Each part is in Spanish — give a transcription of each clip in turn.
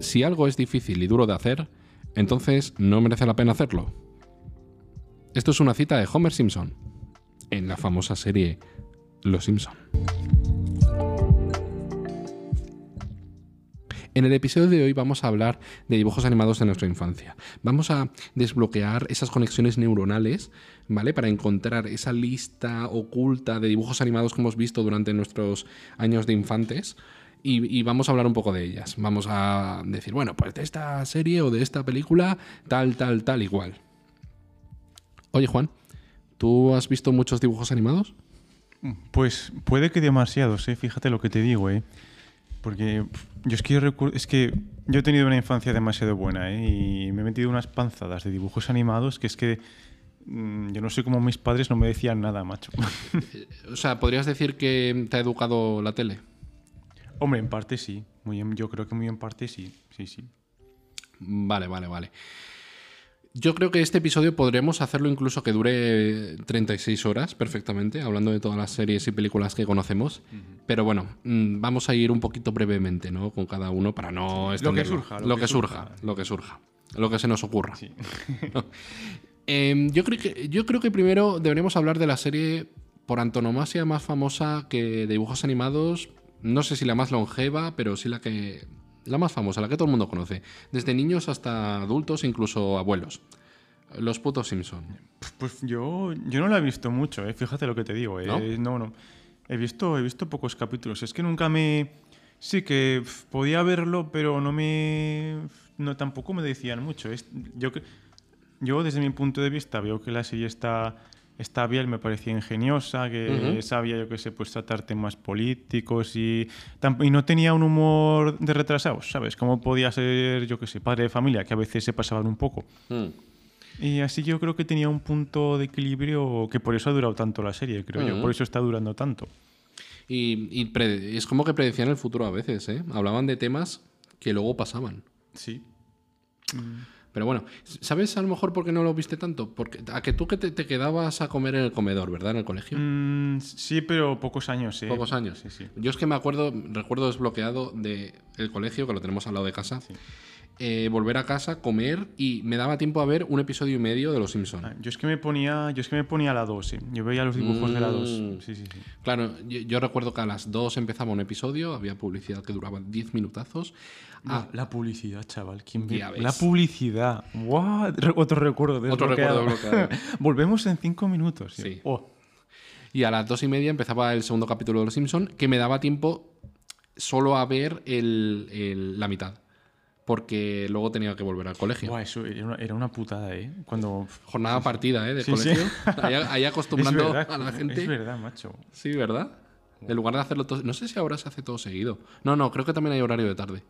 si algo es difícil y duro de hacer, entonces no merece la pena hacerlo. Esto es una cita de Homer Simpson, en la famosa serie Los Simpson. En el episodio de hoy vamos a hablar de dibujos animados de nuestra infancia. Vamos a desbloquear esas conexiones neuronales, ¿vale? Para encontrar esa lista oculta de dibujos animados que hemos visto durante nuestros años de infantes. Y, y vamos a hablar un poco de ellas. Vamos a decir, bueno, pues de esta serie o de esta película, tal, tal, tal, igual. Oye, Juan, ¿tú has visto muchos dibujos animados? Pues puede que demasiados, ¿eh? fíjate lo que te digo, ¿eh? Porque pff, yo es que yo, recu- es que yo he tenido una infancia demasiado buena ¿eh? y me he metido unas panzadas de dibujos animados que es que mm, yo no sé cómo mis padres no me decían nada, macho. O sea, ¿podrías decir que te ha educado la tele? Hombre, en parte sí. Muy en- yo creo que muy en parte sí. Sí, sí. Vale, vale, vale. Yo creo que este episodio podremos hacerlo incluso que dure 36 horas perfectamente, hablando de todas las series y películas que conocemos. Pero bueno, mm, vamos a ir un poquito brevemente, ¿no? Con cada uno para no extenderlo. surja, Lo, que surja, lo que surja. Lo que se nos ocurra. Em, yo, creo que, yo creo que primero deberíamos hablar de la serie por antonomasia más famosa que de dibujos animados. No sé si la más longeva, pero sí la que. La más famosa, la que todo el mundo conoce. Desde niños hasta adultos, incluso abuelos. Los putos Simpson. Pf, Pues yo, yo no la he visto mucho, ¿eh? fíjate lo que te digo. ¿eh? ¿No? no, no. He visto, he visto pocos capítulos. Es que nunca me... Sí que pf, podía verlo, pero no me... No, tampoco me decían mucho. Es- yo, cre- yo desde mi punto de vista veo que la serie está, está bien, me parecía ingeniosa, que Ujú. sabía, yo qué sé, pues tratar temas políticos y, tam- y no tenía un humor de retrasados, ¿sabes? Como podía ser, yo qué sé, padre de familia, que a veces se pasaban un poco. Y Eh, así yo creo que tenía un punto de equilibrio que por eso ha durado tanto la serie, creo yo. Ujú. Por eso está durando tanto. Y, y pre- es como que predecían el futuro a veces, ¿eh? Hablaban de temas que luego pasaban. Sí. Pero bueno, ¿sabes a lo mejor por qué no lo viste tanto? Porque, a que tú que te, te quedabas a comer en el comedor, ¿verdad? En el colegio. Mm, sí, pero pocos años, ¿eh? Pocos años. Sí, sí. Yo es que me acuerdo, recuerdo desbloqueado del colegio, que lo tenemos al lado de casa, eh, volver a casa, comer y me daba tiempo a ver un episodio y medio de Los Simpsons. Ah, Yo es que me ponía, yo es que me ponía la 2, sí. Yo veía los dibujos de la 2. Mm. Sí, sí, sí. Claro, yo, yo recuerdo que a las 2 empezaba un episodio, había publicidad que duraba 10 minutazos. Ah, la publicidad, chaval. ¿quién Ya ves. La publicidad. What? Re- Otro recuerdo. Otro desbloqueado. recuerdo desbloqueado. Volvemos en cinco minutos. tío. Sí. Oh, y a las 2 y media empezaba el segundo capítulo de Los Simpsons, que me daba tiempo solo a ver el- el- la mitad, porque luego tenía que volver al colegio. buah, eso era una, era una putada, ¿eh? Cuando... Jornada partida, ¿eh? De Sí, sí. colegio. Ahí, ahí acostumbrando es verdad, a la gente. Es verdad, macho. Sí, ¿verdad? En lugar de hacerlo todo... No sé si ahora se hace todo seguido. No, no, creo que también hay horario de tarde.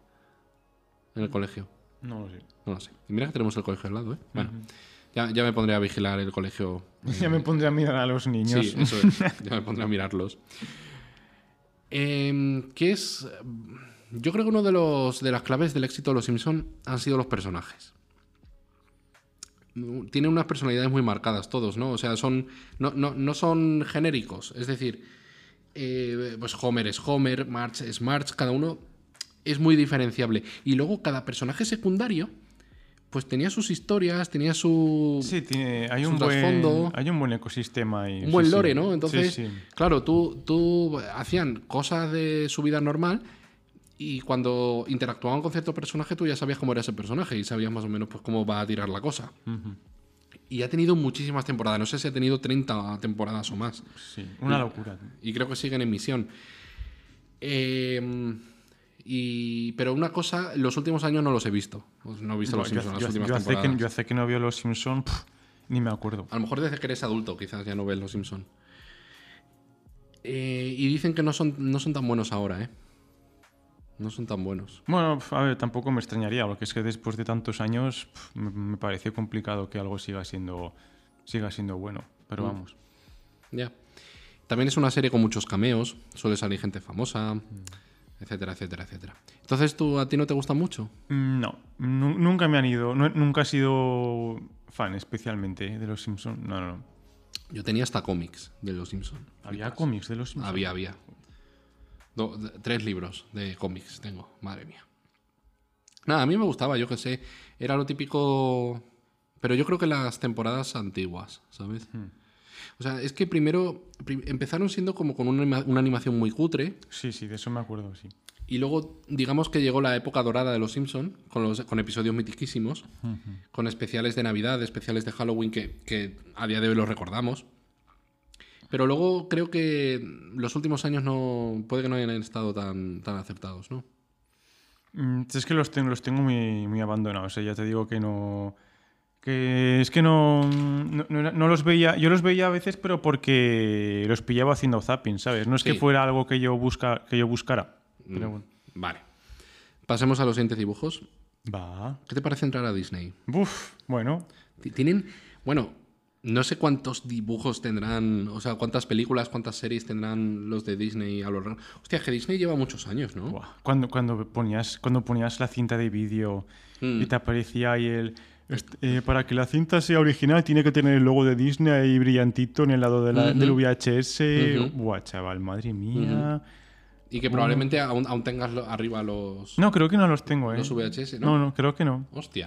En el colegio. No lo sé. No lo sé. Y mira que tenemos el colegio al lado, ¿eh? Bueno, ya, ya me pondré a vigilar el colegio. Ya me pondré a mirar a los niños. Sí, eso es. Ya me pondré a mirarlos. Em, ¿Qué es...? Yo creo que uno de, los, de las claves del éxito de Los Simpson han sido los personajes. Mm, Tienen unas personalidades muy marcadas todos, ¿no? O sea, son no, no, no son genéricos. Es decir, eh, pues Homer es Homer, March es March, cada uno es muy diferenciable. Y luego cada personaje secundario, pues tenía sus historias, tenía su... Sí, tiene, hay, Es un un buen, trasfondo. hay un buen ecosistema ahí. un buen sí, lore, sí. ¿no? Entonces, Sí, sí. claro, tú, tú hacían cosas de su vida normal y cuando interactuaban con cierto personaje tú ya sabías cómo era ese personaje y sabías más o menos pues cómo va a tirar la cosa. Y ha tenido muchísimas temporadas, no sé si ha tenido 30 temporadas o más. Sí, una locura. Y creo que siguen en misión. Eh, y, pero una cosa, los últimos años no los he visto. Pues No he visto los yo, Simpsons, yo- las últimas yo hace que, temporadas. yo hace que no veo Los Simpsons, ni me acuerdo. A lo mejor desde que eres adulto, quizás ya no ves Los Simpson. Eh, y dicen que no son, no son tan buenos ahora, ¿eh? No son tan buenos. Bueno, pf, a ver, tampoco me extrañaría, porque es que después de tantos años pf, me, me parece complicado que algo siga siendo, siga siendo bueno. Pero Mm. vamos. Ya. También es una serie con muchos cameos, suele salir gente famosa, etcétera, etcétera, etcétera. Entonces, ¿tú, ¿a ti no te gusta mucho? Mm, No, nu- nunca me han ido, no- nunca he sido fan especialmente eh, de Los Simpsons. No, no, no. Yo tenía hasta cómics de Los Simpson. Había cómics de Los Simpsons. Había, había. Do- tres libros de cómics tengo, madre mía. Nada, a mí me gustaba, yo qué sé. Era lo típico. Pero yo creo que las temporadas antiguas, ¿sabes? O sea, es que primero prim- empezaron siendo como con una, ima- una animación muy cutre. Sí, sí, de eso me acuerdo, sí. Y luego, digamos que llegó la época dorada de los Simpson con, los, con episodios mitiquísimos, con especiales de Navidad, especiales de Halloween que, que a día de hoy los recordamos. Pero luego creo que los últimos años no puede que no hayan estado tan, tan aceptados, ¿no? Mm, Es que los tengo, los tengo muy, muy abandonados, eh, ya te digo que no... Que es que no, no, no- no los veía, yo los veía a veces, pero porque los pillaba haciendo zapping, ¿sabes? No es Sí. que fuera algo que yo, busca, que yo buscara. Pero bueno. Mm, Vale. Pasemos a los siguientes dibujos. Va. ¿Qué te parece entrar a Disney? Buf, bueno. Ti- Tienen, bueno, no sé cuántos dibujos tendrán, o sea, cuántas películas, cuántas series tendrán los de Disney a lo largo. Hostia, que Disney lleva muchos años, ¿no? Buah, Cuando, cuando, ponías, cuando ponías la cinta de vídeo Mm. y te aparecía ahí el... "Est- eh, para que la cinta sea original tiene que tener el logo de Disney ahí brillantito en el lado de la- del VHS. Buah, chaval, madre mía. Y que probablemente aún, aún tengas lo- arriba los, No, creo que no los tengo, ¿eh? los VHS, ¿no? No, no, creo que no. Hostia.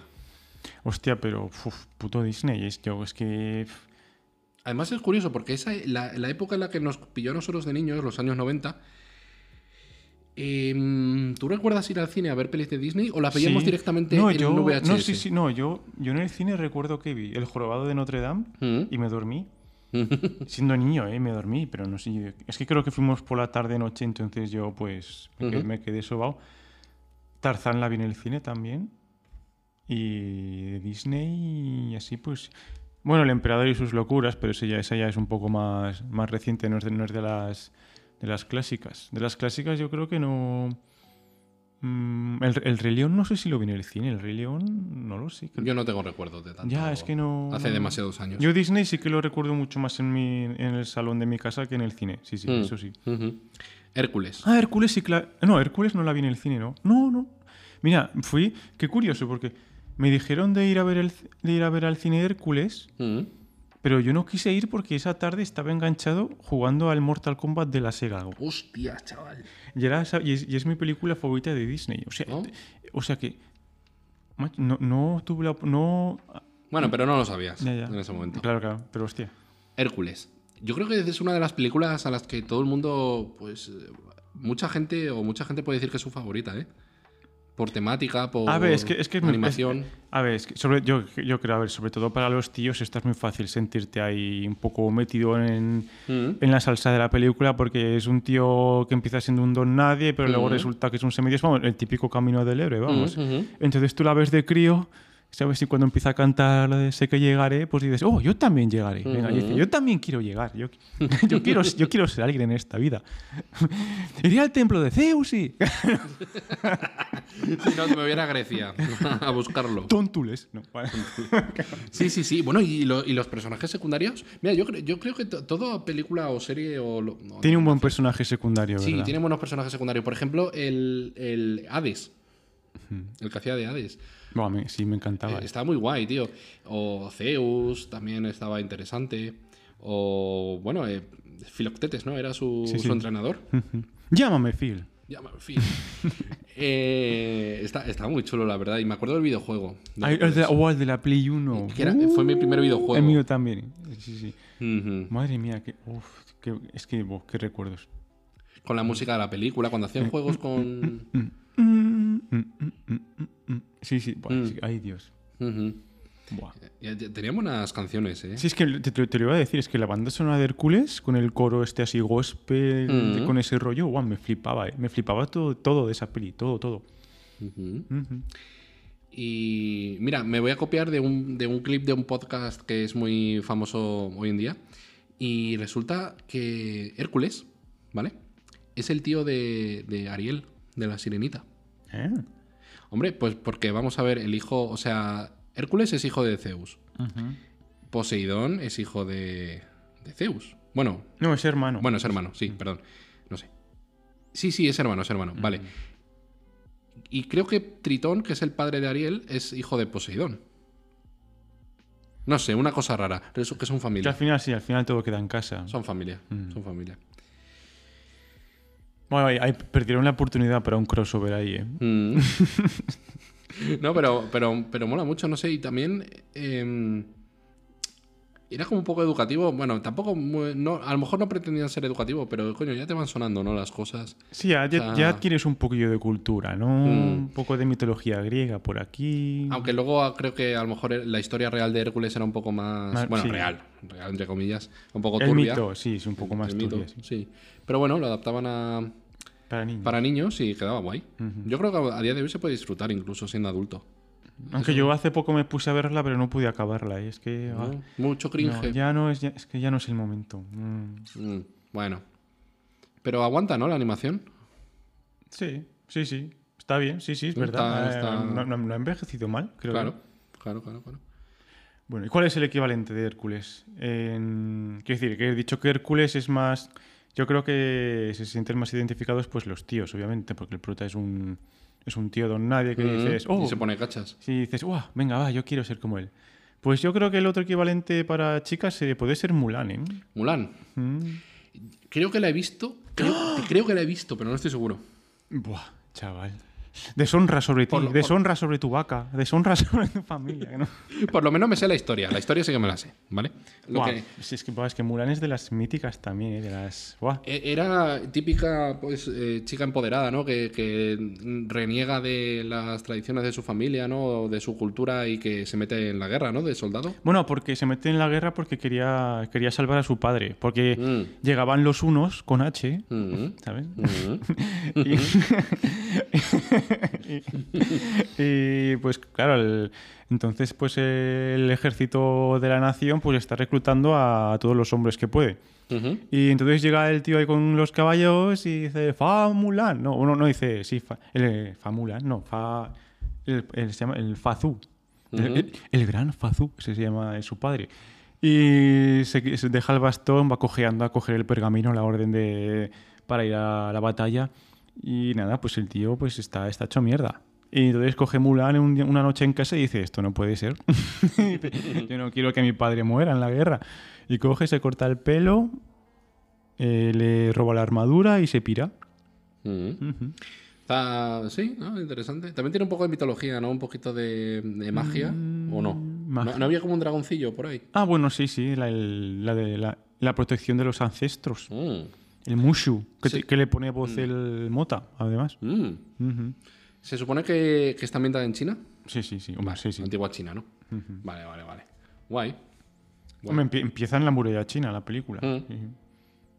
em, Ah, ¿Mm? ¿eh? pues, pues, mm, Mm. Ah, Mm. pues, ¿eh? Mm. pues "Oh, Eh, eh, Eh, pues, Uh, Mm, ¿eh? este eh. ¿Eh? pues eh. Mm. No, pero, pero, pero mola mucho, no sé. Y también. eh, era como un poco educativo. Bueno, tampoco. mu- No, a lo mejor no pretendían ser educativo, pero coño, ya te van sonando, ¿no? Las cosas. Sí, ya, ya- O sea- ya adquieres un poquillo de cultura, ¿no? Mm. Un poco de mitología griega por aquí. Aunque luego ah, creo que a lo mejor la historia real de Hércules era un poco más. Más- bueno, sí. real. Real, entre comillas. Un poco el turbia. mito, sí, es un poco más el mito, turbia, sí. sí. Pero bueno, lo adaptaban a, Para niños. para niños y quedaba guay. Yo creo que a día de hoy se puede disfrutar incluso siendo adulto. Aunque yo hace poco me puse a verla, pero no pude acabarla. Y es que. ah, ¿no? Mucho no, cringe. ya no es, ya- es que ya no es el momento. Mm. Mm, bueno. Pero aguanta, ¿no? La animación. Sí, sí, sí. Está bien, sí, sí, es Está- verdad. Eh, está- No, no- no ha envejecido mal, creo. Claro. yo. Claro, claro, claro. Bueno, ¿y cuál es el equivalente de Hércules? En- Quiero decir, que he dicho que Hércules es más. Yo creo que se sienten más identificados, pues los tíos, obviamente, porque el prota es un, es un tío don nadie que Mm, dices, oh, Y se pone cachas. si dices, guau, venga, va, yo quiero ser como él. Pues yo creo que el otro equivalente para chicas eh, puede ser Mulan, ¿eh? Mulan. Mm. Creo que la he visto. Creo, ¡Ah! creo que la he visto, pero no estoy seguro. Buah, chaval. Deshonra sobre ti, Por lo- deshonra sobre tu vaca, deshonra sobre tu familia. ¿no? Por lo menos me sé la historia. La historia sí que me la sé, ¿vale? Lo Buah, que- si es, que, buah, es que Mulan es de las míticas también, ¿eh? de las... buah. e- Era típica pues, eh, chica empoderada, ¿no? Que, que reniega de las tradiciones de su familia, ¿no? De su cultura y que se mete en la guerra, ¿no? De soldado. Bueno, porque se mete en la guerra porque quería, quería salvar a su padre, porque Mm. llegaban los unos con H, Mm, ¿sabes? mm. Y, y, pues claro, el- entonces pues el ejército de la nación pues está reclutando a todos los hombres que puede. Ujú. Y entonces llega el tío ahí con los caballos y dice, Fa Mulan. No, uno no dice, sí, Fa, el, eh, fa Mulan, no, Fa. El, el- se llama el Fazú. El- Ujú. el, el gran Fazú, ese se llama eh, su padre. Y se, se deja el bastón, va cojeando a coger el pergamino, la orden de para ir a la batalla. Y nada, pues el tío pues está, está hecho mierda. Y entonces coge Mulan en un día- una noche en casa y dice, esto no puede ser. Yo no quiero que mi padre muera en la guerra. Y coge, se corta el pelo, eh, le roba la armadura y se pira. Mm. Está, sí, ¿no? interesante. También tiene un poco de mitología, ¿no? Un poquito de, de magia, ¿o no? Mm, magia. ¿No? ¿No había como un dragoncillo por ahí? Ah, bueno, sí, sí, la, el- la de la, la protección de los ancestros. Mm, El Mushu, que, Sí. te- que le pone voz el Mota, además. mm. Ujú. Se supone que, que está ambientada en China. Sí, sí, sí. Hombre, sí, sí. Antigua China, ¿no? Vale, vale, vale. Guay. Hombre, empie- empieza en la muralla china, la película. Mm. Sí.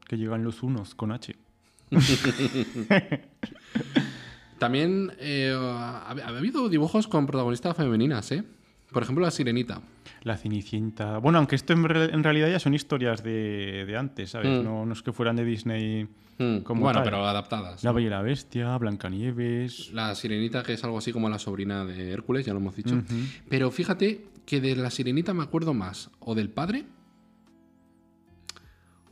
Que llegan los unos con H. También eh, ha, ha habido dibujos con protagonistas femeninas, ¿eh? Por ejemplo, la sirenita. La Cenicienta. Bueno, aunque esto en, re- en realidad ya son historias de, de antes, ¿sabes? Mm. No, no es que fueran de Disney. Mm, Hmm, Como Bueno, tal. pero adaptadas. La Bella y la Bestia, Blancanieves. La sirenita, que es algo así como la sobrina de Hércules, ya lo hemos dicho. Pero fíjate que de la sirenita me acuerdo más o del padre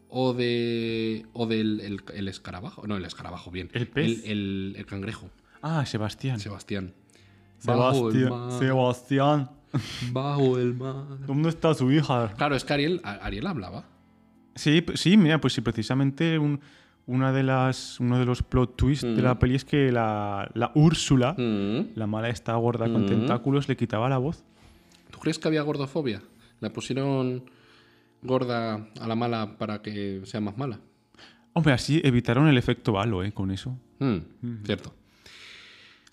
o de. o del el, el escarabajo. No, el escarabajo, bien. ¿El pez? El, el- el cangrejo, Ah, Sebastián. Sebastián. Bajo el Sebastián. mar. Sebastián. Bajo el mar. ¿Dónde está su hija? Claro, es que Ariel, a- Ariel hablaba. Sí, p- sí, mira, pues sí, precisamente un- una de las, uno de los plot twists de la peli es que la, la Úrsula, Mm. la mala esta gorda con tentáculos, le quitaba la voz. ¿Tú crees que había gordofobia? La pusieron gorda a la mala para que sea más mala. Hombre, así evitaron el efecto halo, ¿eh? Con eso. Mm, Cierto.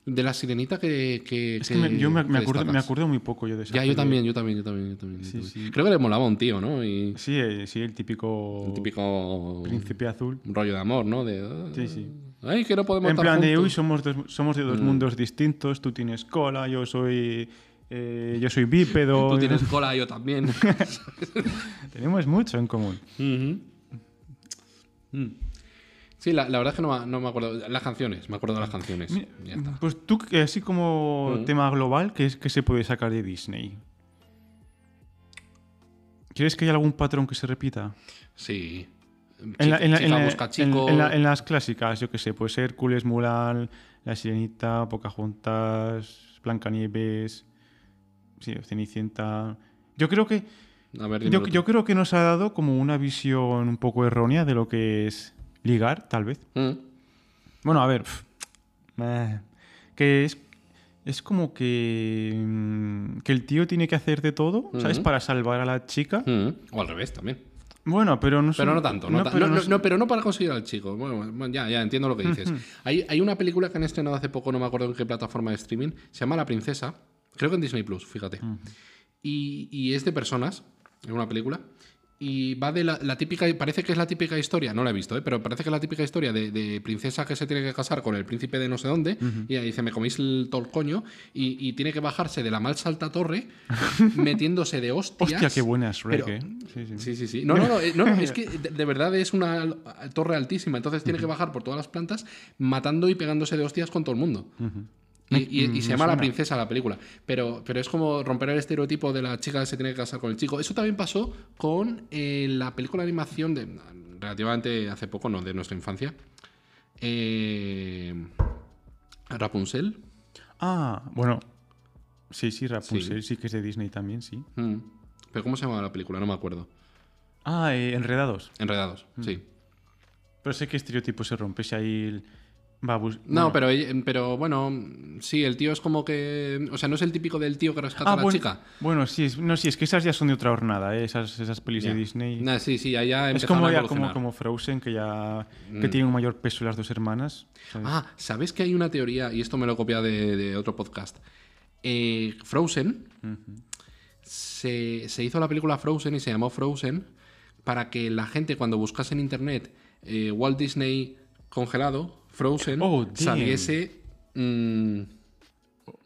De la sirenita que. que- Es que me- yo me, me que acuerdo, me destacas. acuerdo muy poco yo de esa Ya, yo peli. también, yo también, yo también, yo también. yo Sí, también. sí. Creo que le molaba a un tío, ¿no? Y Sí, eh, sí, el típico, el típico príncipe azul. rollo de amor, ¿no? De, ah, Sí, sí. Ay, que no podemos En estar plan de, juntos". Mm. uy, somos, dos- somos de dos mundos distintos, tú tienes cola, yo soy, eh, yo soy bípedo. Tú tienes cola, yo también. Tenemos mucho en común. Ujú. Mm. Sí, la, la verdad es que no, ma- no me acuerdo. Las canciones, me acuerdo de las canciones. Mi- Ya está. Mm. Pues tú, que así como tema global, ¿qué, es, ¿qué se puede sacar de Disney? ¿Crees que hay algún patrón que se repita? Sí. En la- Chica- en la- chica en la- busca en- chico. en la- en las clásicas, yo qué sé, pues Hércules, Mulan, La Sirenita, Pocahontas, Blancanieves, sí, Cenicienta. Yo creo que A ver, yo, dímelo tú. yo creo que nos ha dado como una visión un poco errónea de lo que es ligar, tal vez. Mm. Bueno, a ver. pf, meh, eh, que es. es como que, mm, que el tío tiene que hacer de todo, ¿sabes? Ujú. Para salvar a la chica. Mm, O al revés también. Bueno, pero no sé- Pero no tanto, no, ta- pero no- no no- sé- no, pero no para conseguir al chico. Bueno, bueno, ya, ya entiendo lo que dices. hay, hay una película que han estrenado hace poco, no me acuerdo en qué plataforma de streaming, se llama La Princesa, creo que en Disney Plus, fíjate. Y, y es de personas, es una película. Y va de la, la típica, parece que es la típica historia, no la he visto, ¿eh? pero parece que es la típica historia de, de princesa que se tiene que casar con el príncipe de no sé dónde, y ahí dice, me coméis el todo el coño, y, y tiene que bajarse de la mal salta torre, metiéndose de hostias. Hostia, qué buena es Shrek, pero- ¿eh? Sí, sí. Sí, sí, sí. No, no, no, eh, no, no, es que de, de verdad es una al- a- torre altísima, entonces tiene que bajar por todas las plantas matando y pegándose de hostias con todo el mundo. Y, y- y se llama La Princesa la película. Pero, pero es como romper el estereotipo de la chica que se tiene que casar con el chico. Eso también pasó con eh, la película de animación de relativamente hace poco, no, de nuestra infancia. Eh, Rapunzel. Ah, bueno. Sí, sí, Rapunzel sí. que es de Disney también, sí. Mm. ¿Pero cómo se llamaba la película? No me acuerdo. Ah, eh, Enredados. Enredados, sí. Pero sé qué estereotipo se rompe si ahí el... va a bus- No, bueno. pero, ella- pero bueno, mm, sí, el tío es como que. O sea, no es el típico del tío que rescata a la Ah, bueno, chica. Bueno, sí, es, no, sí, es que esas ya son de otra hornada, ¿eh? esas, esas pelis Ya. de Disney. Nah, sí, sí, allá es empezaron como, a ya, como, evolucionar. Mm. como Frozen, que ya que tiene un mayor peso las dos hermanas. ¿sabes? Ah, ¿sabes que hay una teoría? Y esto me lo copia de, de otro podcast. Eh, Frozen. se, se hizo la película Frozen y se llamó Frozen para que la gente, cuando buscase en internet eh, Walt Disney congelado, Frozen, Oh, damn. saliese. mm,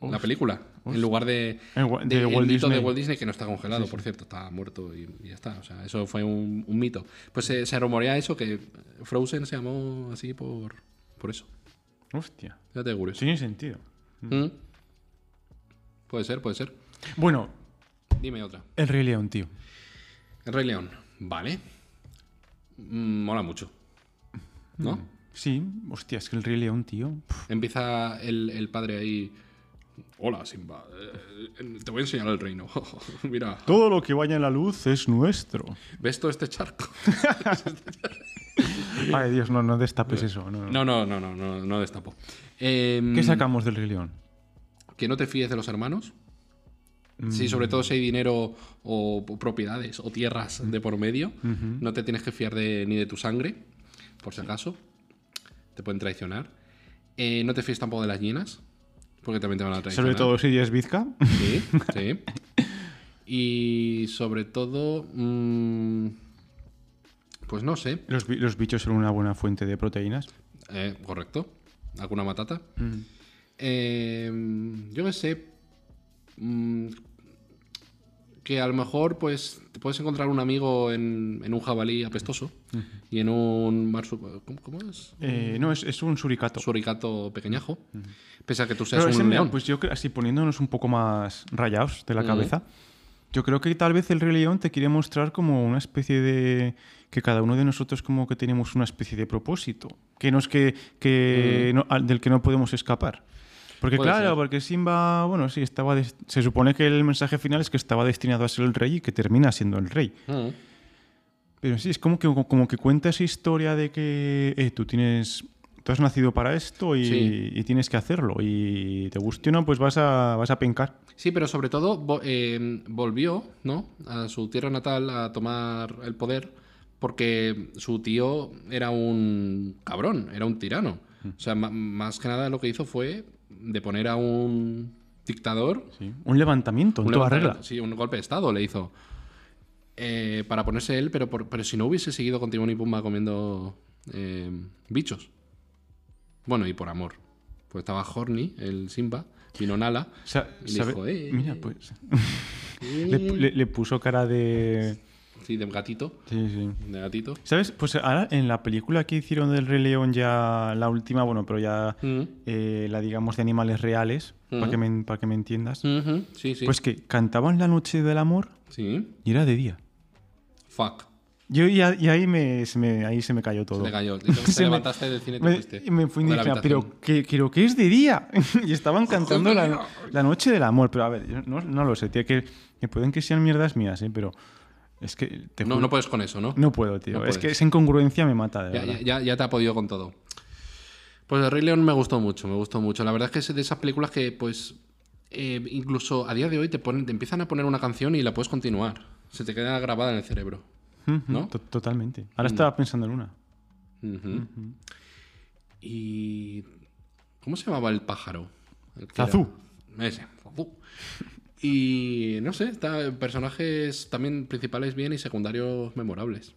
la película, en lugar de, El wa- de de el Walt mito de Disney. Walt Disney, que no está congelado, por cierto, está muerto y, y ya está. O sea, eso fue un, un mito. Pues se, se rumorea eso, que Frozen se llamó así por, por eso. Hostia, Fíjate, curioso. tiene sentido. Mm. Puede ser, puede ser. Bueno, Dime otra. El Rey León, tío. El Rey León, vale. Mm, Mola mucho. ¿No? Mm. Sí, hostia, es que El Rey León, tío. Pf, Empieza el, el padre ahí. Hola, Simba. eh, eh, te voy a enseñar el reino. Mira, Todo lo que vaya en la luz es nuestro. ¿ves todo este charco? Ay, Dios, no, no destapes eso. No, no. No, no, no, no, no, no destapo. Em, ¿Qué sacamos del Rey León? que no te fíes de los hermanos. Sí, sobre Mm. todo si hay dinero o p- propiedades o tierras de por medio. No te tienes que fiar de, ni de tu sangre, por si acaso. Te pueden traicionar. Eh, no te fíes tampoco de las llenas, porque también te van a traicionar. Sobre todo si es Vizca. Sí, sí. Y sobre todo. mm, pues no sé. Los, bi- los bichos son una buena fuente de proteínas. Eh, correcto. ¿Alguna matata? Eh, yo qué sé. Mm, que a lo mejor pues te puedes encontrar un amigo en, en un jabalí apestoso y en un marsu- ¿cómo, cómo es? Eh, no, es, es un suricato. suricato pequeñajo. Pese a que tú seas Pero ese, un mira, león. pues yo creo, así poniéndonos un poco más rayados de la cabeza, yo creo que tal vez el Rey León te quiere mostrar como una especie de... que cada uno de nosotros como que tenemos una especie de propósito, que no es que, que no- al- del que no podemos escapar. Porque Puede claro, ser. porque Simba, bueno, sí, estaba des- se supone que el mensaje final es que estaba destinado a ser el rey y que termina siendo el rey. Mm. Pero sí, es como que, como que cuenta esa historia de que eh, tú tienes. Tú has nacido para esto y, Sí. y tienes que hacerlo. Y te guste o no, pues vas a, vas a pencar. Sí, pero sobre todo vo- eh, volvió, ¿no? A su tierra natal a tomar el poder porque su tío era un cabrón, era un tirano. Mm. O sea, ma- más que nada lo que hizo fue de poner a un dictador Un levantamiento, en un toda levantamiento- regla. Sí, un golpe de estado le hizo. Eh, para ponerse él, pero, por- pero si no hubiese seguido con Timón y Pumba comiendo eh, bichos. Bueno, y por amor. Pues estaba Horny, el Simba, vino Nala. Sa- Y le dijo, "Eh". Mira, pues. le, le- le puso cara de. Sí, de gatito. Sí, sí. De gatito. ¿Sabes? Pues ahora en la película que hicieron del Rey León, ya la última, bueno, pero ya Mm. eh, la digamos de animales reales, para, que me, para que me entiendas. Ujú, Mm. Sí, sí. Pues que cantaban La Noche del Amor sí. y era de día. Fuck. Yo y, a- y ahí, me, se me- ahí se me cayó todo. Se le cayó. Te, te Se me- levantaste del cine y te me, fuiste. y me fui O de la indignado, habitación. pero que, creo que es de día. y estaban cantando la, la noche del amor. Pero a ver, yo no, no lo sé, tío. Que, que pueden que sean mierdas mías, ¿eh? Pero es que. te No, juro- no puedes con eso, ¿no? no puedo, tío. no es que puedes. esa incongruencia me mata, de Ya, verdad. ya, ya- ya te ha podido con todo. Pues el Rey León me gustó mucho, me gustó mucho. La verdad es que es de esas películas que, pues, eh, incluso a día de hoy te, ponen, te empiezan a poner una canción y la puedes continuar. Se te queda grabada en el cerebro. ¿No? Mm. To- Totalmente. Ahora estaba pensando en una. Ujú. Y. ¿Cómo se llamaba el pájaro? El que Zazú. era- Ese, Zazú. Y no sé, está, personajes también principales bien y secundarios memorables.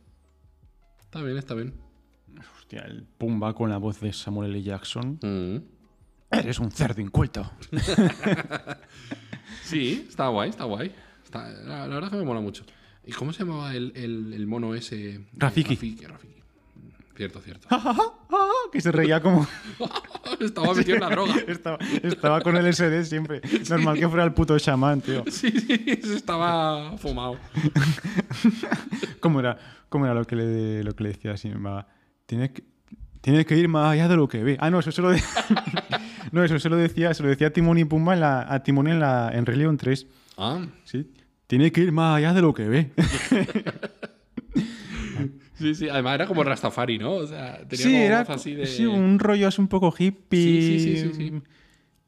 Está bien, está bien. Hostia, el Pumba con la voz de Samuel L. Jackson. Mm. Eres un cerdo inculto. Sí, está guay, está guay. Está- la, la verdad que me mola mucho. ¿Y cómo se llamaba el, el- el mono ese? Rafiki. Rafiki, Rafiki. Cierto, cierto. Ah, que se reía como. Estaba metido en la droga. estaba, estaba con el SD siempre. Normal que fuera el puto chamán, tío. Sí, sí, se estaba fumado. ¿Cómo era, cómo era lo, que le, lo que le decía así? Tienes que, tienes que ir más allá de lo que ve. Ah, no, eso se lo, de- no, eso se lo decía, se lo decía a Timón y Pumba en la, a Timón en, la, en Rey León 3. Ah, ¿sí? Tienes que ir más allá de lo que ve. Sí, sí, además era como Rastafari, ¿no? O sea, tenía sí, como era voz así de. sí, un rollo así un poco hippie. Sí, sí, sí, sí, sí.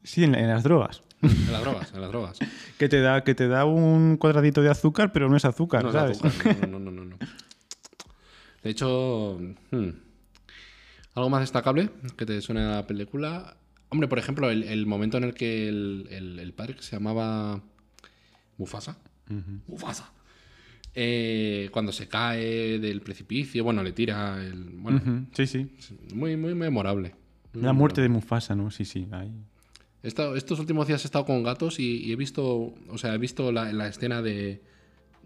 Sí, en, la- en las drogas. En las drogas, en las drogas. Que te, da, que te da un cuadradito de azúcar, pero no es azúcar, No, es ¿sabes? azúcar, no, no, no, no, no. De hecho, hmm, algo más destacable que te suene a la película. Hombre, por ejemplo, el, el momento en el que el, el- el padre que se llamaba Mufasa. Mufasa. eh, cuando se cae del precipicio, bueno, le tira el. Bueno, Mm, Ujú, Sí, sí. muy, muy memorable. La muerte de Mufasa, ¿no? Sí, sí. ahí. He estado- estos últimos días he estado con gatos y, y he visto, o sea, he visto la, la escena de,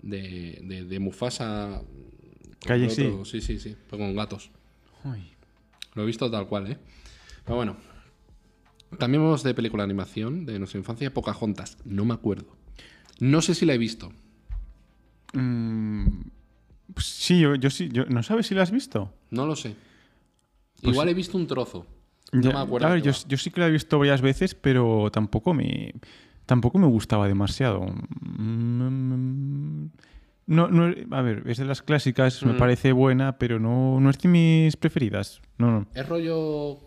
de, de- de Mufasa. con Calle el otro- Sí, sí, sí, pero con gatos. Uy. Lo he visto tal cual, ¿eh? Pero bueno. Cambiemos de película de animación de nuestra infancia, Pocahontas. No me acuerdo. No sé si la he visto. Mm, pues sí, yo, yo sí. yo- ¿No sabes si la has visto? No lo sé. Pues- Igual he visto un trozo. Ya- No me acuerdo. A ver, qué yo, va. yo sí que la he visto varias veces, pero tampoco me, tampoco me gustaba demasiado. Mm, No, no, a ver, es de las clásicas, me Mm. parece buena, pero no, no es de mis preferidas. No, no. ¿Es rollo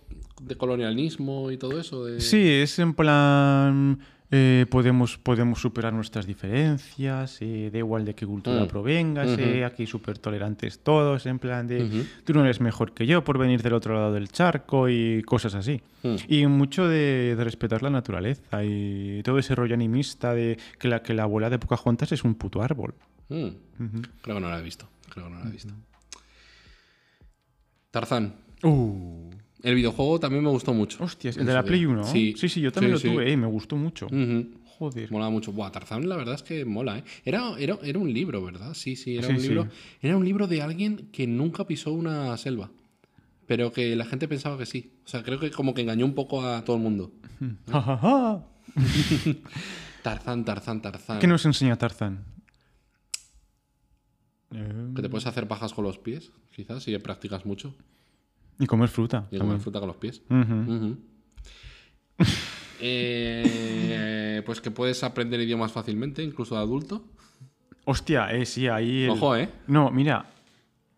de colonialismo y todo eso? De... Sí, es en plan. eh, podemos, podemos superar nuestras diferencias, eh, da igual de qué cultura Mm. provengas, Ujú. eh, aquí súper tolerantes todos, en plan de Ujú. tú no eres mejor que yo por venir del otro lado del charco y cosas así. Mm. Y mucho de, de respetar la naturaleza y todo ese rollo animista de que la, que la abuela de Pocahontas es un puto árbol. Mm. Ujú. Creo que no la he visto. Creo que no la he visto. Tarzán. Uh. El videojuego también me gustó mucho. Hostias, En el de la su Play día. 1. Sí, sí, yo también Sí, Mm. lo sí. tuve, eh, me gustó mucho. Ujú. Joder. Mola mucho. Buah, Tarzán, la verdad es que mola, ¿eh? Era, era, era un libro, ¿verdad? Sí, sí, era Sí, un sí. libro. Era un libro de alguien que nunca pisó una selva. Pero que la gente pensaba que sí. O sea, creo que como que engañó un poco a todo el mundo. Ja, ja, ja. Tarzán, Tarzán, Tarzán. ¿Qué nos enseña Tarzán? Que te puedes hacer pajas con los pies, quizás, si practicas mucho. Y comer fruta. Y comer también. fruta con los pies. Ujú. Ujú. Eh, pues que puedes aprender idiomas fácilmente, incluso de adulto. Hostia, eh, sí, ahí. el- Ojo, ¿eh? No, mira.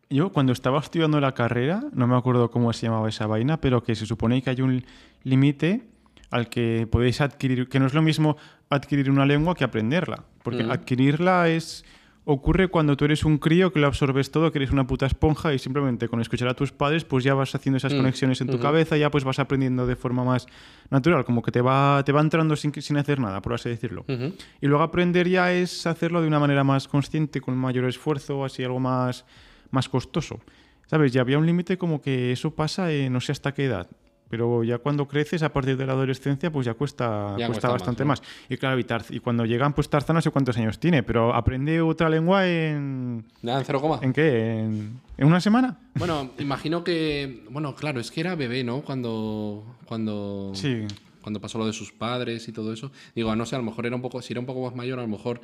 Yo cuando estaba estudiando la carrera, no me acuerdo cómo se llamaba esa vaina, pero que se supone que hay un límite al que podéis adquirir, que no es lo mismo adquirir una lengua que aprenderla, porque Mm. adquirirla es ocurre cuando tú eres un crío que lo absorbes todo, que eres una puta esponja y simplemente con escuchar a tus padres pues ya vas haciendo esas Mm. conexiones en tu Ujú. cabeza, ya pues vas aprendiendo de forma más natural, como que te va te va entrando sin, que- sin hacer nada, por así decirlo. Ujú. Y luego aprender ya es hacerlo de una manera más consciente, con mayor esfuerzo, así algo más, más costoso. ¿Sabes? Ya había un límite como que eso pasa eh, no sé hasta qué edad. Pero ya cuando creces, a partir de la adolescencia, pues ya cuesta, Ya cuesta, cuesta más, bastante ¿no? más, Y claro, y, Tarz- y cuando llegan, pues Tarzán no sé cuántos años tiene, pero aprende otra lengua en... Nada, en cero coma. ¿En qué? ¿En, en una semana? Bueno, imagino que. Bueno, claro, es que era bebé, ¿no? Cuando. Cuando. Sí. Cuando pasó lo de sus padres y todo eso. Digo, a no sé, a lo mejor era un poco. Si era un poco más mayor, a lo mejor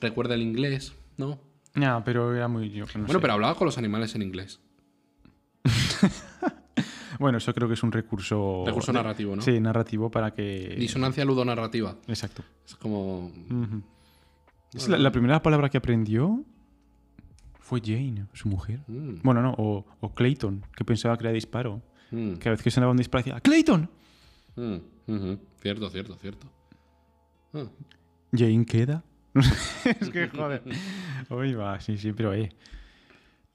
recuerda el inglés, ¿no? Ya, pero era muy... yo no bueno, sé. pero hablaba con los animales en inglés. Bueno, eso creo que es un recurso... Recurso narrativo, ¿no? Sí, narrativo para que... Disonancia ludonarrativa. Exacto. Es como. Ujú. Es la, la primera palabra que aprendió fue Jane, su mujer. Mm, Bueno, no, o, o Clayton, que pensaba que era disparo. mm, Que a veces que sonaba un disparo decía ¡Clayton! mm, ujú. Cierto, cierto, cierto. Ah. Jane queda. es que joder. Hoy va, sí, sí, pero eh.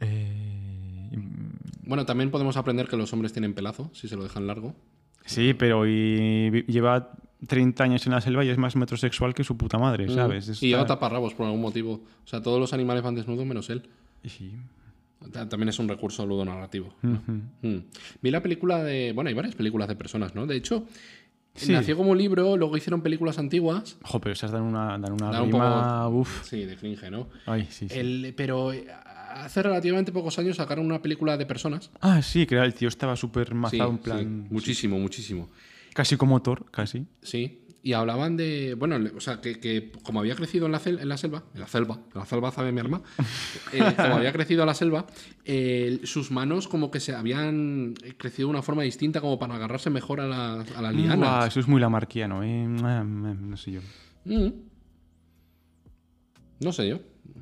Eh, mm, Bueno, también podemos aprender que los hombres tienen pelazo, si se lo dejan largo. Sí, pero y vi- lleva 30 años en la selva y es más metrosexual que su puta madre, ¿sabes? Mm. Y lleva Está- taparrabos por algún motivo. O sea, todos los animales van desnudos menos él. Sí. Ta- También es un recurso ludonarrativo. Ujú. Mm. Vi la película de. Bueno, hay varias películas de personas, ¿no? De hecho, Sí. nació como libro, luego hicieron películas antiguas. Jo, pero esas dan una, dan una Da un rima, uf. Sí, de cringe, ¿no? Ay, sí, sí. El- pero eh, hace relativamente pocos años sacaron una película de personas. Ah, sí, que era el tío estaba súper Sí, mazado en sí, plan... muchísimo, muchísimo. Casi como Thor, casi. Sí. Y hablaban de. Bueno, le- o sea, que, que como había crecido en la, cel- en la selva, en la selva, en la selva sabe mi arma, eh, como había crecido en la selva, eh, sus manos como que se habían crecido de una forma distinta, como para agarrarse mejor a, las- a las Buah, lianas. eso es muy lamarquiano, ¿eh? Ah, mm, No sé yo. Mm. No sé yo. Mm.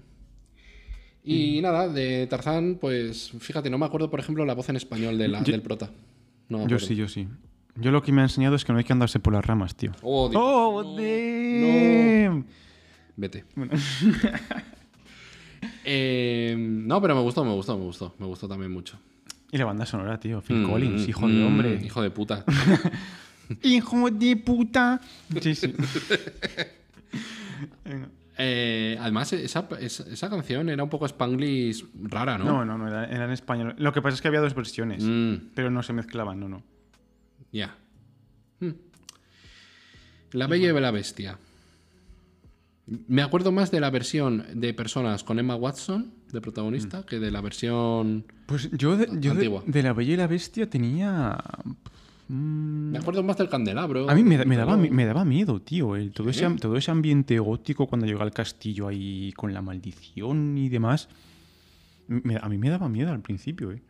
Y nada, de Tarzán, pues fíjate, no me acuerdo, por ejemplo, la voz en español de la, Yo- del prota. No me Yo acuerdo. sí, yo sí. Yo lo que me ha enseñado es que no hay que andarse por las ramas, tío. Oh, Dios. ¡Oh, No, damn! Vete. Eh, no, pero me gustó, me gustó, me gustó. Me gustó también mucho. Y la banda sonora, tío. Phil Mm, Collins, hijo mm, de hombre. Hijo de puta. ¡Hijo de puta! Sí, sí. Venga. Eh, además, esa, esa- esa canción era un poco spanglish rara, ¿no? No, no, no, era, era en español. Lo que pasa es que había dos versiones, Mm, pero no se mezclaban, no, no. ya. Mm. La Bella y la Bestia. Me acuerdo más de la versión de personas con Emma Watson, de protagonista, que de la versión. Pues yo, de, yo de- Antigua. de La Bella y la Bestia tenía... mm, Me acuerdo más del candelabro. A mí me, da- me daba, Pero- mi- me daba miedo, tío. el- todo, ese, am- todo ese ambiente gótico cuando llega al castillo ahí con la maldición y demás. me- a mí me daba miedo al principio, eh.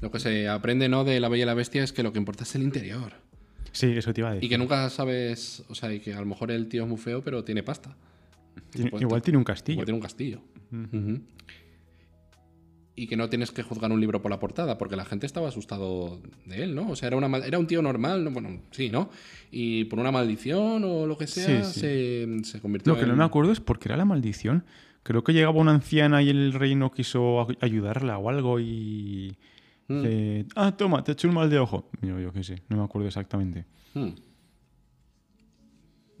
Lo que se aprende, ¿no? De la Bella y la Bestia es que lo que importa es el interior. Sí, eso te iba a decir. Y que nunca sabes, o sea, y que a lo mejor el tío es muy feo, pero tiene pasta. Tiene- puede- igual tiene un Porque castillo. tiene un castillo. Ujú. Ujú. Y que no tienes que juzgar un libro por la portada, porque la gente estaba asustado de él, ¿no? O sea, era, una, mal- era un tío normal, ¿no? bueno, sí, ¿no? Y por una maldición o lo que sea, Sí, sí. Se, se convirtió Lo que en... no me acuerdo es porque era la maldición. Creo que llegaba una anciana y el rey no quiso a- ayudarla o algo y... dice, ah, toma, te he hecho un mal de ojo. Yo, yo qué sé, no me acuerdo exactamente.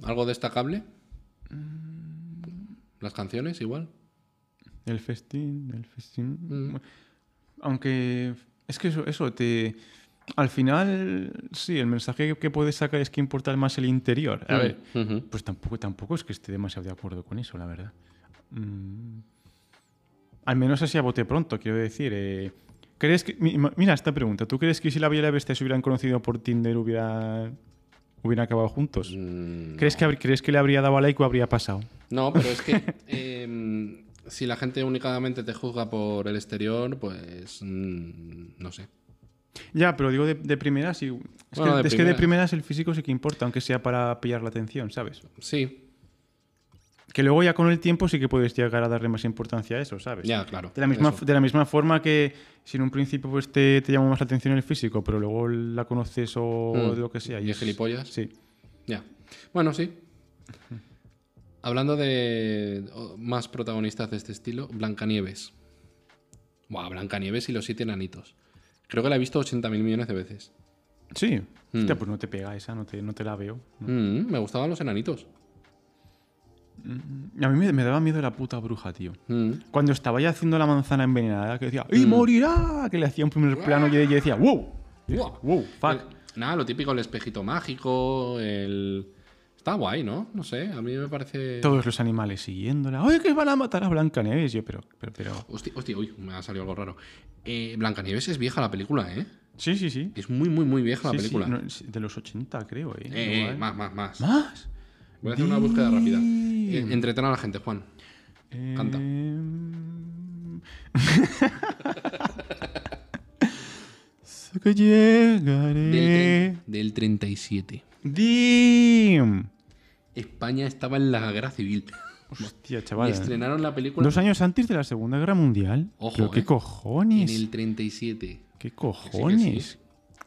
Hmm. ¿Algo destacable? Mm. Las canciones, igual. El festín, el festín. Aunque es que eso, eso te... Al final, sí, el mensaje que- que puedes sacar es que importa más el interior. Mm. A ver, Hmm. Ujú. pues tampoco, tampoco es que esté demasiado de acuerdo con eso, la verdad. Mm. Al menos así a bote pronto, quiero decir. eh, ¿crees que, mi- ma- mira esta pregunta. ¿Tú crees que si la Bella y la Bestia se hubieran conocido por Tinder hubiera, hubieran acabado juntos? Mm, ¿Crees, que, habr- ¿Crees que le habría dado a like o habría pasado? No, pero es que em, si la gente únicamente te juzga por el exterior, pues mm, no sé. Ya, pero digo de, de primeras. y- es, Bueno, que, de es que de primeras. primeras el físico sí que importa, aunque sea para pillar la atención, ¿sabes? Sí, Que luego ya con el tiempo sí que puedes llegar a darle más importancia a eso, ¿sabes? ya, claro. De la, misma, eso. de la misma forma que si en un principio pues, te, te llama más la atención el físico, pero luego la conoces o Mm. lo que sea. Y es gilipollas. Sí. Ya. Bueno, sí. Hablando de o- más protagonistas de este estilo, Blancanieves. Buah, Blancanieves y los siete enanitos. Creo que la he visto 80.000 millones de veces. Sí. Mm. Hostia, pues no te pega esa, no te, no te la veo. Mm, me gustaban los enanitos. A mí me, me daba miedo la puta bruja, tío. Mm. Cuando estaba ya haciendo la manzana envenenada, que decía, ¡y morirá! Que le hacía un primer plano y ella decía, ¡wow! Y decía, Hmm. Ah. Buah. Eh, ¡wow! ¡fuck! El- nada, lo típico, el espejito mágico, el... Está guay, ¿no? No sé, a mí me parece... Todos los animales siguiéndola. ¡Ay, que van a matar a Blancanieves! Yo, pero, pero, pero. Hostia, hostia, uy, me ha salido algo raro. Eh, Blancanieves es vieja la película, ¿eh? Sí, sí, sí. Es muy, muy, muy vieja Sí, la sí, película. no, sí, de los 80, creo, ¿eh? Eh, eh, Igual. más, más, más. ¿Más? Voy a hacer una búsqueda rápida. Eh, Damn. Entretener a la gente, Juan. Canta. Em, Sé que llegaré. Eh. Del, del 37. Dim. España estaba en la guerra civil. Hostia, Y chaval. estrenaron la película Dos años antes de la Segunda Guerra Mundial. Ojo, Pero eh. qué en cojones. el 37. ¿Qué cojones? sí.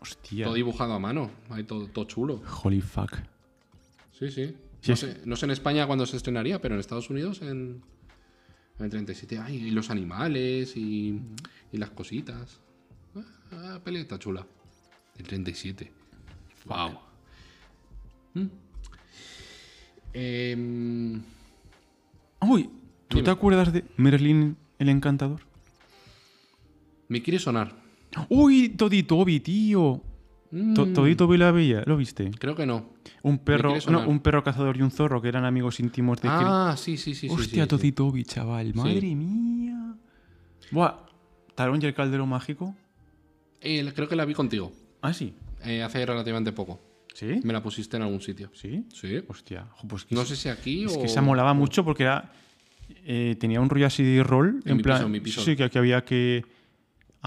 Hostia. Todo dibujado a mano. Ahí todo, todo chulo. Holy fuck. Sí, sí. Sí, no, es- sé, no sé en España cuándo se estrenaría, pero en Estados Unidos en, en el 37. Ay, y los animales y, y las cositas. Ah, ah, peli está chula. El 37. Wow. Mm. Em, Uy, ¿tú Dime. te acuerdas de Merlín el Encantador? me quiere sonar. Uy, Toditobi, tío. To- Mm, Toditobi la Bella, ¿lo viste? Creo que no. Un perro, quiere sonar. no, un perro cazador y un zorro que eran amigos íntimos de Kirby. Ah, sí, sí, sí. sí, sí, Hostia, sí. Toditobi, chaval, madre mía. Buah, Tarón y el Caldero Mágico. Eh, creo que la vi contigo Ah, sí. eh, hace relativamente poco. ¿Sí? Me la pusiste en algún sitio. ¿Sí? Sí. Hostia, jo, pues que No es- sé si aquí Es o. que se molaba mucho porque era, eh, tenía un rollo así de rol. En En, mi plan, piso, en mi piso. Sí, que, que había que.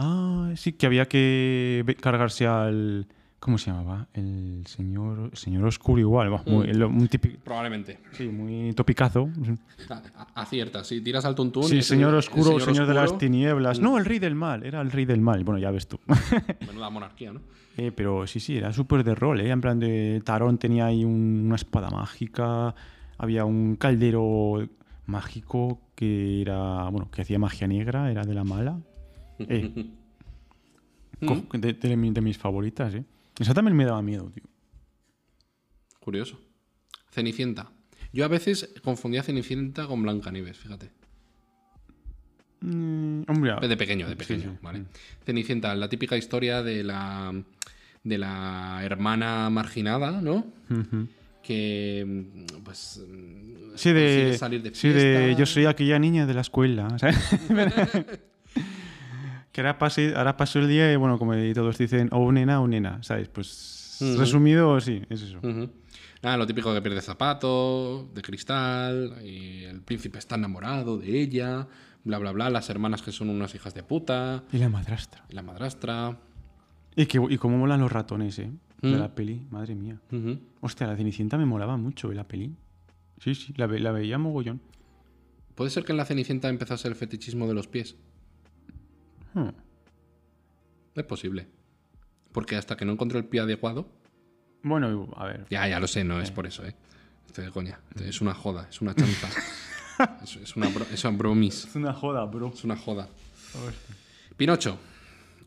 Ah, sí, que había que ve- cargarse al. ¿Cómo se llamaba? El señor, señor Oscuro, igual. va, muy- Mm. lo- un típico. Probablemente. Sí, muy topicazo. A- a- Acierta, si tiras al tuntún. Sí, es el- señor el oscuro, señor, de las oscuro. Mm. tinieblas. No, el rey del mal, era el rey del mal. Bueno, ya ves tú. Menuda monarquía, ¿no? Eh, pero sí, sí, era súper de rol, ¿eh? En plan de Tarón tenía ahí un- una espada mágica, había un caldero mágico que era, bueno, que hacía magia negra, era de la mala. Eh. Co- de, de mi- de mis favoritas, ¿eh? Esa también me daba miedo, tío. Curioso. Cenicienta. Yo a veces confundía Cenicienta con Blancanieves, fíjate. Mm, hombre, a- De pequeño, de Sí, pequeño, sí. Mm. ¿vale? Cenicienta, la típica historia de la, de la hermana marginada, ¿no? Ujú. Que, mm, pues... mm, Sí, de, consigue salir de sí, de fiesta. yo soy aquella niña de la escuela, ¿sabes? que ahora, pase, ahora pasó el día y, bueno, como todos dicen, o nena, o nena, ¿sabes? Pues Ujú. resumido, sí, es eso. Ujú. Nada, lo típico que pierde zapatos, de cristal, y el príncipe está enamorado de ella, bla, bla, bla, las hermanas que son unas hijas de puta, Y la madrastra. la madrastra. Y, que, y cómo molan los ratones, ¿eh? De Mm. la peli, madre mía. Ujú. Hostia, la Cenicienta me molaba mucho, ¿eh? La peli. Sí, sí, la, ve- la veía mogollón. Puede ser que en la Cenicienta empezase el fetichismo de los pies. Hmm. Es posible. Porque hasta que no encontré el pie adecuado... Bueno, a ver. Ya, ya lo sé, no es por eso, ¿eh? Estoy de coña. Es una joda, es una chanza. es, es una bro- es una bromis. Es una joda, bro. Es una joda. Pinocho.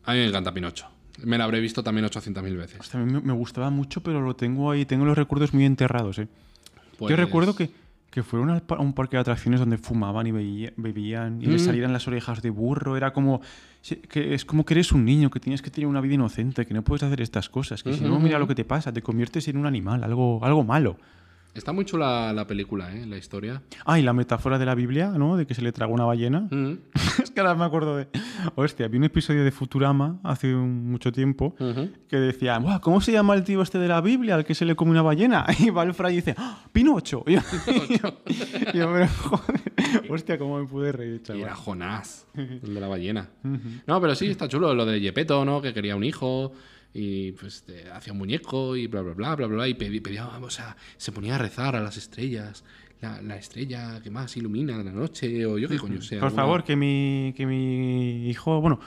A mí me encanta Pinocho. Me la habré visto también 800.000 veces. Hostia, a mí me, me gustaba mucho, pero lo tengo ahí, tengo los recuerdos muy enterrados, ¿eh? Pues- Yo recuerdo que, que fueron al pa- a un parque de atracciones donde fumaban y veía- bebían y les Mm. salían las orejas de burro. Era como. sí, que es como que eres un niño, que tienes que tener una vida inocente, que no puedes hacer estas cosas. Que si no, mira lo que te pasa, te conviertes en un animal, algo, algo malo. Está muy chula la película, ¿eh? La historia. Ah, y la metáfora de la Biblia, ¿no? De que se le tragó una ballena. Mm, es que ahora me acuerdo de. Hostia, vi un episodio de Futurama hace un- mucho tiempo ujú. que decía, "Buah, ¿cómo se llama el tío este de la Biblia al que se le come una ballena? Y va el fray y dice, "¡Ah, ¡Pinocho! Y yo, y yo- y yo, pero, joder, hostia, cómo me pude reír, Y era chaval. Jonás, el de la ballena. No, pero sí, está chulo lo de Yepeto, ¿no? Que quería un hijo y pues te hacía un muñeco y bla, bla, bla, bla, bla. Y pedi- pedía, o sea, se ponía a rezar a las estrellas. La, la estrella que más ilumina de la noche o yo qué coño sea. Por alguna- favor, que mi, que mi hijo, bueno,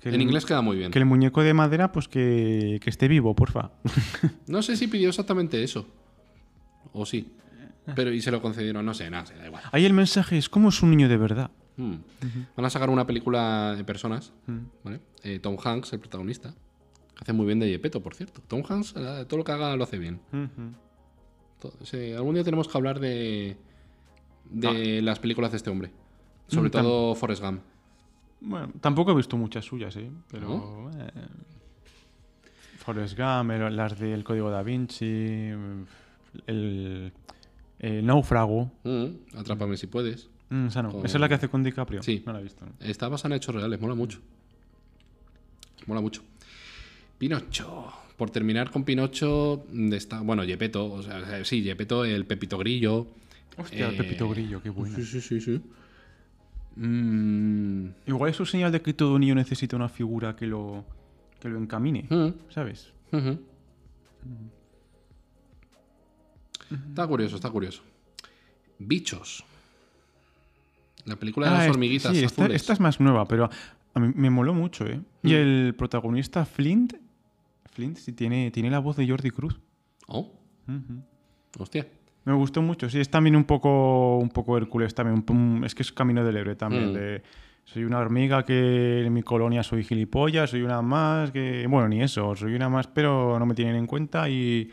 que En el, inglés queda muy bien. que el muñeco de madera, pues que, que esté vivo, porfa. No sé si pidió exactamente eso. O sí. Eh, Pero y se lo concedieron, no sé, nada, se da igual. Ahí el mensaje es, ¿cómo es un niño de verdad? Mm. Van a sacar una película de personas. Mm. ¿vale? Eh, Tom Hanks, el protagonista. que Hace muy bien de Yepeto, por cierto. Tom Hanks, eh, todo lo que haga lo hace bien. To- sí, algún día tenemos que hablar de, de las películas de este hombre. Sobre Mm, tam- todo Forrest Gump. Bueno, tampoco he visto muchas suyas, ¿eh? Pero. ¿No? eh, Forrest Gump, el- las del Código da Vinci. mm, El. el Náufrago. Mm, atrápame si puedes. Mm, esa no. Con- Esa es la que hace con DiCaprio. Sí. No la he visto. ¿no? Está basada en hechos reales, mola mucho. Mola mucho. Pinocho. Por terminar con Pinocho, mm, está, bueno, Yepeto, o sea, o sea, sí, Yepeto, el Pepito Grillo. Hostia, el eh, Pepito Grillo, qué buena. Sí, sí, sí, sí. Mm, Igual es un señal de que todo niño necesita una figura que lo. que lo encamine. mm. ¿Sabes? Ujú. Está curioso, está curioso. Bichos. La película de Ah, las es- hormiguitas sí, esta, azules. Hmm. esta es más nueva, pero a mí me moló mucho, ¿eh? Y el protagonista, Flint. Flint, sí, tiene, tiene la voz de Jordi Cruz. Oh, Ujú. hostia. Me gustó mucho, sí, es también un poco, un poco Hércules, también, un- es que es camino del héroe también. Mm. de, soy una hormiga que en mi colonia soy gilipollas, soy una más que... Bueno, ni eso, soy una más, pero no me tienen en cuenta y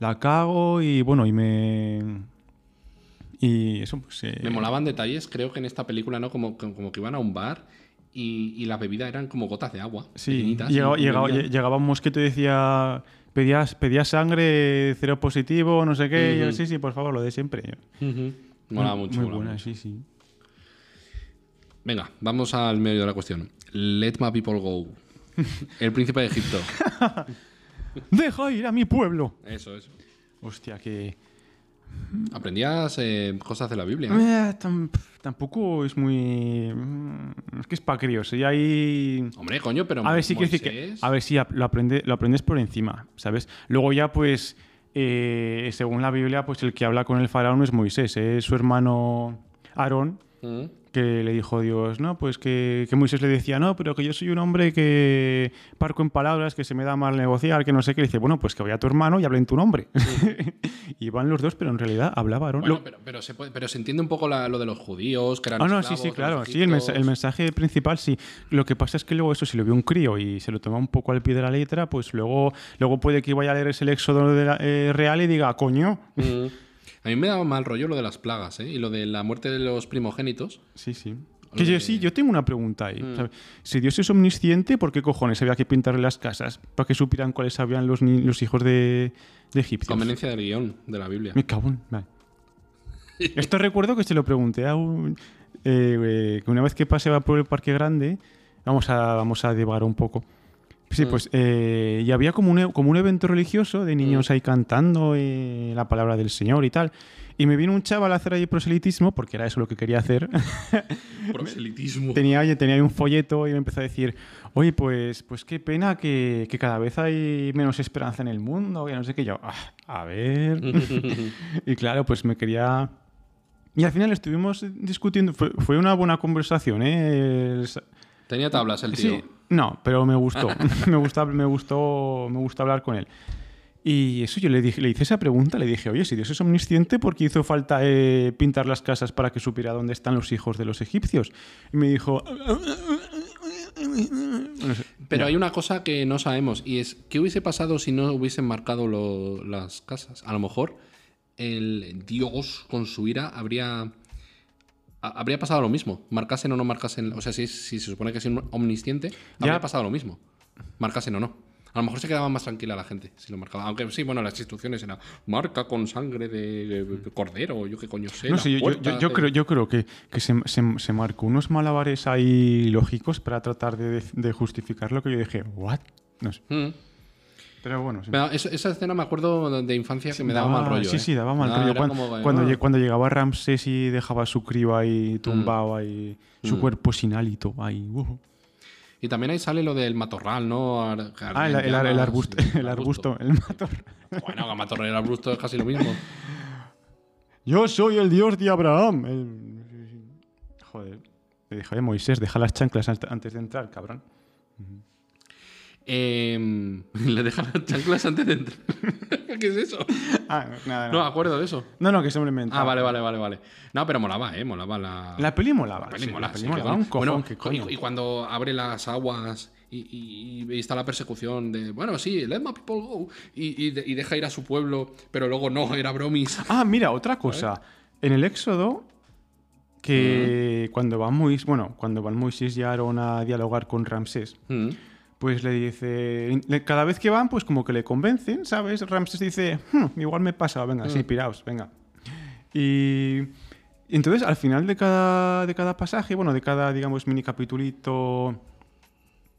la cago y bueno, y me... Y eso, pues... eh, Me molaban detalles, creo que en esta película, ¿no? Como, como, como que iban a un bar y, y las bebidas eran como gotas de agua. Sí, pequeñitas, llegaba, y- y llegaba- bebían. llegaba un mosquito y decía, pedías, pedías sangre, cero positivo, no sé qué. y yo, Ujú. sí, sí, por favor, lo de siempre. Ujú. Molaba Muy- mucho. Muy molaba buena, mucho. sí, sí. Venga, vamos al medio de la cuestión. Let my people go. El príncipe de Egipto. Deja ir a mi pueblo. Eso, eso. Hostia, que... Aprendías eh, cosas de la Biblia. ¿eh? Eh, tam- tampoco es muy... mm, Es que es para críos. Y ahí... Hombre, coño, pero. A ver si quiero decir que... Moisés- A ver si ap- lo, aprende, lo aprendes por encima, ¿sabes? Luego ya, pues, eh, según la Biblia, pues el que habla con el faraón no es Moisés, es su hermano Aarón. Mm. que le dijo Dios, ¿no? Pues que, que Moisés le decía, no, pero que yo soy un hombre que parco en palabras, que se me da mal negociar, que no sé qué. Le dice, bueno, pues que vaya a tu hermano y hable en tu nombre. y van los dos, pero en realidad hablaba Aarón. Bueno, Lo- pero, pero se puede- pero se entiende un poco la- lo de los judíos, que eran Ah, no, sí, esclavos, sí, los claro. Sí, el, mensa- el egipcios. mensaje principal, sí. Lo que pasa es que luego eso, si lo vio un crío y se lo toma un poco al pie de la letra, pues luego, luego puede que vaya a leer ese éxodo de la- eh, real y diga, coño. Mm. A mí me daba mal rollo lo de las plagas, ¿eh? Y lo de la muerte de los primogénitos. Sí, sí. Que yo, de- sí, yo tengo una pregunta ahí. Mm. ¿sabes? Si Dios es omnisciente, ¿por qué cojones había que pintarle las casas? Para que supieran cuáles habían los, ni- los hijos de, de Egipcio. Conveniencia del guión de la Biblia. Me cago en... vale. Esto recuerdo que se lo pregunté a un... eh, eh, que una vez que paseaba por el Parque Grande, vamos a, vamos a divagar un poco. Sí, Mm. pues, eh, y había como un, e- como un evento religioso de niños ahí cantando eh, la palabra del Señor y tal. Y me vino un chaval a hacer ahí proselitismo, porque era eso lo que quería hacer. Proselitismo. tenía, oye, tenía ahí un folleto y me empezó a decir, oye, pues, pues qué pena que, que cada vez hay menos esperanza en el mundo, que no sé qué Y yo. "Ah, a ver. y claro, pues me quería... Y al final estuvimos discutiendo, fue, fue una buena conversación, ¿eh? El sa- Tenía tablas el tío. Sí, no, pero me gustó, me gustó, me gustó, me gustó hablar con él. Y eso yo le, dije, le hice esa pregunta, le dije, oye, si Dios es omnisciente, ¿por qué hizo falta eh, pintar las casas para que supiera dónde están los hijos de los egipcios? Y me dijo... No sé. Pero hay una cosa que no sabemos y es qué hubiese pasado si no hubiesen marcado lo- las casas. A lo mejor el Dios con su ira habría ha- habría pasado lo mismo. Marcasen o no marcasen, o sea, si, si se supone que es omnisciente, habría pasado lo mismo. Marcasen o no. A lo mejor se quedaba más tranquila la gente si lo marcaba. Aunque sí, bueno, las instrucciones eran marca con sangre de, de- de cordero, yo qué coño sé. No las sé, yo, yo- yo- puertas yo de- creo, yo creo que, que se, se- se marcó unos malabares ahí lógicos para tratar de, de justificar lo que yo dije, ¿what? No sé. Mm. Pero bueno, sí. Me da- es- esa escena me acuerdo de infancia que me daba, mal rollo. Sí, ¿eh? sí, daba mal Ah, rollo. era Cuan- como que, Mm. Cuando, ah. lle- cuando llegaba Ramsés y dejaba su crío ahí tumbado, ahí, Mm. su cuerpo sin hálito, ahí. uh. Y también ahí sale lo del matorral, ¿no? Ar- que Ah, el, arden el- el llamas, arbusto, sí, el arbusto, el matorral. Bueno, que matorral y el arbusto es casi lo mismo. Yo soy el dios de Abraham. el- Joder. Le dije, oye, Moisés, deja las chanclas ant- antes de entrar, cabrón. Eh, le dejan las chanclas antes de entrar. ¿Qué es eso? Ah, nada, No, nada. me acuerdo de eso. No, no, que se me lo he inventado. Ah, vale, vale, vale, vale. No, pero molaba, ¿eh? Molaba la... La peli molaba. la peli sí, mola, la peli sí, molaba que un coño. cojón, Bueno, que coño. Y, y cuando abre las aguas y, y- y está la persecución de, bueno, sí, let my people go. Y, y de- y deja ir a su pueblo, pero luego no, era bromis. Ah, mira, otra cosa. En el Éxodo, que cuando van Moisés, bueno, cuando van Moisés y Aarón a dialogar con Ramsés, Mm. pues le dice, le- cada vez que van, pues como que le convencen, ¿sabes? Ramsés dice, "Hmm, igual me he pasado, venga, sí, piraos, venga. Y y entonces al final de cada, de cada pasaje, bueno, de cada, digamos, mini capitulito,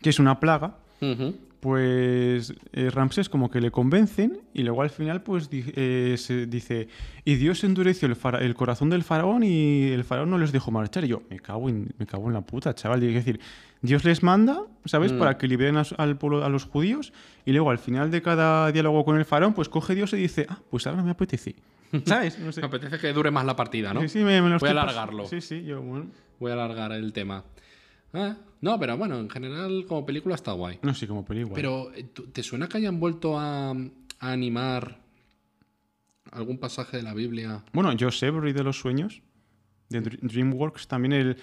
que es una plaga, Ujú. pues eh, Ramsés como que le convencen y luego al final pues di- eh, se dice y Dios endureció el, fara- el corazón del faraón y el faraón no les dejó marchar y yo me cago en, me cago en la puta chaval y es decir Dios les manda sabes Mm. para que liberen a, su- al pueblo a los judíos y luego al final de cada diálogo con el faraón pues coge Dios y dice ah pues ahora me apetece sabes no sé Me apetece que dure más la partida, ¿no? Sí, sí, me- me lo Voy a estoy pas- alargarlo. sí sí yo bueno. Voy a alargar el tema. Ah, No, pero bueno, en general como película está guay. no sé como película Pero eh, ¿tú- ¿te suena que hayan vuelto a, a animar algún pasaje de la Biblia. Bueno, Josebri de los sueños, de Dr- DreamWorks, también el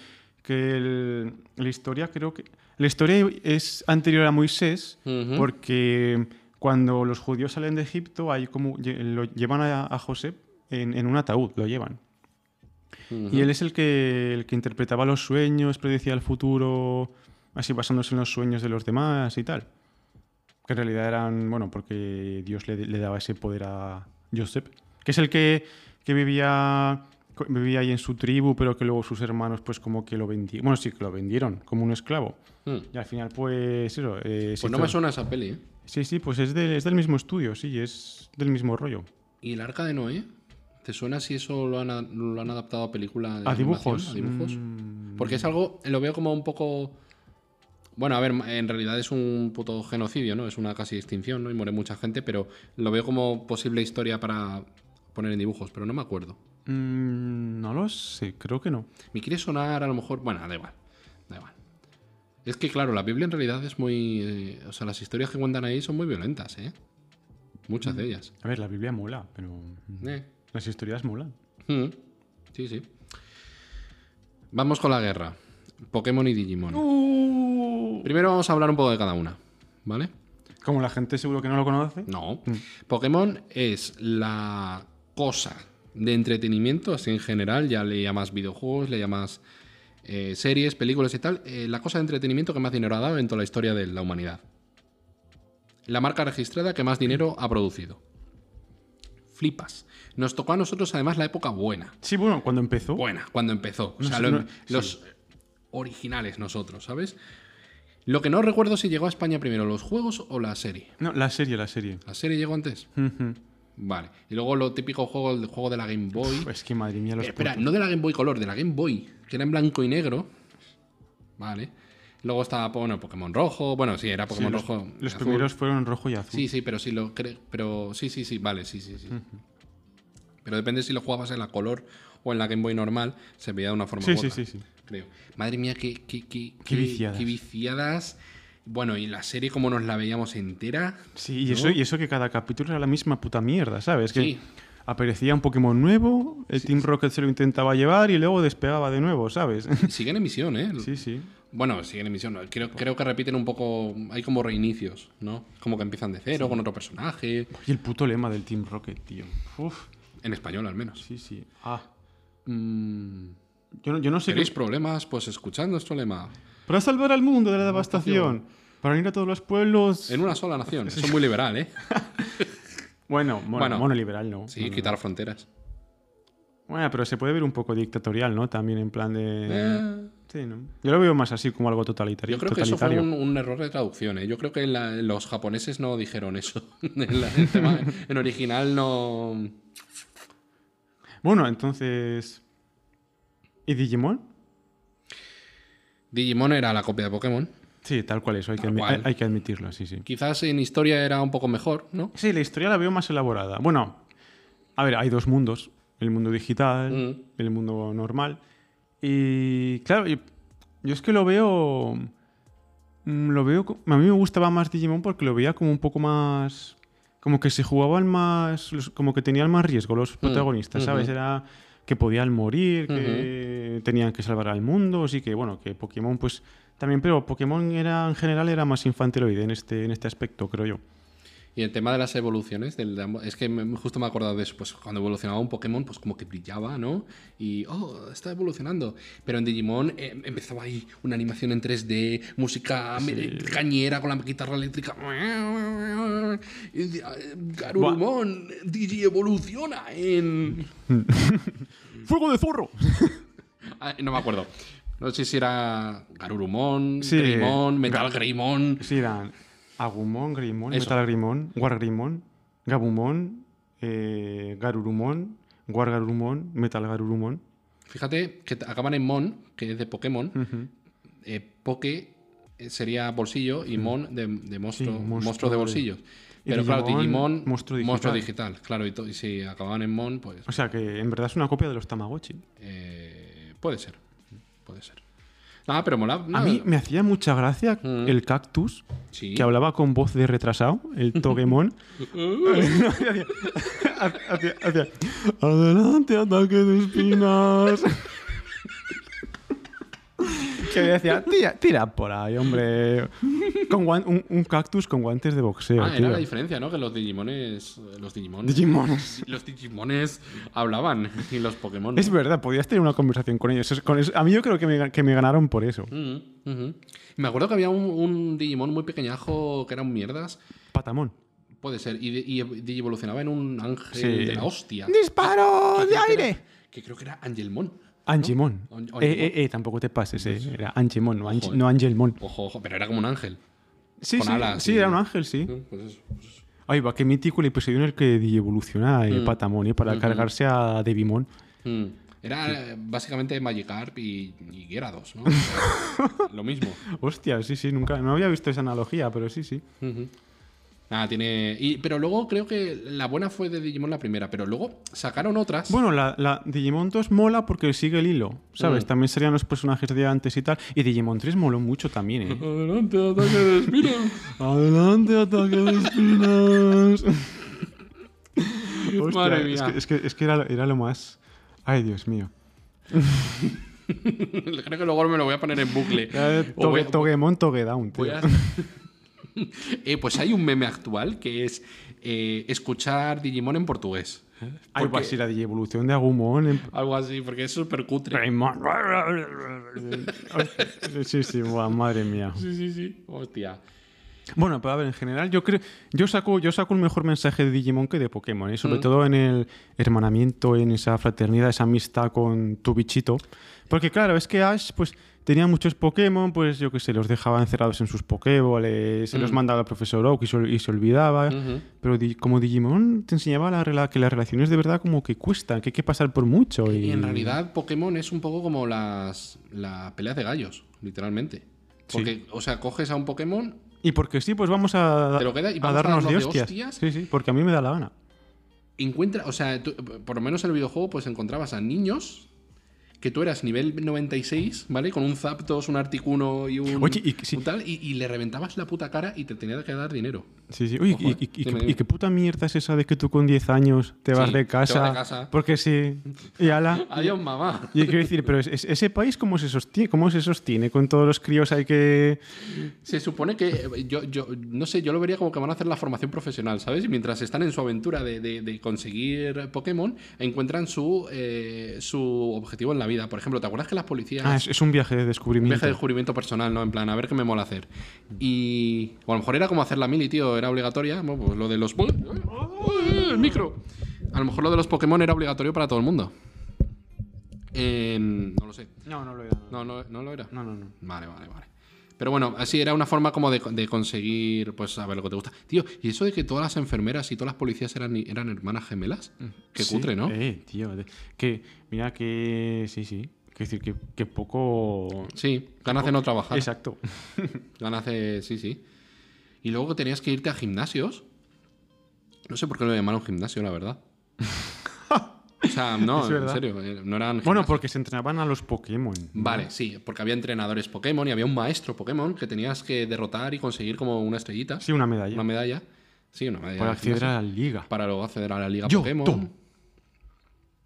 que el- la historia creo que la historia es anterior a Moisés Ujú. porque cuando los judíos salen de Egipto hay como lle- lo llevan a, a José en, en un ataúd lo llevan Ujú. y él es el que el que interpretaba los sueños predecía el futuro así basándose en los sueños de los demás y tal que en realidad eran bueno porque Dios le, le daba ese poder a Joseph que es el que, que vivía co- vivía ahí en su tribu pero que luego sus hermanos pues como que lo vendieron bueno sí que lo vendieron como un esclavo Mm. y al final pues eso eh, se Pues no hizo- me suena esa peli. ¿eh? Sí, sí, pues es, del- es del mismo estudio, sí, es del mismo rollo. ¿Y el arca de Noé? ¿Te suena si eso lo han, a- lo han adaptado a película de A animación, dibujos. a dibujos? Mm, Porque es algo, lo veo como un poco... Bueno, a ver, en realidad es un puto genocidio, ¿no? Es una casi extinción, ¿no? Y muere mucha gente, pero lo veo como posible historia para poner en dibujos, pero no me acuerdo. mm, no lo sé, creo que no. Me quiere sonar a lo mejor... Bueno, da igual, da igual. Es que, claro, la Biblia en realidad es muy... eh, o sea, las historias que cuentan ahí son muy violentas, ¿eh? Mm. Muchas de ellas. A ver, la Biblia mola, pero mm, Eh. las historias molan. Mm. Sí, sí. Vamos con la guerra. Pokémon y Digimon. Primero vamos a hablar un poco de cada una, ¿vale? Como la gente seguro que no lo conoce. No. Pokémon es la cosa de entretenimiento, así en general, ya le llamas videojuegos, le llamas eh, series, películas y tal, eh, la cosa de entretenimiento que más dinero ha dado en toda la historia de la humanidad. La marca registrada que más dinero ha producido. Flipas. Nos tocó a nosotros además la época buena. Sí, bueno, cuando empezó. buena cuando empezó. O No sea, sé, lo- em-, no- los originales nosotros, ¿sabes? Lo que no recuerdo si llegó a España primero, los juegos o la serie. No, la serie, la serie. ¿La serie llegó antes? Ujú. Vale. Y luego lo típico juego, el juego de la Game Boy. Uf, es Pues que madre mía, los Eh, espera, putos. no de la Game Boy Color, de la Game Boy, que era en blanco y negro. Vale. Luego estaba, bueno, Pokémon Rojo. Bueno, sí, era Sí, Pokémon los, Rojo. los azul. primeros fueron rojo y azul. Sí, sí, pero sí lo cre- pero sí, sí, sí, vale, sí, sí, sí. Pero depende si lo jugabas en la color o en la Game Boy normal, se veía de una forma Sí, u sí, otra, sí, sí. Creo. Madre mía, qué, qué, qué, viciadas. qué viciadas. Bueno, y la serie como nos la veíamos entera. Sí, y, ¿no? eso, y eso que cada capítulo era la misma puta mierda, ¿sabes? Que Sí. aparecía un Pokémon nuevo, el Team Rocket se lo intentaba llevar y luego despegaba de nuevo, ¿sabes? Sigue en emisión, ¿eh? sí, sí. Bueno, sigue en emisión. no, Creo, creo que repiten un poco. Hay como reinicios, ¿no? Como que empiezan de cero, con otro personaje. Y el puto lema del Team Rocket, tío. Uf, En español, al menos. sí, sí. Ah. Mm, yo, no, yo no sé ¿Tenéis qué... problemas? Pues escuchad nuestro lema. Para salvar al mundo de la devastación. Para ir a todos los pueblos... En una sola nación. Eso es muy liberal, ¿eh? Bueno, mono, Bueno. monoliberal, ¿no? Sí, Mono- quitar fronteras. Bueno, pero se puede ver un poco dictatorial, ¿no? También en plan de... Eh, Sí, ¿no? Yo lo veo más así como algo totalitario. yo creo que eso fue totalitario. un, un error de traducción. ¿eh? Yo creo que la- los japoneses no dijeron eso. en, la- el tema- en original no. Bueno, entonces... ¿Y Digimon? Digimon era la copia de Pokémon. Sí, tal cual eso, hay, que, Tal admi- cual. hay- hay que admitirlo, sí, sí. Quizás en historia era un poco mejor, ¿no? Sí, la historia la veo más elaborada. Bueno, a ver, hay dos mundos, el mundo digital, Mm. el mundo normal. Y claro, yo, yo es que lo veo... mm, Lo veo... co- A mí me gustaba más Digimon porque lo veía como un poco más... Como que se jugaban más... los- Como que tenían más riesgo los protagonistas, ¿sabes? ujú. Era que podían morir, que tenían que salvar al mundo, así que bueno, que Pokémon pues... También, pero Pokémon era en general era más infantiloide en este, en este aspecto, creo yo. Y el tema de las evoluciones, del, de ambos- es que me- justo me he acordado de eso, pues cuando evolucionaba un Pokémon, pues como que brillaba, ¿no? Y, oh, está evolucionando. Pero en Digimon eh, empezaba ahí una animación en 3D, música me- cañera con la guitarra eléctrica. Y de- Garurumon, Digi evoluciona en... ¡Fuego de zorro! Ah, no me acuerdo. No sé si era Garurumon, Sí. Greymon, Metal Greymon. Sí, eran Agumon, Grimon, Eso. Metal Grimon, Wargrimon, Gabumon, eh, Garurumon, Wargarurumon, Metal Garurumon. Fíjate que t- acaban en Mon, que es de Pokémon. Mm. Eh, Poké eh, sería bolsillo y Mon de, de monstruo, Mm. Sí, monstruo, monstruo de de- bolsillos. y Pero claro, Digimon, Digimon, monstruo monstruo digital. digital. claro, y, to- y si acababan en Mon, pues O sea que en verdad es una copia de los Tamagotchi. eh, puede ser. Puede ser. Ah, pero mola. no, A mí me hacía mucha gracia Mm. el cactus Sí. que hablaba con voz de retrasado, el Togemon. Hacía- hacía- hacía, Adelante, ataque de espinas. que me decía, tira, tira por ahí, hombre. Con guan- un, un cactus con guantes de boxeo. Ah, tío. era la diferencia, ¿no? Que los Digimones. Los Digimones. Digimones. los Digimones hablaban y los Pokémon. no. Es verdad, podías tener una conversación con ellos. Es- con eso- a mí yo creo que me, que me ganaron por eso. Mm, mhm. Me acuerdo que había un, un Digimon muy pequeñajo que era un mierdas. Patamón. Puede ser. Y, de- y ev- digievolucionaba en un ángel Sí. de la hostia. ¡Disparo creo de que era- aire! que creo que era Angelmon. Angemon. An- Angemon. Pues Eh, eh, eh, tampoco te pases, eh. Era Angemon, no, Ang- Ojo, eh. no Angelmon. Ojo, ojo, pero era como un ángel. Sí, Con sí, alas sí, y- era un ángel, sí. Mm, Pues eso, pues eso. Ay, va, qué mítico el episodio en el que evoluciona el Patamon eh, para cargarse a Devimon. Mm. Era eh, básicamente Magikarp y, y Gyarados, ¿no? Lo mismo. Hostia, sí, sí, nunca. No había visto esa analogía, pero sí, sí. Ujú. Ah, tiene. y- pero luego creo que la buena fue de Digimon la primera, pero luego sacaron otras. Bueno, la, la Digimon 2 mola porque sigue el hilo, ¿sabes? Mm. También serían los personajes de antes y tal. Y Digimon 3 moló mucho también, ¿eh? Adelante, ataque de espina. Adelante, ataque de espinas. Hostia, Madre Es mía. que, es que- es que era, era lo más. Ay, Dios mío. creo que luego me lo voy a poner en bucle. Eh, O voy Toge- a- Togemon, Togedown, tío. voy a- Eh, pues hay un meme actual que es eh, escuchar Digimon en portugués. Algo Porque- así, la Digievolución de Agumon. en- Algo así, porque es súper cutre. Sí, sí, buah, madre mía. Sí, sí, sí. Hostia. Bueno, pero a ver, en general, yo creo. Yo saco, yo saco un mejor mensaje de Digimon que de Pokémon, ¿eh? sobre Mm. todo en el hermanamiento, en esa fraternidad, esa amistad con tu bichito. Porque claro, es que Ash, pues, tenía muchos Pokémon, pues yo qué sé, los dejaba encerrados en sus Pokéboles, se Mm. los mandaba al profesor Oak y se, ol- y se olvidaba. Ujú. Pero di- como Digimon te enseñaba la, rela- que las relaciones de verdad como que cuestan, que hay que pasar por mucho. Y, Y en realidad Pokémon es un poco como las, las peleas de gallos, literalmente. Porque, o sea, coges a un Pokémon, Y porque sí, pues vamos a, Te lo queda y a vamos a darnos darnos de de hostias. hostias. Sí, sí, porque a mí me da la gana. encuentra, o sea, tú- por lo menos en el videojuego pues encontrabas a niños que tú eras nivel 96, ¿vale? Con un Zapdos, un Articuno y un, Oye, y que sí. un tal, y, y le reventabas la puta cara y te tenía que dar dinero. Sí, sí. Oye, Ojo, y, eh. y- y- Dime, y- dime. qué puta mierda es esa de que tú con 10 años te vas Sí, de te vas casa? de casa. Porque sí. Y ala. Adiós, mamá. Y quiero decir, pero es- es- ese país, ¿cómo se sostiene? ¿Cómo se sostiene? Con todos los críos hay que. Se supone que eh, yo, yo, no sé, yo lo vería como que van a hacer la formación profesional, ¿sabes? Y mientras están en su aventura de, de- de conseguir Pokémon, encuentran su, eh, su objetivo en la vida. Por ejemplo, ¿te acuerdas que las policías... Ah, es, es un viaje de Un descubrimiento. viaje de descubrimiento personal, ¿no? En plan, a ver qué me mola hacer. Y. O a lo mejor era como hacer la mili, tío, era obligatoria. Bueno, pues lo de los. ¡El micro! A lo mejor lo de los Pokémon era obligatorio para todo el mundo. Em, no lo sé. No, no lo he No, no, no lo era. No, no, no. Vale, vale, vale. Pero bueno, así era una forma como de, de conseguir, pues, saber lo que te gusta. Tío, ¿y eso de que todas las enfermeras y todas las policías eran, eran hermanas gemelas? Qué Mm. Sí. cutre, ¿no? Eh, tío. de- Que, mira que. Sí, sí. Quiero decir, que, que poco. Sí, ganas de no trabajar. Exacto. Ganas de. Sí, sí. Y luego tenías que irte a gimnasios. No sé por qué lo llamaron gimnasio, la verdad. o sea, no, Es en verdad. serio. eh, No eran. Bueno, gimnasios. porque se entrenaban a los Pokémon. Vale, sí, porque había entrenadores Pokémon y había un maestro Pokémon que tenías que derrotar y conseguir como una estrellita. Sí, una medalla. Una medalla. Sí, una medalla. Por de acceder gimnasio. a la liga. Para luego acceder a la Liga Yo, Pokémon. Tom.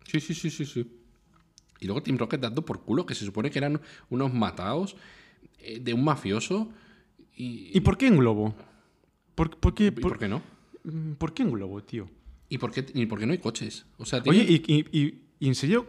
Sí, sí, sí, sí, sí. Y luego Team Rocket dando por culo, que se supone que eran unos matados eh, de un mafioso. Y, ¿Y por qué en globo? ¿Por, por qué, ¿Y por- por qué no? Mm, ¿Por qué en globo, tío? ¿Y por qué, y por qué no hay coches? O sea, Oye, tiene- y, y- y- y en serio,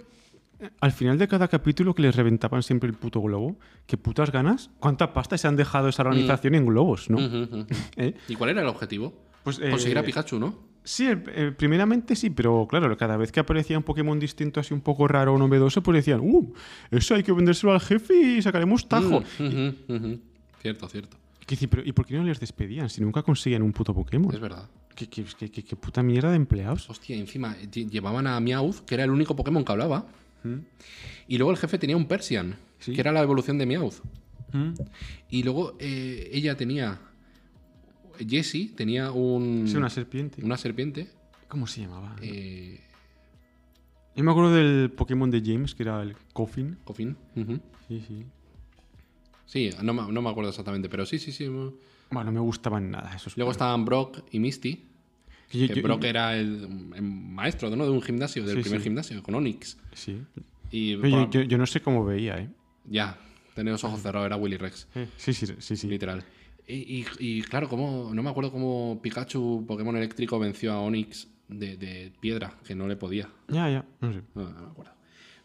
al final de cada capítulo que les reventaban siempre el puto globo, qué putas ganas. ¿Cuánta pasta se han dejado esa organización Mm. en globos, no? Ujú, ujú. ¿Eh? ¿Y cuál era el objetivo? Pues, eh, Conseguir a Pikachu, ¿no? Sí, el- eh, primeramente sí, pero claro, cada vez que aparecía un Pokémon distinto así un poco raro o novedoso, pues decían, ¡uh! Eso hay que vendérselo al jefe y sacaremos Mm. tajo. Ujú, ujú. Cierto, cierto. Que decir, pero, ¿Y por qué no les despedían si nunca conseguían un puto Es Pokémon? verdad. ¿Qué, qué- qué- qué- qué puta mierda de empleados? Hostia, encima eh, lle- llevaban a Meowth, que era el único Pokémon que hablaba. Y luego el jefe tenía un Persian, Sí. que era la evolución de Meowth. Y luego eh, ella tenía. Jessie tenía un, Es una serpiente. una serpiente. ¿Cómo se llamaba? Eh, Yo me acuerdo del Pokémon de James, que era el Coffin. Coffin. Ujú. Sí, sí. Sí, no, me- no me acuerdo exactamente, pero sí, sí, sí. mo- Bueno, no me gustaban nada esos. Luego estaban Brock y Misty. Que yo- que yo- Brock era el, el maestro ¿no? de un gimnasio, del Sí, primer sí. gimnasio, con Onyx. Sí. Y Pero yo, por- yo- yo no sé cómo veía, ¿eh? ya, tenía los ojos cerrados, era Willy Rex. Sí, sí, sí, sí. Literal. Y, y- y, claro, como, no me acuerdo cómo Pikachu Pokémon eléctrico venció a Onix de, de piedra, que no le podía. Ya, ya, no sé. Ah, No, no me acuerdo.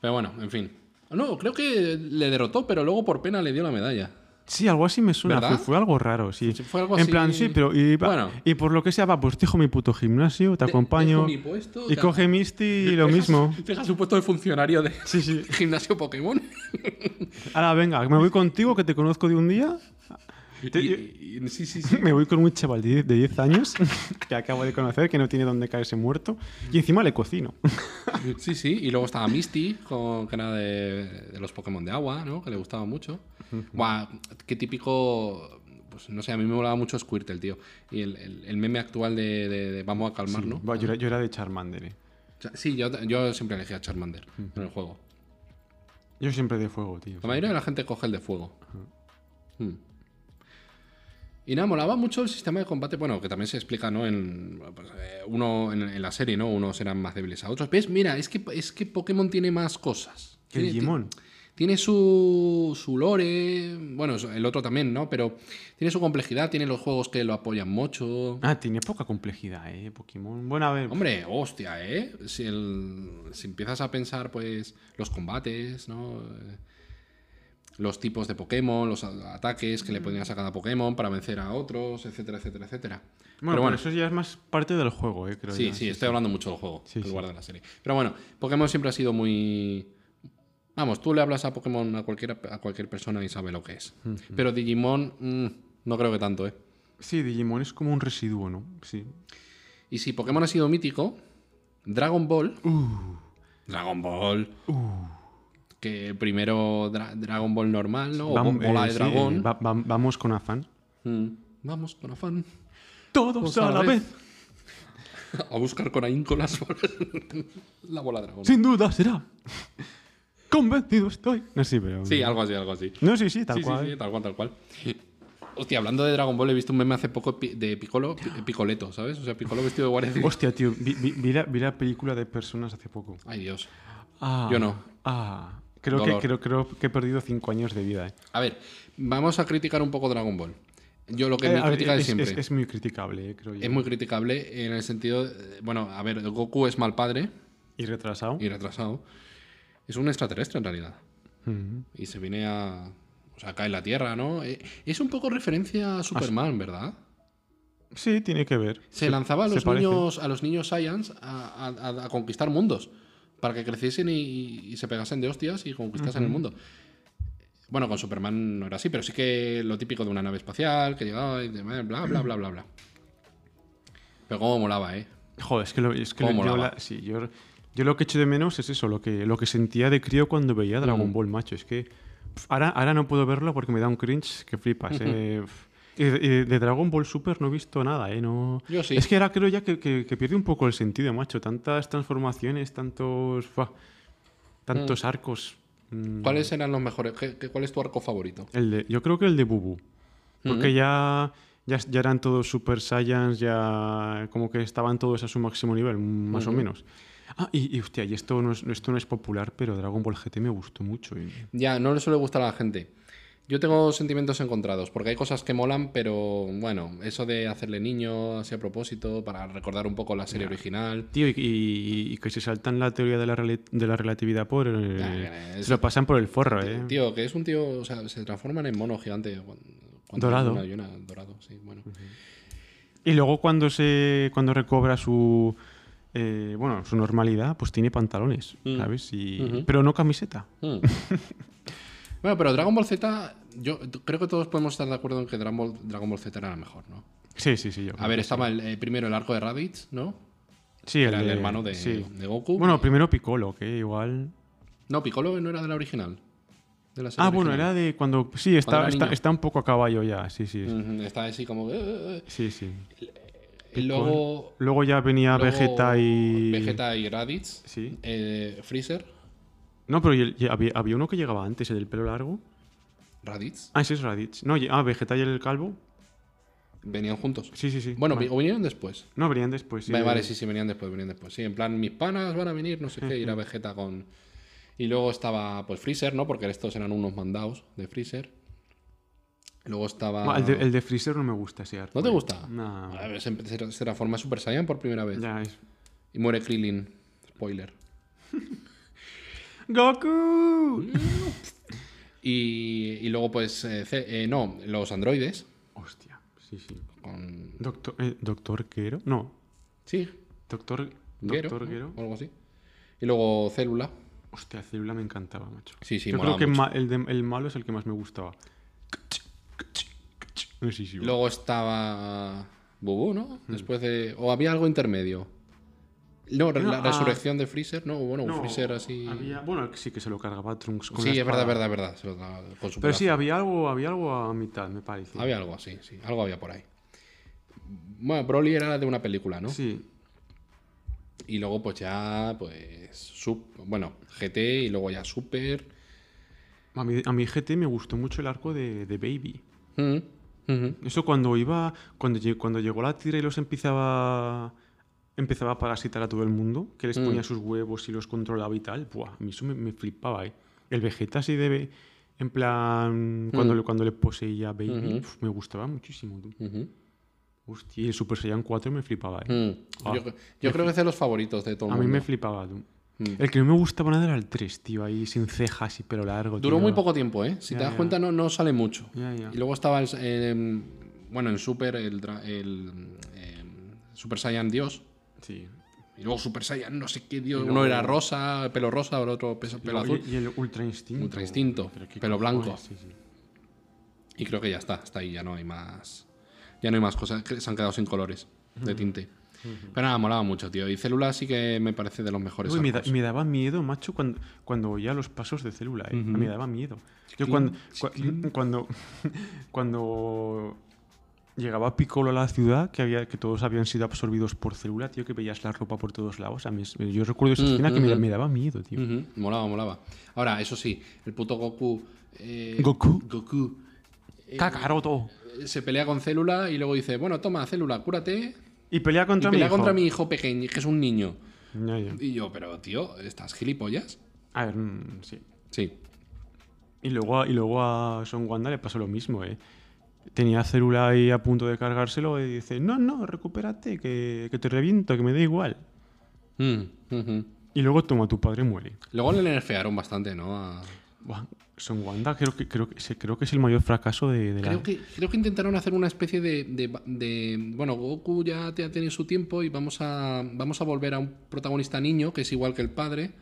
Pero bueno, en fin. No, creo que le derrotó, pero luego por pena le dio la medalla. Sí, algo así me suena. ¿Verdad? Fue, fue algo raro, sí. Sí, fue algo en así- plan, sí, pero. Y, va- Bueno. y por lo que sea, va, pues te dejo mi puto gimnasio, te De- acompaño. dejo mi puesto, y te- coge Misty y lo Deja su- mismo. Deja su puesto de funcionario de Sí, sí. gimnasio Pokémon. Ahora, venga, me voy contigo, que te conozco de un día. Y- Te- y- y- sí, sí, sí. Me voy con un chaval de 10 de 10 años que acabo de conocer, que no tiene dónde caerse muerto. Y encima le cocino. Sí, sí. Y luego estaba Misty, con, que era de, de los Pokémon de agua, ¿no? Que le gustaba mucho. Buah, qué típico. Pues no sé, a mí me molaba mucho Squirtle, tío. Y el, el- el meme actual de, de- de vamos a calmar, ¿no? Va, yo, era, yo era de Charmander. eh. O sea, Sí, yo, yo siempre elegía a Charmander en el juego. Yo siempre de fuego, tío. La mayoría de la gente coge el de fuego. Hmm. Y nada, molaba mucho el sistema de combate, bueno, que también se explica, ¿no? En, pues, eh, uno, en, en la serie, ¿no? Unos eran más débiles a otros. ¿Ves? Mira, es que, es que Pokémon tiene más cosas. Que Tiene- Digimon. Tiene su, su lore, bueno, su- el otro también, ¿no? Pero tiene su complejidad, tiene los juegos que lo apoyan mucho. Ah, tiene poca complejidad, eh, Pokémon. Bueno, a ver. Hombre, hostia, ¿eh? Si, el- si empiezas a pensar, pues, los combates, ¿no? Eh, Los tipos de Pokémon, los a- ataques que le ponías a cada Pokémon para vencer a otros, etcétera, etcétera, etcétera. Bueno, Pero pero bueno, eso ya es más parte del juego, eh, creo sí, yo. sí, estoy hablando mucho del juego Sí, en sí. lugar de la serie. Pero bueno, Pokémon siempre ha sido muy... Vamos, tú le hablas a Pokémon a, cualquiera, a cualquier persona y sabe lo que es. Pero Digimon, mm, no creo que tanto, ¿eh? Sí, Digimon es como un residuo, ¿no? Sí. Y si Pokémon ha sido mítico, Dragon Ball. Uh. Dragon Ball. Que primero Dra- Dragon Ball normal, ¿no? O Vam- Oh, Bo- Bola eh, de sí, Dragón. eh, va- va- vamos con afán. Mm. Vamos con afán Todos Pues a la vez. a buscar con ahínco las bolas. La bola de dragón. Sin duda será. Convencido estoy. No, sí, pero. Sí, algo así, algo así. No, sí, sí, tal sí, cual. sí, sí, tal cual, tal cual. Hostia, hablando de Dragon Ball, he visto un meme hace poco pi- de Piccolo, pi- Picoleto, ¿sabes? O sea, Piccolo vestido de guardia. civil. Hostia, tío, vi, vi- vi la, vi la película de personas hace poco. Ay, Dios. Ah, Yo no. Ah, creo que, Dolor. creo, creo que he perdido cinco años de vida. eh. A ver, vamos a criticar un poco Dragon Ball. Yo lo que mi Eh, a ver, crítica de es, siempre. Em es- es muy criticable, eh, creo yo. Es muy criticable en el sentido, eh, bueno, a ver, Goku es mal padre Y retrasado. y retrasado. Es un extraterrestre en realidad. Ujú. Y se viene a... O sea, cae en la Tierra, ¿no? Eh, Es un poco referencia a Superman, ¿verdad? Sí, tiene que ver. Se lanzaba a se los parece. niños, a los niños Science a, a- a- a conquistar mundos. Para que creciesen y, y se pegasen de hostias y conquistasen el mundo. Bueno, con Superman no era así, pero sí que lo típico de una nave espacial que llegaba y demás, bla, bla, bla, bla, bla. Pero cómo molaba, ¿eh? Joder, es que, lo, es que Cómo yo, molaba. la- sí, yo, yo lo que echo de menos es eso, lo que, lo que sentía de crío cuando veía Mm. Dragon Ball, macho. Es que pf, ahora, ahora no puedo verlo porque me da un cringe que flipas. eh, pf. Y de, y de Dragon Ball Super no he visto nada, ¿eh? No... Yo sí. Es que ahora creo ya que, que- que pierde un poco el sentido, macho. Tantas transformaciones, tantos... fua, tantos arcos. Mm, ¿Cuáles eran los mejores? ¿Qué- qué- ¿Cuál es tu arco favorito? el de- yo creo que el de Bubu. Porque ya, ya, ya eran todos Super Saiyans, ya como que estaban todos a su máximo nivel, más o menos. Ah, y, y, hostia, y esto no, es, esto no es popular, pero Dragon Ball GT me gustó mucho. eh. Ya, no le suele gustar a la gente. Yo tengo sentimientos encontrados, porque hay cosas que molan, pero bueno, eso de hacerle niño así a propósito, para recordar un poco la serie original. Tío, y, y- y que se saltan la teoría de la, rela- de la relatividad por... eh, Ya, es- se lo pasan por el forro, ¿eh? Tío, que es un tío, o sea, se transforman en mono gigante. cuan- cuando Dorado. hay una- hay una- dorado, sí, bueno. Y luego cuando, se, cuando recobra su... eh, bueno, su normalidad, pues tiene pantalones, ¿sabes? Y, Pero no camiseta. Mm. bueno, pero Dragon Ball Z, yo t- creo que todos podemos estar de acuerdo en que Dragon Ball, Dragon Ball Z era la mejor, ¿no? Sí, sí, sí. Yo A ver, estaba el, eh, primero el arco de Raditz, ¿no? sí, Era el de- hermano de, sí. de Goku. Bueno, primero Piccolo, que igual. no, Piccolo no era de la original. De la serie Ah, bueno, original. era de cuando. Sí, está, era está, niño. está un poco a caballo ya, sí, sí. Ujú, Está así como. eh, eh, Sí, sí. eh. Y luego. Luego ya venía luego Ah, Vegeta y. Vegeta y Raditz. Sí. Eh, Freezer. No, pero y el- y había, había uno que llegaba antes, el del pelo largo. Raditz. Ah, sí, es Raditz. No, y- ah, Vegeta y el Calvo. Venían juntos. Sí, sí, sí. Bueno, Vale. o vinieron después. No, venían después. vale, vale, sí, sí, venían después, venían después. Sí, en plan, mis panas van a venir, no sé qué, y la Vegeta con. Y luego estaba, pues, Freezer, ¿no? Porque estos eran unos mandados de Freezer. Luego estaba. Buah, El, de, el de Freezer no me gusta ese arte. ¿No te gusta? No. A ver, se, se- se transforma en Super Saiyan por primera vez. Ya es. Y muere Krillin. Spoiler. ¡Goku! Mm. Y, y luego, pues, eh, C- eh, no, los androides. Hostia, sí, sí. Con... Doctor, eh, ¿Doctor Quero? No. Sí, Doctor, Guero, Doctor ¿no? Guero. O algo así. Y luego Célula. Hostia, Célula me encantaba, macho. Sí, sí, Yo molaba creo que mucho. ma- el, de- el malo es el que más me gustaba. No, sí, sí. va. Luego estaba Bubú, ¿no? Hmm. Después de... O había algo intermedio. No, re- No, la ah. resurrección de Freezer, ¿no? Bueno, No, Freezer así... había- bueno, sí que se lo cargaba Trunks con Sí, la es verdad, espada. verdad, verdad. se lo daba Con su Pero sí, brazo. había algo, había algo a mitad, me parece. Había algo así, sí. Algo había por ahí. Bueno, Broly era de una película, ¿no? Sí. Y luego pues ya, pues... Sub... Bueno, GT y luego ya Super. A mi, a mi GT me gustó mucho el arco de, de Baby. Mm, mhm. Eso cuando iba, cuando, lle- cuando llegó la tira y los empezaba, empezaba a parasitar a todo el mundo, que Mm. les ponía sus huevos y los controlaba y tal, buah, a mí eso me, me flipaba, ¿eh? El Vegeta así de... be- En plan, Mm. cuando, le, cuando le poseía Baby, uf, me gustaba muchísimo. tú. Ujú. Hostia, y el Super Saiyan 4 me flipaba, ¿eh? Mm. Ah. Yo, yo creo que es de los favoritos de todo el A mí mundo. me flipaba, tú. Mm. El que no me gustaba nada era el 3, tío, ahí sin cejas y pelo largo. Duró tío. muy poco tiempo, ¿eh? Si Ya, te das ya. cuenta, no, no sale mucho. Ya, ya. Y luego estaba, el, em, bueno, en Super, el, dra- el, em, Super Saiyan Dios. Sí. Y luego Super Saiyan, no sé qué Dios. Uno era rosa, pelo rosa, el otro peso- Y, pelo luego- azul. y- y el Ultra Instinto. Ultra Instinto, Pero qué pelo cojones, blanco. sí, sí. Y creo que ya está, está ahí, ya no hay más. Ya no hay más cosas, que se han quedado sin colores de tinte. Pero nada, molaba mucho, tío. Y Célula sí que me parece de los mejores. Uy, me, da- arcos. me daba miedo, macho, cuando, cuando oía los pasos de célula, ¿eh? Me daba miedo. Yo cuando, cua- cuando, cuando llegaba Piccolo a la ciudad, que, había, que todos habían sido absorbidos por célula, tío, que veías la ropa por todos lados. A mí, es- yo Mm, recuerdo esa escena que me, da- me daba miedo, tío. Ujú, Molaba, molaba. Ahora, eso sí, el puto Goku. eh, Goku. Goku. eh, ¡Kakaroto! se pelea con Célula y luego dice: Bueno, toma, Célula, cúrate. Y pelea Y contra mi pelea hijo. contra mi hijo pequeño, que es un niño. Ya, ya. Y yo, pero tío, ¿estás gilipollas? A ver, mm, sí. Sí. Y luego, a- y luego a Son Wanda le pasó lo mismo, ¿eh? Tenía célula ahí a punto de cargárselo y dice, no, no, recupérate, que, que te reviento, que me da igual. Mm, ujú. Y luego toma, tu padre muere. Luego le nerfearon bastante, ¿no? A- Buah, Son Wanda creo que, creo, que, se- creo que es el mayor fracaso de, de la... Creo, que, creo que intentaron hacer una especie de. de- de- bueno, Goku ya te- tiene su tiempo y vamos a, vamos a volver a un protagonista niño que es igual que el padre.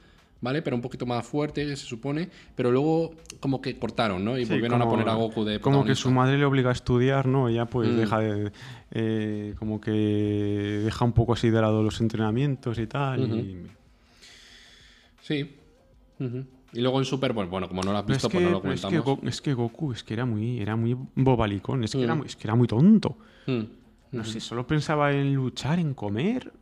¿Vale? Pero un poquito más fuerte, que se supone. Pero luego, como que cortaron, ¿no? Y Sí, volvieron como- a poner a Goku de. Como que su protagonista. madre le obliga a estudiar, ¿no? Ella pues Mm. deja de... eh, como que deja un poco así de lado los entrenamientos y tal. y- Sí. Ujú. Y luego en Super, pues bueno, como no lo has Pero es visto, que, pues no lo pero es, que comentamos. Go- es que Goku es que era muy, era muy bobalicón, es que, era, Mm. muy- es que era muy tonto. Mm. No sé, solo pensaba en luchar, en comer.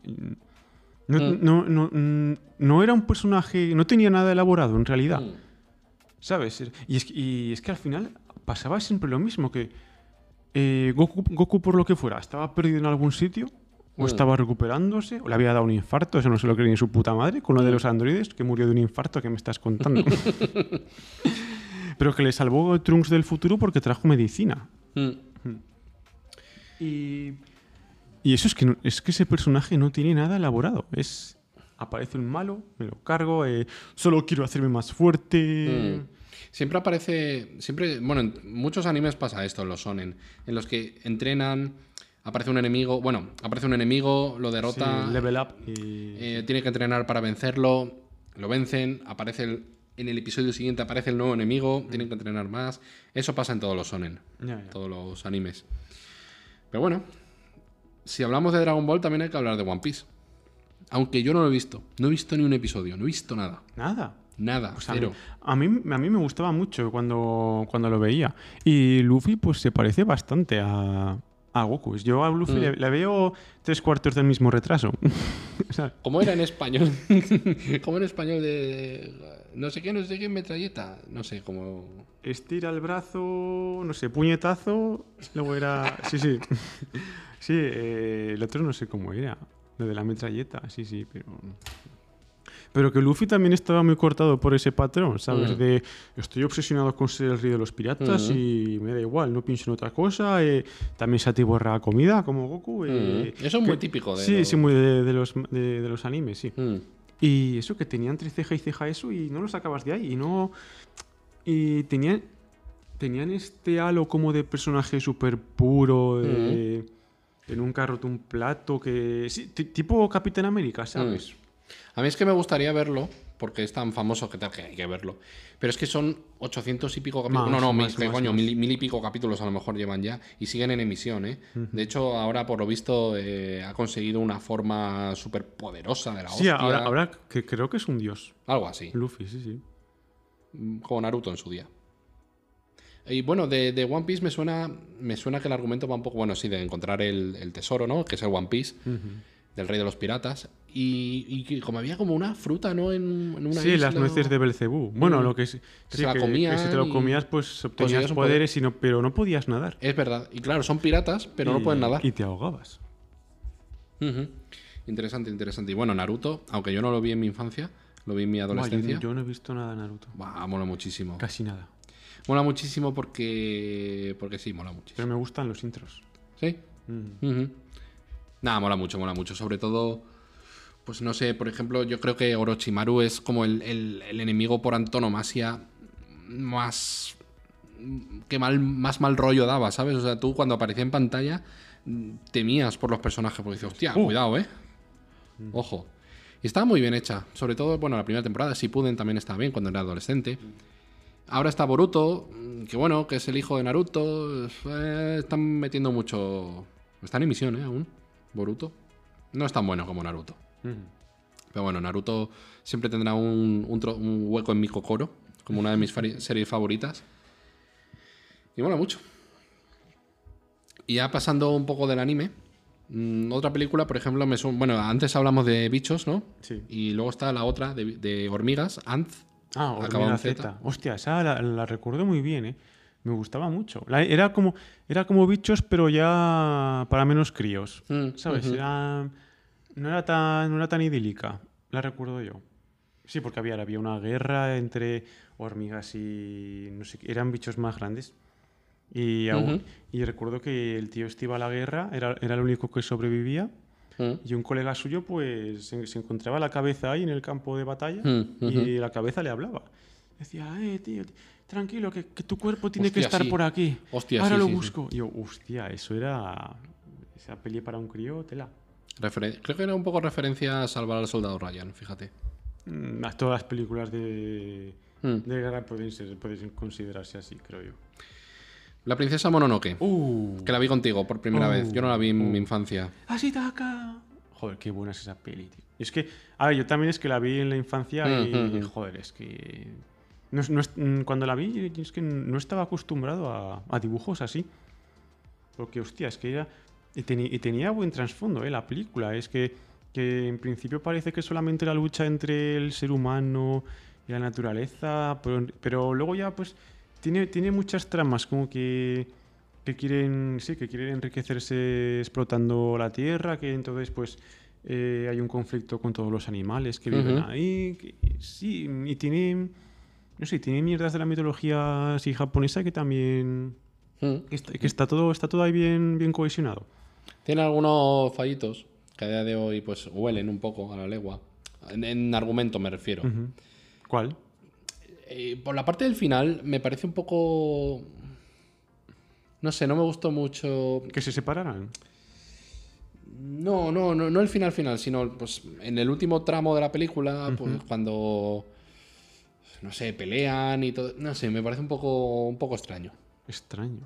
No, no, no, mm, no era un personaje, no tenía nada elaborado en realidad, Mm. ¿sabes? Y es, que- y es que al final pasaba siempre lo mismo, que eh, Goku, Goku por lo que fuera, estaba perdido en algún sitio, o Mm. estaba recuperándose, o le había dado un infarto, eso no se lo cree ni su puta madre, con lo Mm. de los androides, que murió de un infarto, que me estás contando. Pero que le salvó Trunks del futuro porque trajo medicina. Mm. Y, y eso es que, no- es que ese personaje no tiene nada elaborado. Es, aparece un malo, me lo cargo, eh, solo quiero hacerme más fuerte. Mm. Siempre aparece, siempre, bueno, en muchos animes pasa esto, en los sonen, en los que entrenan, aparece un enemigo, bueno, aparece un enemigo, lo Sí, derrota, eh, level up. y- eh, tiene que entrenar para vencerlo, lo vencen, aparece el- en el episodio siguiente aparece el nuevo enemigo, Mm. tienen que entrenar más. Eso pasa en todos los sonen, Ya, ya. todos los animes. Pero bueno, si hablamos de Dragon Ball también hay que hablar de One Piece. Aunque yo no lo he visto, no he visto ni un episodio, no he visto nada, Nada. nada, O sea, cero. Pues a, mí, a mí me gustaba mucho cuando, cuando lo veía. Y Luffy pues se parece bastante a, a a Goku. Yo a Mm. Luffy le, le veo tres cuartos del mismo retraso. O sea, ¿Cómo era en español? ¿Cómo en español de no sé qué, no sé qué metralleta? No sé, como estira el brazo, no sé, puñetazo, luego era... Sí, sí. Sí, eh, el otro no sé cómo era. Lo de la metralleta, sí, sí, pero... Pero que Luffy también estaba muy cortado por ese patrón, ¿sabes? Mm. De estoy obsesionado con ser el rey de los piratas y me da igual, no pienso en otra cosa. eh, también se atiborra comida, como Goku. eh, Mm. Eso es muy típico de Sí, los- sí, muy de, de los, de- de los animes, sí. Mm. Y eso, que tenían entre ceja y ceja eso y no los sacabas de ahí. Y no. Y tenían. Tenían este halo como de personaje súper puro, de. Mm. Que nunca ha roto un plato, que. Sí, ti- tipo Capitán América, ¿sabes? Mm. A mí es que me gustaría verlo, porque es tan famoso que tal que hay que verlo. Pero es que son 800 y pico capítulos. Más, no, no, más, mil, que más, coño, más. Mil, mil y pico capítulos a lo mejor llevan ya y siguen en emisión, ¿eh? De hecho, ahora por lo visto eh, ha conseguido una forma súper poderosa de la Sí, hostia. ahora, ahora que creo que es un dios. Algo así, Luffy, sí, sí. mm, como Naruto en su día. Y bueno, de, de One Piece me suena, me suena que el argumento va un poco, bueno, sí, de encontrar el, el tesoro, ¿no? Que es el One Piece, del rey de los piratas. Y, y que como había como una fruta, ¿no? En, en una sí, isla. las nueces de Belcebú. Bueno, Mm. lo que es. Sí, se la comían si te lo y comías, pues conseguías obtenías un poder. poderes, y no- pero no podías nadar. Es verdad. Y claro, son piratas, pero Y- no pueden nadar. Y te ahogabas. Ujú. Interesante, interesante. Y bueno, Naruto, aunque yo no lo vi en mi infancia, lo vi en mi Buah, yo- adolescencia. yo no he visto nada de Naruto. Buah, mola muchísimo. Casi nada. Mola muchísimo porque. Porque sí, mola Pero muchísimo. me gustan los intros. ¿Sí? Mm, Ujú. Nada, mola mucho, mola mucho. Sobre todo. Pues no sé, por ejemplo, yo creo que Orochimaru es como el, el- el enemigo por antonomasia más. que mal, más mal rollo daba, ¿sabes? O sea, tú cuando aparecía en pantalla mm, temías por los personajes, porque dices, hostia, Uh. cuidado, ¿eh? Ojo. Y estaba muy bien hecha. Sobre todo, bueno, la primera temporada, si Puden también estaba bien cuando era adolescente. Ahora está Boruto, mm, que bueno, que es el hijo de Naruto. eh, están metiendo mucho. Está en emisión, ¿eh? Aún. Boruto. No es tan bueno como Naruto. mm. Pero bueno, Naruto siempre tendrá un, un tro- un hueco en mi cocoro, como una de mis fari- series favoritas. Y mola mucho. Y ya pasando un poco del anime, mm, otra película, por ejemplo, me su- bueno, antes hablamos de bichos, ¿no? Sí. Y luego está la otra de, de hormigas, Ants. Ah, Acabado Hormiga en Z. Z. Hostia, esa la, la recuerdo muy bien, ¿eh? Me gustaba mucho. La- era, como, era como bichos, pero ya para menos críos. Mm, ¿Sabes? ujú. Era- no, era tan, no era tan idílica. La recuerdo yo. Sí, porque había, había una guerra entre hormigas y. No sé, qué, eran bichos más grandes. Y, aún- Ujú. y recuerdo que el tío este iba a la guerra, era, era el único que sobrevivía. Mm. Y un colega suyo, pues, se, se encontraba la cabeza ahí en el campo de batalla Mm, y la cabeza le hablaba. Decía, eh, tío, t- tranquilo, que, que tu cuerpo tiene que Hostia, estar sí. por aquí. Hostia, Ahora sí, lo sí, sí. busco. Y yo, hostia, eso era. Esa peli para un crío, tela. Referen- Creo que era un poco referencia a salvar al soldado Ryan, fíjate. Mm, a todas las películas de. Mm. De guerra pueden, ser- pueden considerarse así, creo yo. La princesa Mononoke, ¡Uh! que la vi contigo por primera Uh, vez. Yo no la vi en mi infancia. ¡Así taca! Joder, qué buena es esa peli, tío. Y es que, a ver, yo también es que la vi en la infancia y, Mm, mm, mm. joder, es que. no es- no es- mm, cuando la vi, yo es que no estaba acostumbrado a, a dibujos así. Porque, hostia, es que era. Y, teni- y tenía buen trasfondo, ¿eh? La película. Es que, que en principio parece que solamente la lucha entre el ser humano y la naturaleza. Pero, pero luego ya, pues. Tiene, tiene muchas tramas, como que. Que quieren. Sí, que quieren enriquecerse explotando la tierra. Que entonces, pues. eh, hay un conflicto con todos los animales que viven Ujú. ahí. que- sí, y tiene. No sé, tiene mierdas de la mitología así japonesa que también. Mm. Que está, que está todo, está todo ahí bien, bien cohesionado. Tiene algunos fallitos que a día de hoy pues huelen un poco a la legua. En, en argumento me refiero. ¿Cuál? Eh, por la parte del final me parece un poco... No sé, no me gustó mucho. Que se separaran. No, no, no, no el final final, sino pues en el último tramo de la película, pues cuando... No sé, pelean y todo. No sé, me parece un poco, un poco extraño. Extraño.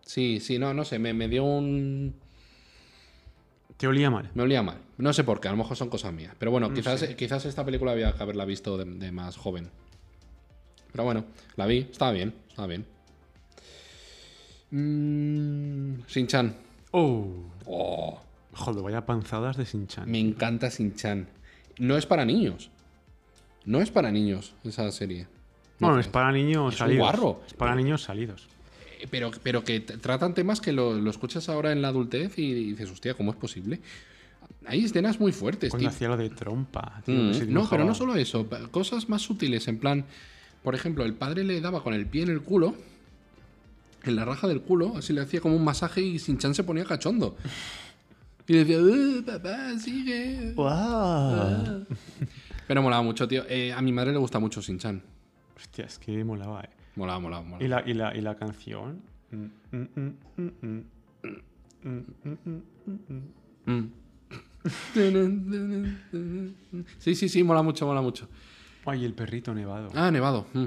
Sí, sí, no, no sé, me, me dio un... Te olía mal. Me olía mal. No sé por qué, a lo mejor son cosas mías. Pero bueno, quizás, quizás esta película había que haberla visto de, de más joven. Pero bueno, la vi, estaba bien, estaba bien. Mm, Shin-chan, ¡Oh! Oh, Joder, vaya panzadas de Sinchan. me encanta Shin-Chan. No es para niños. No es para niños esa serie. Bueno, es para niños Es un salidos. guarro. Es para niños salidos. Eh, Pero, pero que t- tratan temas que lo, lo escuchas ahora en la adultez y dices, hostia, ¿cómo es posible? Hay escenas muy fuertes, tío. Cuando hacía lo de trompa. tío, Mm, que se No, dibujaba. pero no solo eso, pa- cosas más sutiles, en plan, por ejemplo, el padre le daba con el pie en el culo, en la raja del culo, así le hacía como un masaje y sin chance se ponía cachondo. Y le decía, "Eh, papá, sigue. Oh. Ah. ¡Guau! Pero molaba mucho, tío. Eh, a mi madre le gusta mucho Shin-Chan. Hostia, es que molaba, eh. Molaba, molaba, ¿Y molaba. la, y la, y la canción? Mm, mm, mm, mm, mm. Mm. Sí, sí, sí, mola mucho, mola mucho. Ay, el perrito nevado. Ah, nevado. mm.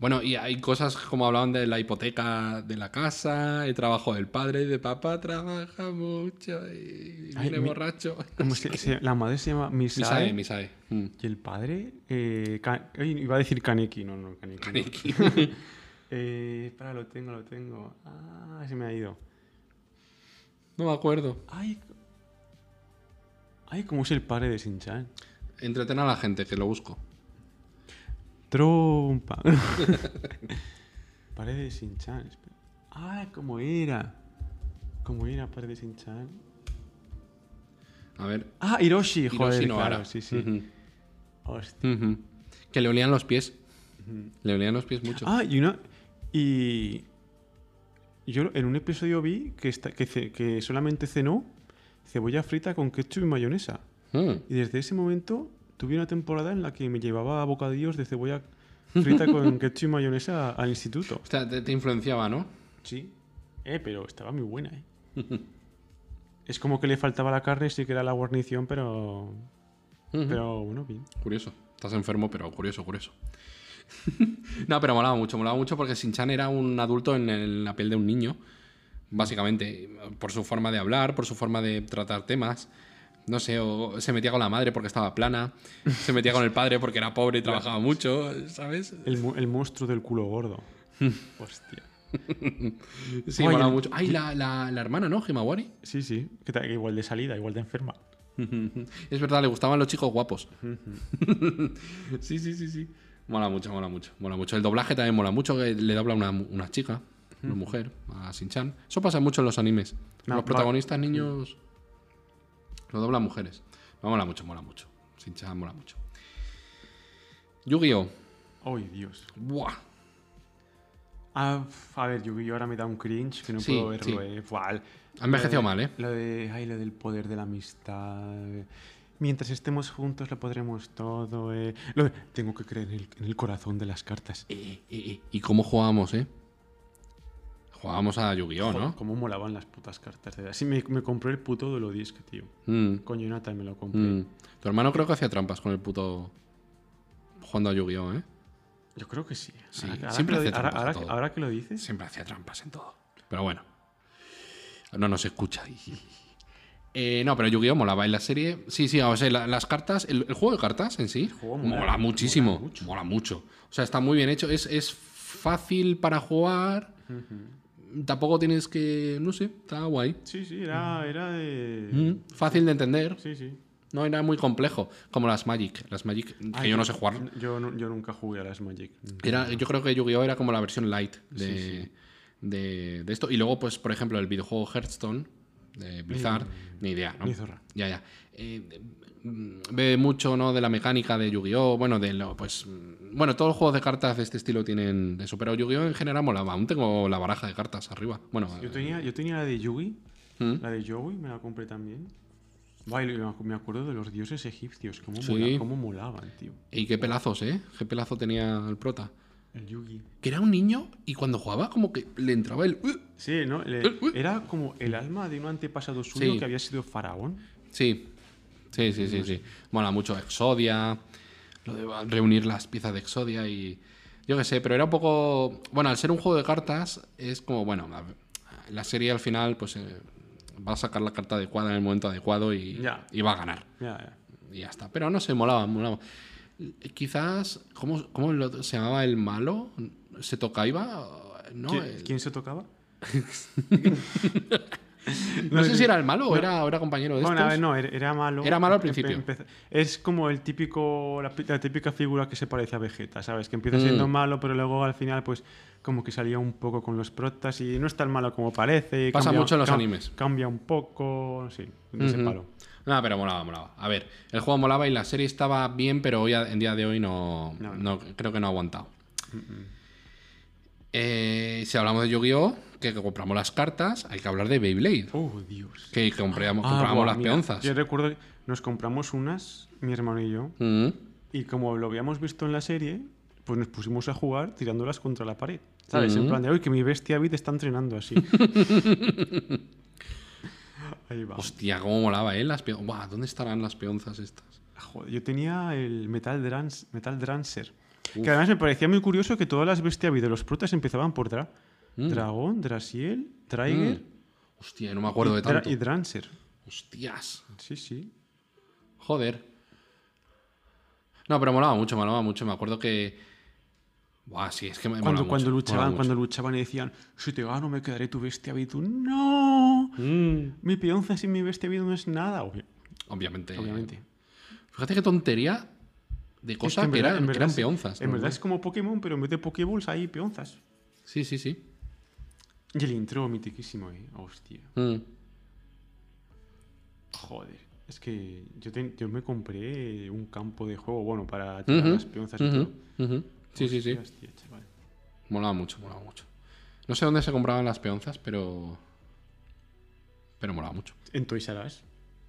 Bueno, y hay cosas como hablaban de la hipoteca de la casa, el trabajo del padre y de papá trabaja mucho y Ay, viene mi- borracho. ¿Cómo se- se- la madre se llama Misae. Misae, Misae. mm. Y el padre. Eh, Ka- ay, iba a decir Kaneki, no, no, Kaneki. no. Eh, espera, lo tengo, lo tengo. Ah, se me ha ido. No me acuerdo. Ay. Ay, ¿cómo es el padre de Sinchan? Entreten a la gente, que lo busco. Trompa. Pared de Sinchan. espera. Ah, ¿cómo era? ¿Cómo era Pared de Sinchan? A ver. Ah, Hiroshi, joder. Hiroshi Nohara. claro, sí, sí. Ujú, Hostia. ujú. Que le olían los pies. Le olían los pies mucho. Ah, y una. Y. Yo en un episodio vi que, esta- que, ce- que solamente cenó cebolla frita con ketchup y mayonesa. Mm. Y desde ese momento tuve una temporada en la que me llevaba bocadillos de cebolla frita con ketchup y mayonesa al instituto. O sea, te, te influenciaba, ¿no? Sí. Eh, pero estaba muy buena, eh. es como que le faltaba la carne, sí que era la guarnición, pero. Ujú. Pero bueno, bien. Curioso. Estás enfermo, pero curioso, curioso. no, pero molaba mucho, molaba mucho porque Sinchan era un adulto en, en la piel de un niño, básicamente, por su forma de hablar, por su forma de tratar temas. No sé, o se metía con la madre porque estaba plana, se metía con el padre porque era pobre y trabajaba mucho, ¿sabes? El, mu- el monstruo del culo gordo. Hostia. Sí, Oye, molaba el- mucho. Ay, la, la- la hermana, ¿no? Himawari. Sí, sí. Que ta- igual de salida, igual de enferma. Es verdad, le gustaban los chicos guapos. sí, sí, sí, sí. Mola mucho, mola mucho, mola mucho. El doblaje también mola mucho, que le dobla una, mu- una chica, una mujer, a Sinchan. Eso pasa mucho en los animes. No, los va- protagonistas niños lo doblan mujeres. No, mola mucho, mola mucho. Sinchan mola mucho. Yu-Gi-Oh! Ay, Dios. Buah. Ah, f- a ver, yo, yo ahora me da un cringe que no Sí, puedo verlo, sí. eh. Buah, el- Ha envejecido lo de- mal, ¿eh? Lo de, ay, lo del poder de la amistad. Mientras estemos juntos lo podremos todo, eh. Lo de, tengo que creer en el, en el corazón de las cartas. Eh, eh, eh. ¿Y cómo jugábamos, eh? Jugábamos a Yu-Gi-Oh, ¿no? Cómo molaban las putas cartas. De sí, me, me compré el puto Dolodisc, tío. Mm. Con Jonathan me lo compré. Mm. Tu hermano creo que hacía trampas con el puto. jugando a Yu-Gi-Oh, ¿eh? Yo creo que sí. Sí, que- siempre que hace lo, di- ahora, trampas a ahora que- todo. ahora que lo dices. Siempre hacía trampas en todo. Pero bueno. No nos escucha. Eh, no, pero Yu-Gi-Oh molaba en la serie. Sí, sí, o sea, la- las cartas, el, el juego de cartas en sí juego mola, mola, muchísimo. mola Mola mucho. mucho. O sea, está muy bien hecho. Es, es fácil para jugar. Tampoco tienes que. No sé, está guay. Sí, sí, era, era de. Mm, Fácil de entender. Sí, sí. No era muy complejo. Como las Magic. Las Magic, que Ay, yo no sé jugar. Yo, nu- yo nunca jugué a las Magic. Era, yo creo que Yu-Gi-Oh! era como la versión light de, Sí, sí. De, de esto. Y luego, pues, por ejemplo, el videojuego Hearthstone de Blizzard, ni idea, ¿no? Mm. ni zorra. Ya, ya. Eh, mm, ve mucho, ¿no? De la mecánica de Yu-Gi-Oh! Bueno, de lo, pues. mm, Bueno, todos los juegos de cartas de este estilo tienen eso, pero Yu-Gi-Oh! en general molaba. Aún tengo la baraja de cartas arriba. Bueno, Yo eh, tenía, yo tenía la de Yugi, ¿Mm? la de Joey, me la compré también. Vale, me acuerdo de los dioses egipcios, cómo, Sí. mola- cómo molaban, tío. y qué pelazos, ¿eh? Qué pelazo tenía el prota. El Yugi. Que era un niño y cuando jugaba, como que le entraba el. "Uh". Sí, ¿no? Le- Eh, uy. era como el alma de un antepasado suyo Sí. que había sido faraón. Sí, sí, sí, sí, sí. Mola mucho Exodia, lo de reunir las piezas de Exodia y... Yo qué sé, pero era un poco... Bueno, al ser un juego de cartas, es como, bueno, a ver, la serie al final, pues eh, va a sacar la carta adecuada en el momento adecuado y, Ya. y va a ganar. Ya, ya. Y ya está. Pero no sé, molaba, molaba. Quizás, ¿cómo, cómo lo- se llamaba el malo? ¿Se tocaba? No, Eh, ¿Qui- el- ¿Quién se tocaba? No sé si era el malo o era, o era compañero de Bueno, a estos. ver, no, era, era malo. Era malo al Empe- principio. empeza- Es como el típico, la, pi- la típica figura que se parece a Vegeta, ¿sabes? Que empieza siendo Mm. malo, pero luego al final, pues, como que salía un poco con los protas y no es tan malo como parece. y Pasa cambia- mucho en los cam- animes. Cambia un poco, sí, de ese Ujú. palo. No, pero molaba, molaba. A ver, el juego molaba y la serie estaba bien, pero hoy a- en día de hoy no, No, no- creo que no ha aguantado. Eh, si hablamos de Yu-Gi-Oh, que compramos las cartas, hay que hablar de Beyblade, Oh, Dios. que compramos, Ah, comprábamos buah, las mira, peonzas. Yo recuerdo que nos compramos unas, mi hermano y yo, Mm. y como lo habíamos visto en la serie, pues nos pusimos a jugar tirándolas contra la pared. ¿Sabes? En plan de hoy que mi bestia Bit está entrenando así. Ahí va. Hostia, cómo molaba, ¿eh? Las peonzas. Buah, ¿dónde estarán las peonzas estas? Joder, yo tenía el Metal, Drans- Metal Drancer. Que además me parecía muy curioso que todas las bestias de los protas empezaban por Dra. Dragón, Drasiel, Trigger Mm. Hostia, no me acuerdo y, de Dra- tanto. y Drancer. Hostias. Sí, sí. Joder. No, pero molaba mucho, molaba mucho. Me acuerdo que. Buah, sí, es que me Cuando, molaba mucho, cuando molaba luchaban, mucho. cuando luchaban y decían, si te gano me quedaré tu bestia vida". Y tú, ¡No! Mi peonza sin mi bestia vida no es nada. Obvio- Obviamente. obviamente. Fíjate qué tontería de Es cosas en que, verdad- eran- en que verdad eran sí. peonzas. En ¿no? verdad es como Pokémon, pero en vez de Pokéballs hay peonzas. Sí, sí, sí. Y el intro mitiquísimo, eh. Hostia. Mm. Joder. Es que yo, te- yo me compré un campo de juego, bueno, para tirar Ujú, las peonzas y ujú, todo. ujú. Sí, sí, sí. Hostia, chaval. Molaba mucho, molaba mucho. No sé dónde se compraban las peonzas, pero. Pero molaba mucho. En Toys R Us.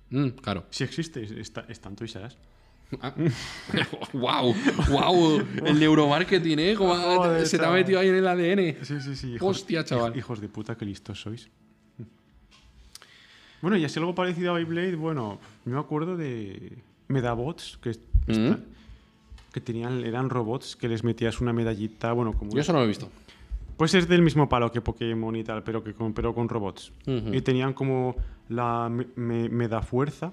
Mm, claro. Si existe, está, está en Toys R Us. ¡Wow! ¡Wow! El neuromarketing, ¿eh? Como ha- Joder, se te ha chaval. metido ahí en el ADN. Sí, sí, sí. Hostia, chaval. Hijos de puta, que listos sois. Bueno, y así algo parecido a Beyblade, bueno, me acuerdo de Medabots, que, está- que tenían, eran robots que les metías una medallita, bueno, como... Yo eso no lo he visto. Pues es del mismo palo que Pokémon y tal, pero, que con, pero con robots. Ujú. Y tenían como la me, me- medafuerza,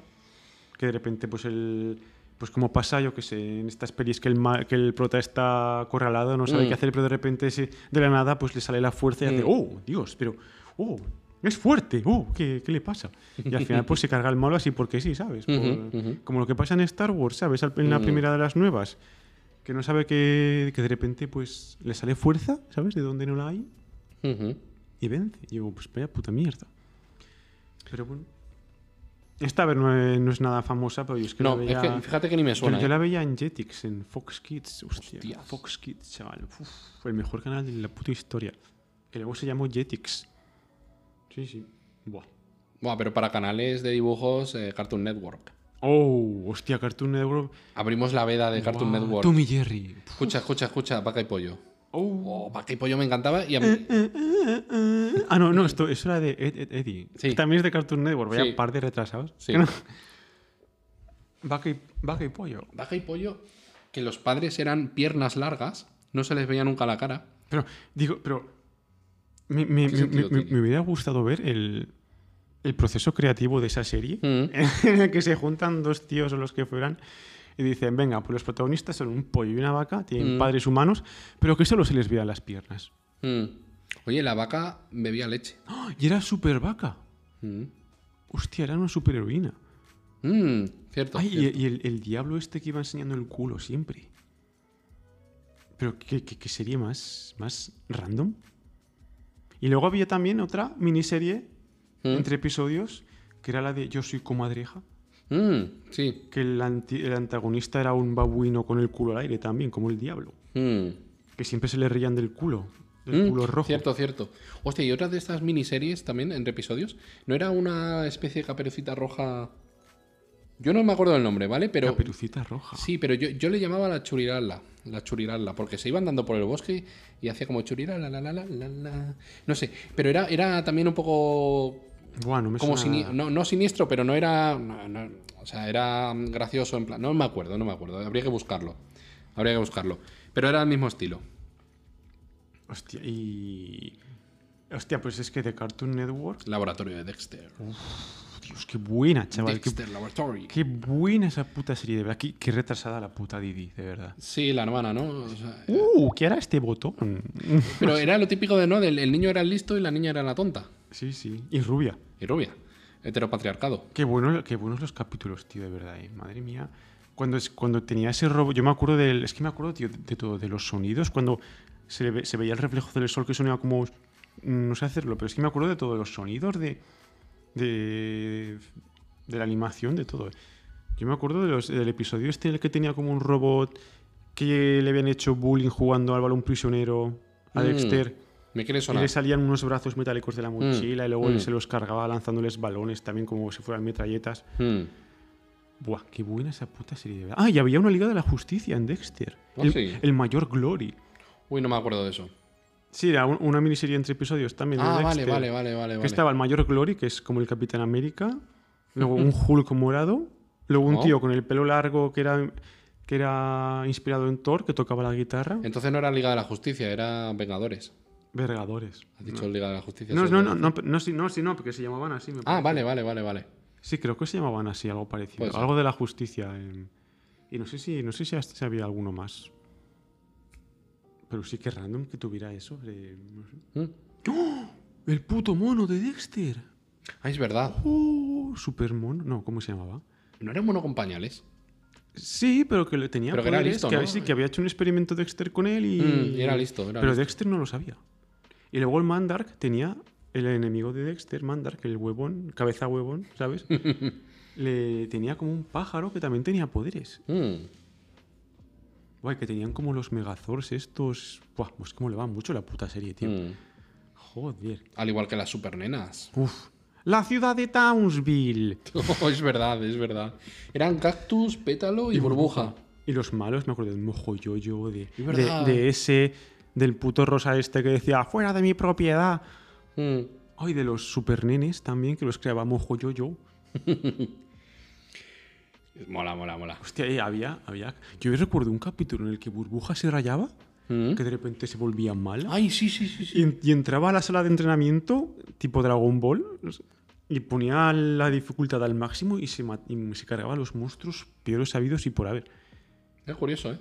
que de repente pues el... Pues como pasa, yo que sé, en estas pelis que el, ma- que el prota está acorralado, no sabe Mm. qué hacer, pero de repente se- de la nada pues le sale la fuerza y hace, Mm. oh, Dios, pero, oh, es fuerte, oh, ¿qué, qué le pasa? Y al final pues se carga el malo así porque sí, ¿sabes? Por- Ujú, ujú. Mm. Como lo que pasa en Star Wars, ¿sabes? Al- En la primera de las nuevas, que no sabe que, que de repente pues le sale fuerza, ¿sabes? De donde no la hay Ujú. y vence. Y digo, pues vaya puta mierda. Pero bueno. Esta, a ver, no, eh, no es nada famosa, pero yo es que la No, es veía... que fíjate que ni me yo- suena. yo ¿eh? la veía en Jetix, en Fox Kids. Hostia, Hostias. Fox Kids, chaval. Uf, el mejor canal de la puta historia. Que luego se llamó Jetix. Sí, sí. Buah. Buah, pero para canales de dibujos, eh, Cartoon Network. Oh, hostia, Cartoon Network. Abrimos la veda de Cartoon Buah, Network. Tommy Jerry. Escucha, escucha, escucha, vaca y pollo. Oh. Oh, vaca y pollo me encantaba y a Eh. mí. Ah, no, no, esto, eso era de Ed, Ed, Eddie. Sí. Que También es de Cartoon Network, vaya Sí. par de retrasados. Sí. Que no- Vaca y, vaca y pollo. Vaca y pollo, que los padres eran piernas largas, no se les veía nunca la cara. Pero, digo, pero. Me, me- ¿Qué me- sentido me- tiene? me hubiera gustado ver el, el proceso creativo de esa serie, Mm. en el que se juntan dos tíos o los que fueran y dicen: Venga, pues los protagonistas son un pollo y una vaca, tienen padres humanos, pero que solo se les vean las piernas. Mm. Oye, la vaca bebía leche. ¡Ah! Y era super vaca. Mm. Hostia, era una superheroína. Mm, cierto. Ay, y, cierto. y el, el diablo este que iba enseñando el culo siempre. Pero ¿qué, qué- qué serie más, más random? Y luego había también otra miniserie entre episodios que era la de Yo soy comadreja. Mm, sí. Que el, anti- el antagonista era un babuino con el culo al aire también, como el diablo. Mm. Que siempre se le reían del culo, del Mm, culo rojo. Cierto, cierto. Hostia, y otra de estas miniseries también, entre episodios, ¿no era una especie de caperucita roja? Yo no me acuerdo del nombre, ¿vale? Pero. Caperucita roja. Sí, pero yo, yo le llamaba la churirala, la churirala, porque se iban dando por el bosque y hacía como churirala, la, la, la, la, la. No sé, pero era, era también un poco Buah, no me como suena- sini- no, no siniestro, pero no era. no- no- o sea, era gracioso en plan. No me acuerdo, no me acuerdo. Habría que buscarlo. Habría que buscarlo. Pero era el mismo estilo. Hostia, y... Hostia, pues es que de Cartoon Network... Laboratorio de Dexter. Dios, qué buena, chaval. qué Dexter Laboratory. Qué buena esa puta serie, de verdad. Qué, qué retrasada la puta Didi, de verdad. Sí, la hermana, ¿no? O sea, Uh, ¿qué hará este botón? pero era lo típico de no, del el niño era el listo y la niña era la tonta. Sí, sí. Y rubia. Y rubia. Heteropatriarcado. Qué, bueno, qué buenos los capítulos, tío, de verdad. ¿eh? Madre mía. Cuando, es, cuando tenía ese robo, yo me acuerdo del. Es que me acuerdo, tío, de, de todo, de los sonidos, cuando se, le ve- se veía el reflejo del sol que sonaba como. No sé hacerlo, pero es que me acuerdo de todos los sonidos, de. de. de la animación, de todo. eh. Yo me acuerdo de los- del episodio este en el que tenía como un robot que le habían hecho bullying jugando al balón prisionero, a Mm. Dexter. Me quiere Y sonar. le salían unos brazos metálicos de la mochila y luego mm. se los cargaba lanzándoles balones también como si fueran metralletas. Mm. Buah, qué buena esa puta serie de verdad. Ah, y había una Liga de la Justicia en Dexter. Ah, el, sí. el mayor Glory. Uy, no me acuerdo de eso. Sí, era un- una miniserie entre episodios también. de Ah, vale, Dexter, vale, vale, vale. Este, Que vale. estaba el mayor Glory, que es como el Capitán América. Luego un Hulk morado. Luego un Oh. tío con el pelo largo que era, que era inspirado en Thor, que tocaba la guitarra. Entonces no era Liga de la Justicia, era Vengadores. Vergadores. Has dicho Liga de la Justicia. No, eso no, es no, verdad. no, no, sí, no, sí, no, porque se llamaban así. me Ah, parece. vale, vale, vale, vale. Sí, creo que se llamaban así, algo parecido. Puede ser. algo de la justicia. em. Y no sé si, no sé si hasta- si había alguno más. Pero sí que random que tuviera eso. eh, no sé. ¡Oh! Mm. El puto mono de Dexter. Ah, es verdad. Oh, super mono. No, ¿cómo se llamaba? No era un mono con pañales. Sí, pero que le tenía Pero que era poderes, listo, que, ¿no? sí, que había hecho un experimento Dexter con él y... Mm, y era listo, era pero listo. Dexter no lo sabía. Y luego el Mandark tenía... El enemigo de Dexter, Mandark, el huevón, cabeza huevón, ¿sabes? le tenía como un pájaro que también tenía poderes. Mm. Guay, que tenían como los megazords estos... Buah, pues cómo le va mucho la puta serie, tío. Mm. Joder. Al igual que las supernenas. Uf. La ciudad de Townsville. Oh, es verdad, es verdad. Eran cactus, pétalo y, burbuja. Y los malos, me acuerdo del mojo yoyo, de, Es verdad. de, de ese, del puto rosa este que decía, fuera de mi propiedad. Mm. Ay, de los supernenes también, que los creaba mojo yoyo. Mola, mola, mola. Hostia, eh, había, había... Yo recuerdo un capítulo en el que Burbuja se rayaba, Mm. que de repente se volvía mala. Ay, sí, sí, sí, sí. Y, en- y entraba a la sala de entrenamiento, tipo Dragon Ball, y ponía la dificultad al máximo y se, ma- y se cargaba a los monstruos peores sabidos y por haber. Es curioso, ¿eh?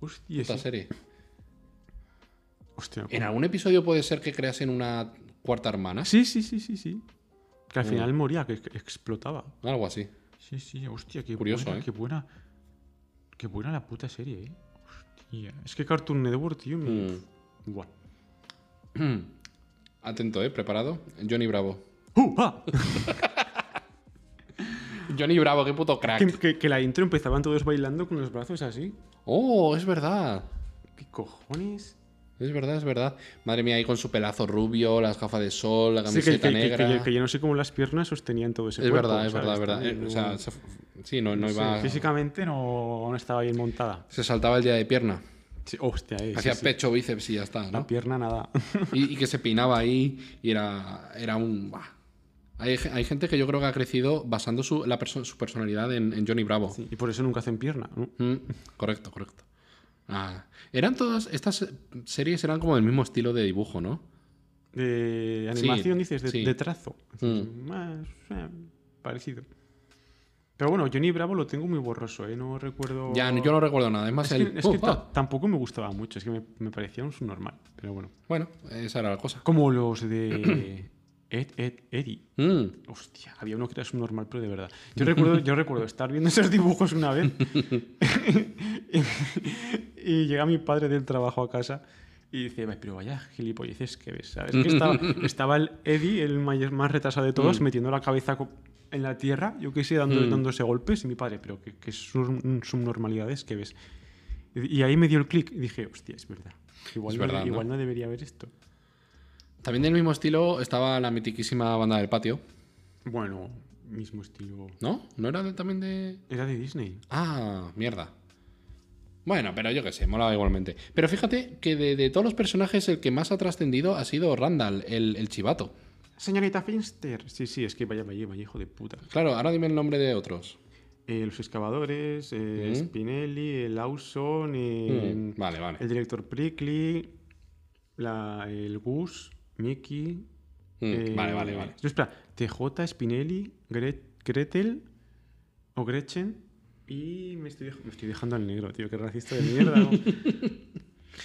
Hostia, Esta sí. serie. Hostia, En algún episodio puede ser que creasen una cuarta hermana. Sí, sí, sí, sí, sí. Que Mm. al final moría, que que explotaba. Algo así. Sí, sí, hostia, qué Curioso, buena, ¿eh? qué buena. Qué buena la puta serie, eh. Hostia. Es que Cartoon Network, tío, me... Hmm. Mm. Buah. Atento, ¿eh? ¿Preparado? Johnny Bravo. ¡Uh! ¡Ah! Johnny Bravo, qué puto crack. que, que- que la intro empezaban todos bailando con los brazos así. Oh, es verdad. ¿Qué cojones? Es verdad, es verdad. Madre mía, ahí con su pelazo rubio, las gafas de sol, la Sí, que, que- camiseta que- que- negra. que yo no sé cómo las piernas sostenían todo ese es cuerpo, verdad, es pues, verdad, es ¿sabes? verdad. También Eh, o sea, se- sí, no, no no sé, iba. Físicamente no, no estaba bien montada. Se saltaba el día de pierna. Sí, hostia, eh. sí, Hacía sí. Ah, pecho, bíceps y ya está, La ¿no? pierna nada. Y, y que se peinaba ahí y era, era un... bah. Hay, ge- hay gente que yo creo que ha crecido basando su, la perso- su personalidad en, en Johnny Bravo. y por eso nunca hacen pierna. ¿no? Mm, correcto, correcto. Ah, eran todas... Estas eh, series eran como del mismo estilo de dibujo, ¿no? De Sí, animación, dices, de, sí. Mm. de trazo. Dices, Más eh, parecido. Pero bueno, Johnny Bravo lo tengo muy borroso, ¿eh? No recuerdo... Ya, yo no recuerdo nada. Es más, Es que, el... es que Oh, ah. ta- tampoco me gustaba mucho, es que me, me parecía un subnormal, pero bueno. Bueno, esa era la cosa. Como los de Ed, Ed, Eddie. Mm, Hostia, había uno que era subnormal, pero de verdad. Yo recuerdo, yo recuerdo estar viendo esos dibujos una vez y, y llega mi padre del trabajo a casa y dice, "Ay, pero vaya gilipolleces que ves, ¿sabes? Que estaba, estaba el Eddie, el mayor- más retrasado de Mm. todos, metiendo la cabeza co- en la tierra, yo qué sé, dándole- dándose golpes y mi padre, pero qué, qué sub- subnormalidades que ves. Y, y ahí me dio el clic y dije, hostia, es verdad. Igual, Es no, verdad, ¿no? igual no debería ver esto. También del mismo estilo estaba la mitiquísima banda del patio, Bueno, mismo estilo. ¿no? ¿No era de- también de...? Era de Disney. Ah, mierda. Bueno, pero yo qué sé, molaba igualmente. Pero fíjate que de, de todos los personajes el que más ha trascendido ha sido Randall, el, el chivato. Señorita Finster. Sí, sí, es que vaya, vaya, vaya, hijo de puta. Claro, ahora dime el nombre de otros. Eh, los excavadores, eh, Mm. Spinelli, el Lawson, eh, Mm, vale, vale. el director Prickly, la- el Gus, Mickey. Mm, eh, vale, vale, vale. no, espera, TJ, Spinelli, Gre- Gretel o Gretchen. Y me estoy, dej- me estoy dejando al negro, tío, qué racista de mierda. ¿no?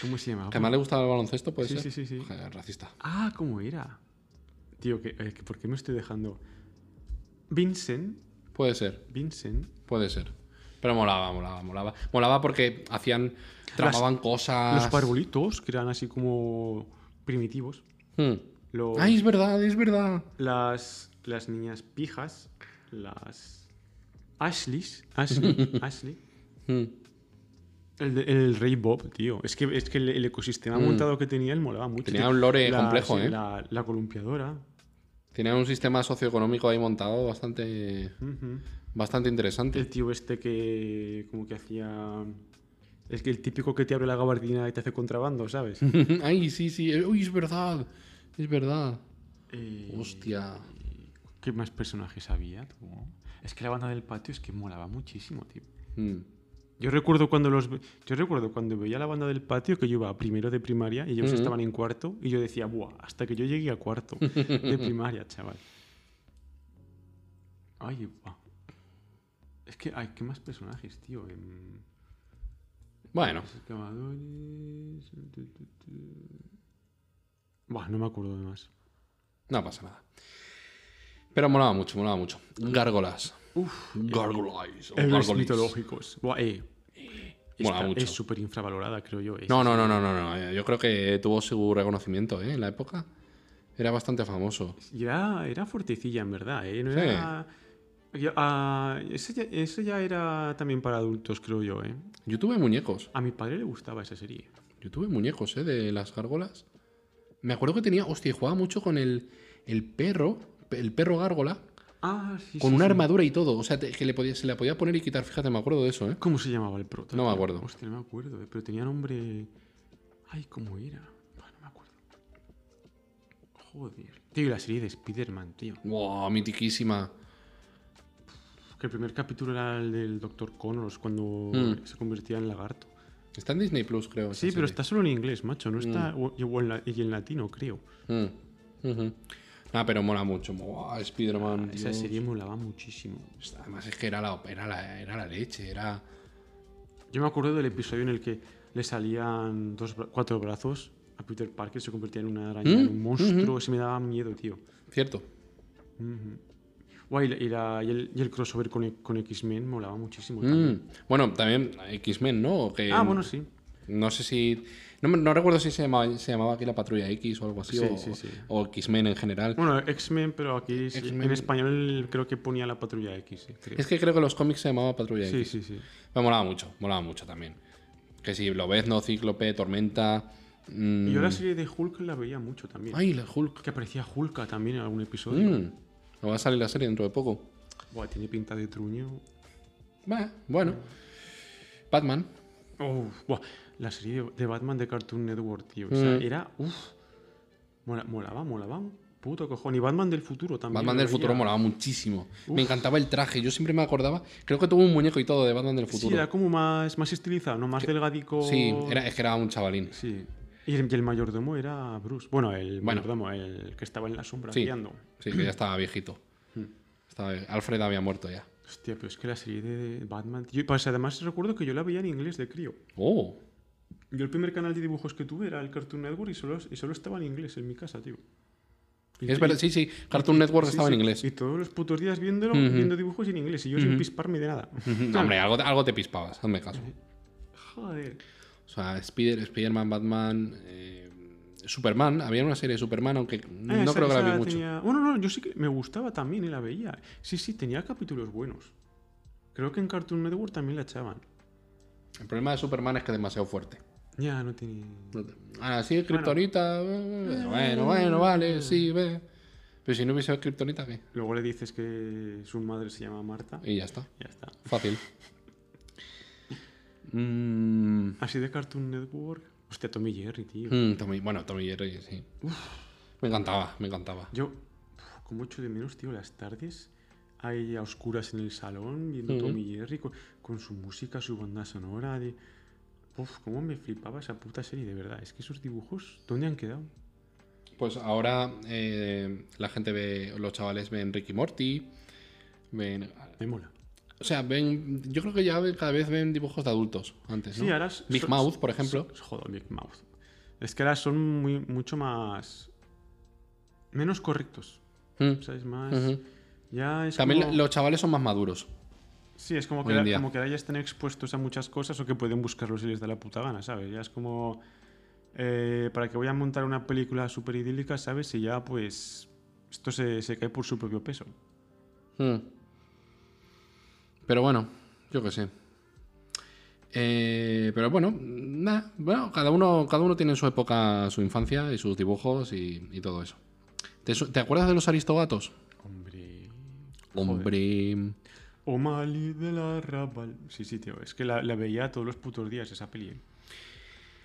¿Cómo se llama? Que más le gustaba el baloncesto, puede Sí, ser. sí, sí, sí. Joder, racista. Ah, ¿cómo era? Tío, que, eh, que ¿por qué me estoy dejando? Vincent, Puede ser, Vincent. puede ser. Pero molaba, molaba, molaba. Molaba porque hacían, tramaban cosas. Los parbolitos, que eran así como primitivos. Hmm. Los, Ay, es verdad, es verdad. las, las niñas pijas, las Ashleys, Ashley, Ashley. Hmm. El, de- el rey Bob, tío. Es que, es que el, el ecosistema montado que tenía él molaba mucho. Mm. Tenía tío. un lore complejo, sí, ¿eh? La, la columpiadora. Tenían un sistema socioeconómico ahí montado bastante, Ujú. bastante interesante. El tío este que como que hacía... Es que el típico que te abre la gabardina y te hace contrabando, ¿sabes? Mm. Ay, sí, sí. Uy, es verdad. Es verdad. Eh, Hostia. ¿Qué más personajes había? tú? Es que la banda del patio es que molaba muchísimo, tío. Mm. Yo recuerdo cuando los ve- yo recuerdo cuando veía la banda del patio que yo iba a primero de primaria y ellos Ujú. estaban en cuarto y yo decía, "Buah, hasta que yo llegué a cuarto de primaria, chaval." Ay, buah. Es que hay qué más personajes, tío. Em, Bueno, Los excavadores. tu, tu, tu. Buah, no me acuerdo de más. no pasa nada. Pero molaba mucho, molaba mucho. Gárgolas. Uf. Gárgolas. o Héroes gárgolis. mitológicos. Buah, eh. Mola Esta mucho. Es súper infravalorada, creo yo. eh. No, no, no, no, no, no. eh, Yo creo que tuvo su reconocimiento ¿eh? en la época. Era bastante famoso. Y Era, era fuertecilla, en verdad, ¿eh? No Sí. era... Yo- ah, ese, ya, ese ya era también para adultos, creo yo, ¿eh? Yo tuve muñecos. A mi padre le gustaba esa serie. Yo tuve muñecos, ¿eh? De las gárgolas. Me acuerdo que tenía. Hostia, y jugaba mucho con el, el perro. El perro gárgola. Ah, sí, Con sí, una sí. armadura y todo. O sea, te- que le podía, se la podía poner y quitar. Fíjate, me acuerdo de eso, ¿eh? ¿Cómo se llamaba el prota? No me tío? acuerdo. Hostia, no me acuerdo, ¿eh? Pero tenía nombre... Ay, ¿cómo era? Buah, no me acuerdo. Joder. Tío, y la serie de Spider-Man, tío. Wow, mitiquísima. Que el primer capítulo era el del Dr. Connors cuando Mm. se convertía en lagarto. Está en Disney Plus, creo. esa Sí, pero serie. está solo en inglés, macho. No está... o- Y o en la- y en latino, creo. Mm, ujú. Ah, pero mola mucho. Buah, Spider-Man. Ah, Esa Dios. serie molaba muchísimo. Además, es que era la, era la, era la leche. Era. Yo me acuerdo del episodio en el que le salían dos, bra- cuatro brazos a Peter Parker, se convertía en una ¿Mm? araña, en un monstruo. Se me daba miedo, tío. Cierto. Guay, y, la- y la- y el, y el crossover con, con X-Men molaba muchísimo. también. Mm. eh, Bueno, también X-Men, ¿no? Que Ah, bueno, sí. No sé si. No, me- no recuerdo si se llamaba, se llamaba aquí la Patrulla X o algo así. Sí, o, sí, Mm. sí. o X-Men en general. Bueno, X-Men, pero aquí sí, X-Men. en español creo que ponía la patrulla X. sí, creo. Es que creo que los cómics se llamaba Patrulla Sí, X. sí, sí. Me molaba mucho, molaba mucho también. Que si lo ves, no, Cíclope, Tormenta. mm, Y yo la serie de Hulk la veía mucho también. Ay, la Hulk. Que aparecía Hulk también en algún episodio. Mm. No va a salir la serie dentro de poco. Buah, tiene pinta de truño. Bah, bueno. Batman. Uf, buah, la serie de- de Batman de Cartoon Network, tío. O sea, Mm. era. Uf, mola- molaba, molaba un puto cojón. Y Batman del futuro también. Batman lo del futuro veía. molaba muchísimo. Me encantaba el traje. Yo siempre me acordaba. Creo que tuvo un muñeco y todo de Batman del Sí, era futuro. como más, más estilizado, ¿no? Más delgadico. Sí, era, es que era un chavalín. Sí. Y el, y el mayordomo era Bruce. Bueno, el Bueno. mayordomo, el que estaba en la sombra Sí. guiando. Sí, que ya estaba viejito. Hmm. Estaba- Alfred había muerto ya. Hostia, pero es que la serie de Batman. tío, y pues además recuerdo que yo la veía en inglés de crío. Oh, Yo el primer canal de dibujos que tuve era el Cartoon Network y solo, y solo estaba en inglés en mi casa, tío. Y- es y- verdad, sí, sí. Cartoon Network Sí, estaba sí. en inglés. Y todos los putos días viéndolo, viendo dibujos en inglés. Y yo sin pisparme de nada. No, hombre, algo, algo te pispabas, hazme caso. Joder. O sea, Spider, Spider-Man, Batman, eh, Superman. Había una serie de Superman, aunque no Ah, esa- creo que la esa vi mucho. tenía- Bueno, no, yo sí que me gustaba también y la veía. Sí, sí, tenía capítulos buenos. Creo que en Cartoon Network también la echaban. El problema de Superman es que es demasiado fuerte. Ya, no tenía... No te- Ah, sí, Kryptonita. eh, Ah. Bueno, bueno, vale, sí, ve. Pero si no hubiese Kryptonita, ¿qué? Luego le dices que su madre se llama Marta. Y ya está. Ya está. Fácil. Mm, Así de Cartoon Network. Hostia, Tommy Jerry, tío. mm, Tommy- bueno, Tommy Jerry, sí. Me encantaba, me encantaba. Yo, uf, como echo de menos, tío, las tardes ahí a oscuras en el salón, viendo Mm. Tommy y Jerry con, con su música, su banda sonora. De... Uf, cómo me flipaba esa puta serie, de verdad. Es que esos dibujos, ¿dónde han quedado? Pues ahora eh, la gente ve, los chavales ven Ricky Morty, ven... Me mola. O sea, ven, yo creo que ya ven- cada vez ven dibujos de adultos antes, ¿no? Sí, ahora es- Big son- Mouth, por ejemplo. Joder, Big Mouth. Es que ahora son muy, mucho más. menos correctos. Mm. ¿Sabes? Más. Ujú. Ya es También como- los chavales son más maduros. Sí, es como Hoy que, en la- día. como que ahora ya están expuestos a muchas cosas o que pueden buscarlo si les da la puta gana, ¿sabes? Ya es como. eh, para que voy a montar una película súper idílica, ¿sabes? Y ya, pues. Esto se, se cae por su propio peso. Mm. Pero bueno, yo qué sé. Eh, pero bueno, nada, bueno, cada uno, cada uno tiene su época, su infancia y sus dibujos y, y todo eso. ¿Te, su- te acuerdas de los aristogatos? Hombre. Hombre. O'Malley de la Raval. Sí, sí, tío. Es que la, la veía todos los putos días esa peli. eh.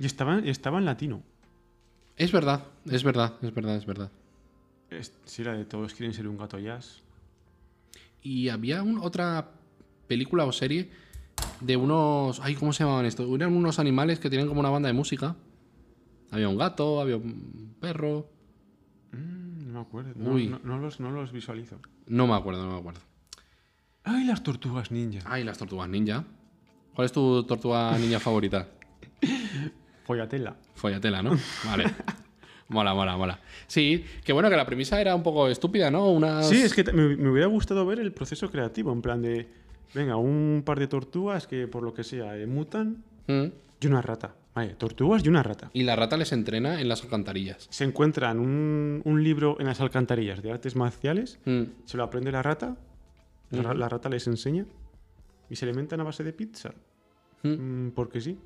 Y estaba, y estaba en latino. Es verdad, es verdad, es verdad, es verdad. Es- sí, la de todos quieren ser un gato jazz. Y había un- otra película o serie de unos. Ay, ¿cómo se llamaban esto? Eran unos animales que tenían como una banda de música. Había un gato, había un perro. Mm, no me acuerdo. No, Uy. no- no los, no los visualizo. No me acuerdo, no me acuerdo. ¡Ay, las tortugas ninja! Ay, las tortugas ninja. ¿Cuál es tu tortuga ninja favorita? Follatela. Follatela, ¿no? Vale. Mola, mola, mola. Sí, que bueno, que la premisa era un poco estúpida, ¿no? Unas... Sí, es que te- me, me hubiera gustado ver el proceso creativo, en plan de, venga, un par de tortugas que por lo que sea eh, mutan Mm. y una rata. Vale, tortugas y una rata. Y la rata les entrena en las alcantarillas. Se encuentran un, un libro en las alcantarillas de artes marciales, Mm. se lo aprende la rata, la, ra- la rata les enseña y se alimentan a base de pizza. Mm, porque sí.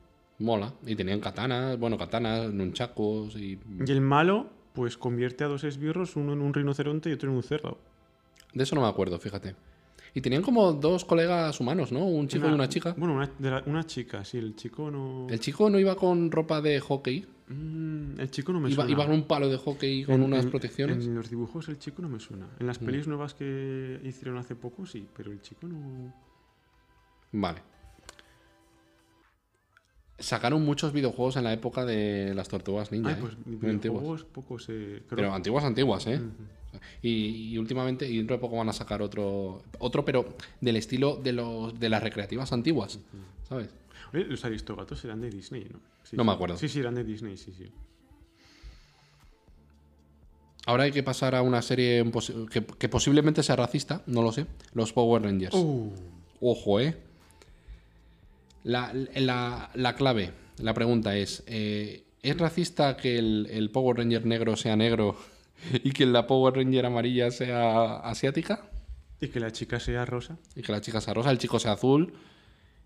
Mola. Y tenían katanas, bueno, katanas, nunchacos y... Y el malo, pues convierte a dos esbirros, uno en un rinoceronte y otro en un cerdo. De eso no me acuerdo, fíjate. Y tenían como dos colegas humanos, ¿no? Un chico y una chica. Bueno, una, de la- una chica, sí, el chico no... El chico no iba con ropa de hockey, Mm, el chico no me iba, suena. iba con un palo de hockey con En- unas en- protecciones. Mm. En los dibujos el chico no me suena. En las pelis nuevas que hicieron hace poco sí, pero el chico no. Vale. Sacaron muchos videojuegos en la época de las tortugas ninja. Ay, ¿eh? pues Muy antiguas. videojuegos pocos. eh, creo- Pero antiguas, antiguas, ¿eh? Y, y últimamente, y dentro de poco van a sacar otro, otro pero del estilo de, los, de las recreativas antiguas, ¿sabes? Oye, los aristogatos eran de Disney, ¿no? Sí, No sí. me acuerdo. Sí, sí, eran de Disney, sí, sí. Ahora hay que pasar a una serie un posi- que, que posiblemente sea racista, no lo sé, los Power Rangers. Oh, Ojo, ¿eh? La, la- la clave, la pregunta es, eh, ¿es racista que el, el Power Ranger negro sea negro y que la Power Ranger amarilla sea asiática? Y que la chica sea rosa. Y que la chica sea rosa, el chico sea azul.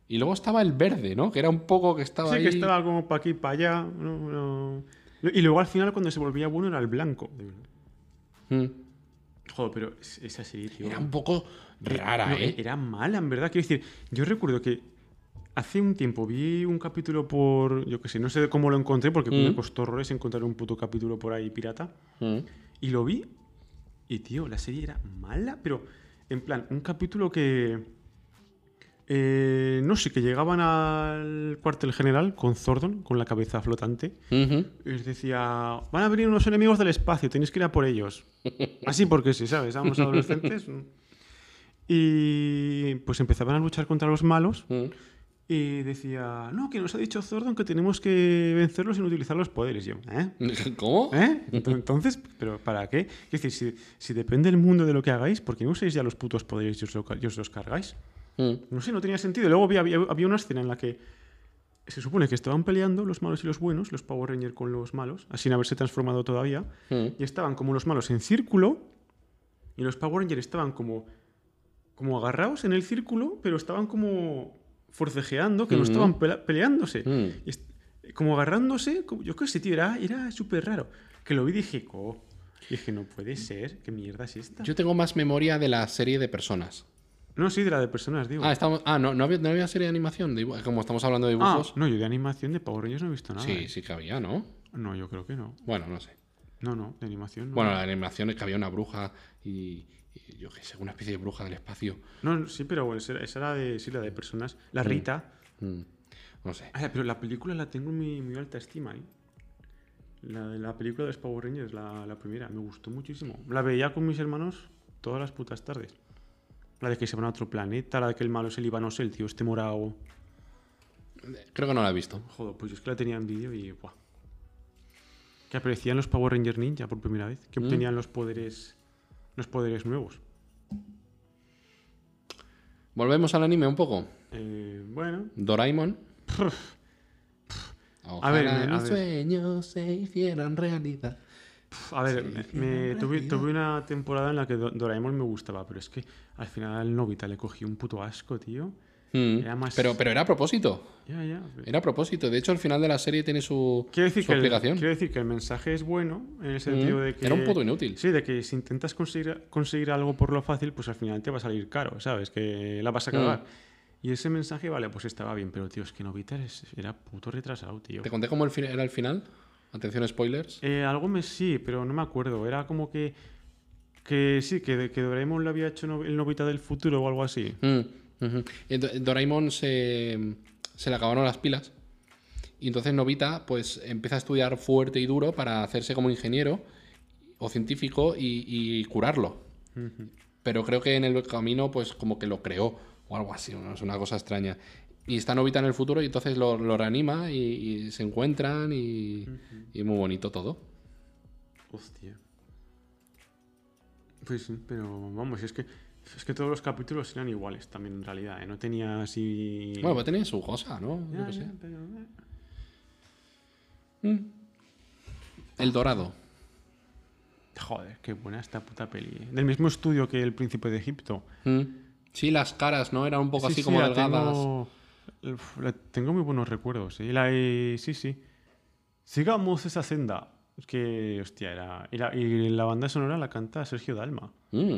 Y luego estaba el verde, ¿no? Que era un poco que estaba sí, ahí... que estaba como para aquí, para allá. no, no. Y luego al final cuando se volvía bueno era el blanco. de verdad. Mm. Joder, pero es- esa serie, tío. Era un poco rara, No, e-, ¿eh? Era mala, en verdad. Quiero decir, yo recuerdo que hace un tiempo vi un capítulo por. Yo qué sé, no sé cómo lo encontré, porque me Mm. costó horrores encontrar un puto capítulo por ahí pirata. Mm. Y lo vi. Y tío, la serie era mala, pero en plan, un capítulo que. eh, no sé, que llegaban al cuartel general con Zordon, con la cabeza flotante. Mm. Ujú. Y les decía, van a venir unos enemigos del espacio, tenéis que ir a por ellos. Así porque sí, ¿sabes? Éramos adolescentes. Y pues empezaban a luchar contra los malos Mm. y decía, no, que nos ha dicho Zordon que tenemos que vencerlos sin utilizar los poderes. Y Yo, ¿eh? ¿Cómo? ¿Eh? Ento- Entonces, ¿pero para qué? Es decir, si, si depende el mundo de lo que hagáis, ¿por qué no usáis ya los putos poderes y os, lo ca- y os los cargáis? Mm. No sé, no tenía sentido. Luego había, había, había una escena en la que se supone que estaban peleando los malos y los buenos, los Power Rangers con los malos, sin haberse transformado todavía, Mm. y estaban como los malos en círculo, y los Power Rangers estaban como, como agarrados en el círculo, pero estaban como forcejeando, que no Ujú. estaban pela- peleándose. Mm. Y est- Como agarrándose, como- yo qué sé, tío, era, era súper raro. Que lo vi y dije, co. Dije, no puede ser, ¿qué mierda es esta? Yo tengo más memoria de la serie de personas. No, sí, de la de personas, digo. Ah, estamos, ah no, no había, no había serie de animación, de dibu- como estamos hablando de dibujos. Ah, no, yo de animación de Power Rangers no he visto nada. sí, eh. sí que había, ¿no? No, yo creo que no. Bueno, no sé. No, no, de animación no. Bueno, la animación es que había una bruja y, y yo qué sé, una especie de bruja del espacio. No, no, sí, pero bueno, esa esa era de, sí, la de personas. La Rita. Mm, no sé. Ah, pero la película la tengo en mi muy alta estima, ¿eh? La de la película de los Power Rangers, la, la primera, me gustó muchísimo. La veía con mis hermanos todas las putas tardes. La de que se van a otro planeta, la de que el malo es el Iván el tío este morado. Creo que no la he visto. Joder, pues yo es que la tenía en vídeo y. ¡buah! que aparecían los Power Ranger Ninja por primera vez, que Mm. obtenían los poderes los poderes nuevos. Volvemos al anime un poco. Eh, bueno, Doraemon. A ver, Ojalá a mis ver. sueños se hicieran realidad. pf, a ver, Sí, me- en tuve, realidad. tuve una temporada en la que Do- Doraemon me gustaba, pero es que al final Novita le cogí un puto asco, tío. Mm. Era más- Pero, pero era a propósito. Ya, ya. Era a propósito. De hecho, al final de la serie tiene su, Quiero decir, su que el, explicación. quiero decir que el mensaje es bueno en el sentido Mm, de que. era un puto inútil. Sí, de que si intentas conseguir, conseguir algo por lo fácil, pues al final te va a salir caro, ¿sabes? Que la vas a Mm. cagar. Y ese mensaje, vale, pues estaba bien, pero tío, es que Novita es- era puto retrasado, tío. Te conté cómo el fin- era el final. Atención, spoilers. Eh, algo me sí, pero no me acuerdo. Era como que. Que sí, que, de- que Doraemon lo había hecho no- el Novita del futuro o algo así. Mm, ujú. Y Do- Doraemon se, se le acabaron las pilas. Y entonces Novita pues empieza a estudiar fuerte y duro para hacerse como ingeniero o científico y, y curarlo. Pero creo que en el camino pues como que lo creó o algo así, ¿no? es una cosa extraña. Y está Novita en el futuro y entonces lo, lo reanima y, y se encuentran y, y muy bonito todo. Hostia. Pues sí, pero vamos, es que. Es que todos los capítulos eran iguales también, en realidad. ¿eh? No tenía así. Bueno, pues tiene su cosa, ¿no? Yo Ya, qué ya, sé. pero, eh. El dorado. Joder, qué buena esta puta peli. ¿eh? Del mismo estudio que El Príncipe de Egipto. Mm. Sí, las caras, ¿no? Eran un poco Sí, así sí, como la delgadas. Tengo, Uf, la tengo muy buenos recuerdos. ¿eh? La, eh, sí, sí. Sigamos esa senda. Es que, hostia, era. Y la, y la banda sonora la canta Sergio Dalma. Mm.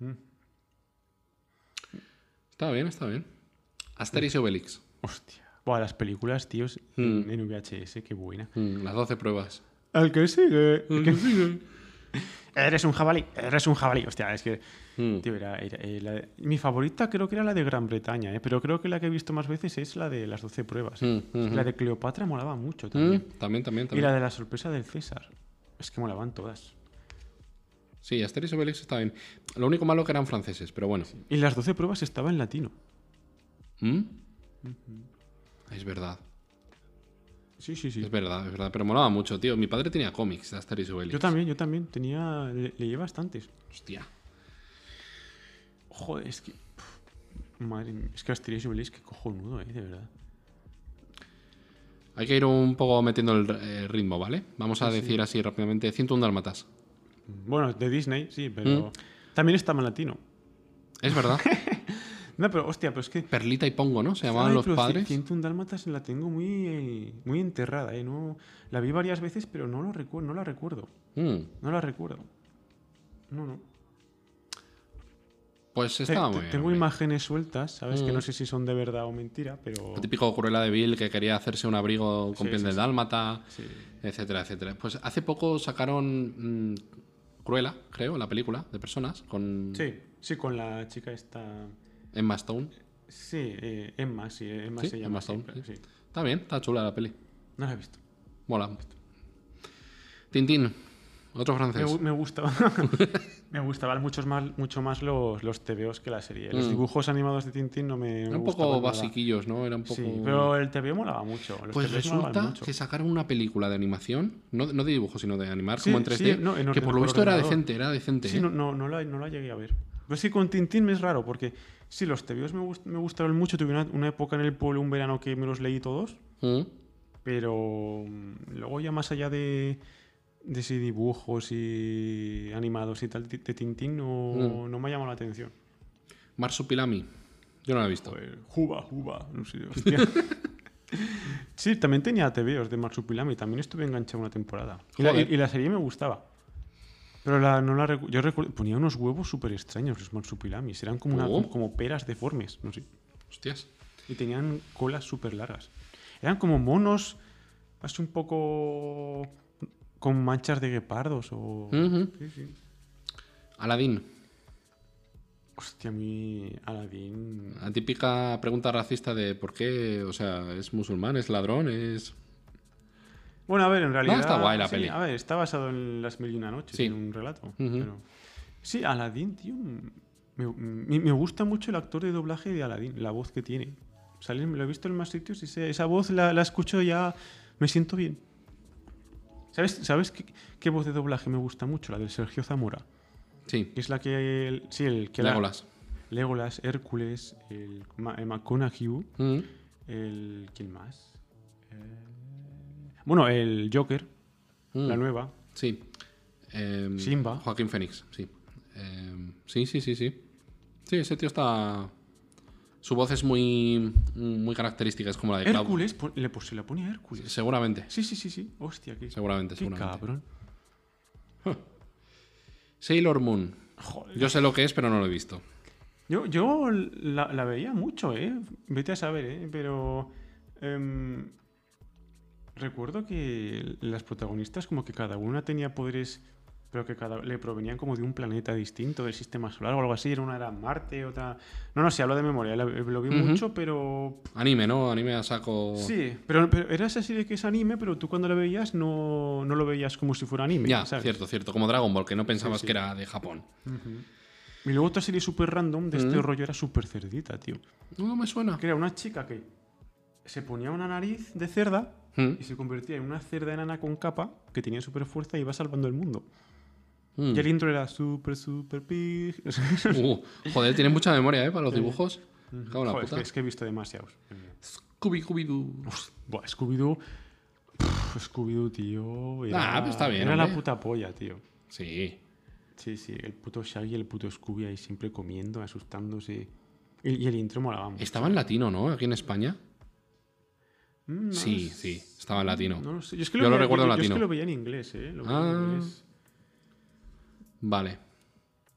Mm. Está bien, está bien. Asterix y Obelix. Hostia. Buah, las películas, tíos, Hmm. en- en VHS, qué buena. Mm, las 12 pruebas. Al que sigue. Eres un jabalí, eres un jabalí. Hostia, es que. Mm. Tío, era, era- eh, la- mi favorita creo que era la de Gran Bretaña, eh, pero creo que la que he visto más veces es la de las 12 pruebas. eh. Mm, Es que mhm. La de Cleopatra molaba mucho Mm, también. También, también, Y también. la de la sorpresa del César. Es que molaban todas. Sí, Asterix y Obelix está bien. Lo único malo que eran franceses, pero bueno. Y las 12 pruebas estaba en latino. Mm. Es verdad, Sí, sí, sí. es verdad, es verdad. Pero molaba mucho, tío. Mi padre tenía cómics de Asterix y Obelix. Yo también, yo también. Tenía. Le, leí bastantes. Hostia. Joder, es que. pf, Madre mía, es que Asterix y Obelix, qué cojonudo, eh, de verdad. Hay que ir un poco metiendo el eh, ritmo, ¿vale? Vamos a decir así rápidamente. 101 dálmatas. Bueno, de Disney, sí, pero. Mm. También estaba en latino. Es verdad. No, pero hostia, pero es que. Perlita y Pongo, ¿no? Se llamaban Ay, los pero padres. 101 dálmatas la tengo muy, eh, muy enterrada, eh. No, la vi varias veces, pero no, lo recuerdo, no la recuerdo. Mm. No la recuerdo. No, no. Pues Te- estaba te- muy bien. tengo hombre. imágenes sueltas, ¿sabes? Que Mm. no sé si son de verdad o mentira, pero. El típico Cruella de Bill que quería hacerse un abrigo con Sí, piel sí, de sí. dálmata, Sí. etcétera, etcétera. Pues hace poco sacaron mm, Cruella, creo, la película de personas con sí, sí, con la chica esta. Emma Stone. Sí, eh, Emma, sí, Emma Sí, se llama. Emma así, Stone, pero sí. sí. Está bien, está chula la peli. No la he visto. Mola. Tintín, otro Me, francés. gu- me gustaba. me gustaban muchos más, mucho más los, los TVOs que la serie. Los Mm. dibujos animados de Tintín no me. Era me un gustaban poco nada. basiquillos, ¿no? Era un poco. Sí, pero el TVO molaba mucho. los Pues TVOs molaban resulta mucho. que sacaron una película de animación, no, no de dibujo, sino de animar Sí, como en sí, 3D, no, en orden- que por lo por visto era ordenador. decente, era decente. Sí, ¿eh? no, no, no, la, no la llegué a ver. Pero es que con Tintín me es raro, porque sí, los TVOs me, gust- me gustaron mucho. Tuve una, una época en el pueblo, un verano que me los leí todos. Mm. Pero mm, luego ya más allá de, de si dibujos y animados y tal de de Tintín no, Mm. no me ha llamado la atención. Marsupilami, yo no la he visto. Joder, Juba, Juba, no sé, hostia. sí, también tenía TVOs de Marsupilami, también estuve enganchado una temporada. Y la, y- Joder. y la serie me gustaba. Pero la, no la recu- yo recuerdo, ponía unos huevos súper extraños los Marsupilamis, eran como, una- Oh. como peras deformes, no sé. Hostias. Y tenían colas súper largas. Eran como monos, así un poco con manchas de guepardos o... Ujú. Sí, sí. Aladín, Hostia, mi Aladdin... la típica pregunta racista de por qué, o sea, es musulmán, es ladrón, es... Bueno, a ver, en realidad... está guay la sí, peli. A ver, está basado en Las Mil y una Noches, Sí. en un relato. Ujú. pero- Sí, Aladdin, tío... Me, me- me gusta mucho el actor de doblaje de Aladdin, la voz que tiene. Sale, lo he visto en más sitios y ese- esa voz la, la escucho ya... Me siento bien. ¿Sabes, ¿sabes qué, qué voz de doblaje me gusta mucho? La del Sergio Zamora. Sí, Que es la que. el- sí, el que. la- Legolas. Legolas, Hércules, el, Ma- eh, McConaughey, Mm. el. ¿Quién más? Eh, bueno, el Joker, Mm. la nueva. Sí. Em, Simba. Joaquín Fénix, sí. Em, sí, sí, sí, sí. Sí, ese tío está. Su voz es muy, muy característica, es como la de Cloud. Hércules, po- le, pues se la pone a Hércules. Seguramente, Sí, sí, sí, sí. Hostia, qué, seguramente, qué seguramente. cabrón. Sailor Moon. Joder. Yo sé lo que es, pero no lo he visto. Yo, yo la, la veía mucho, ¿eh? Vete a saber, ¿eh? Pero... em, recuerdo que las protagonistas como que cada una tenía poderes, pero que cada le provenían como de un planeta distinto del sistema solar o algo así. Era Una era Marte, otra... No, no, sé, hablo de memoria. la- eh, lo vi Ujú. Oh. mucho, pero... Anime, ¿no? Anime a saco. Sí, pero, pero era esa serie que es anime, pero tú cuando la veías no, no lo veías como si fuera anime. Ya, ¿sabes? cierto, cierto. Como Dragon Ball, que no pensabas sí. que era de Japón. Y luego otra serie súper random de este Ujú. rollo era súper cerdita, tío. No me suena. que era una chica que se ponía una nariz de cerda Mm, y se convertía en una cerda enana con capa que tenía super fuerza y iba salvando el mundo. mm. Y el intro era super, super pig. Uh, joder, tiene mucha memoria, ¿eh? Para los Sí. dibujos. Cago en la Joder, es, puta. que, es que he visto demasiados. Scooby-Scooby-Doo. Buah, Scooby-Doo. Pff, Scooby-Doo, tío. Era, Nah, pero está bien, Era la hombre. puta polla, tío. Sí. Sí, sí. El puto Shaggy y el puto Scooby ahí siempre comiendo, asustándose. Y, y el intro molaba mucho. Estaba en latino, ¿no? Aquí en España. Mm, no Sí, lo sí, estaba en latino. No lo sé. Yo, es que Yo lo veía- recuerdo en yo- yo es que latino. lo veía en inglés, ¿eh? Lo veía Ah. en inglés. Vale.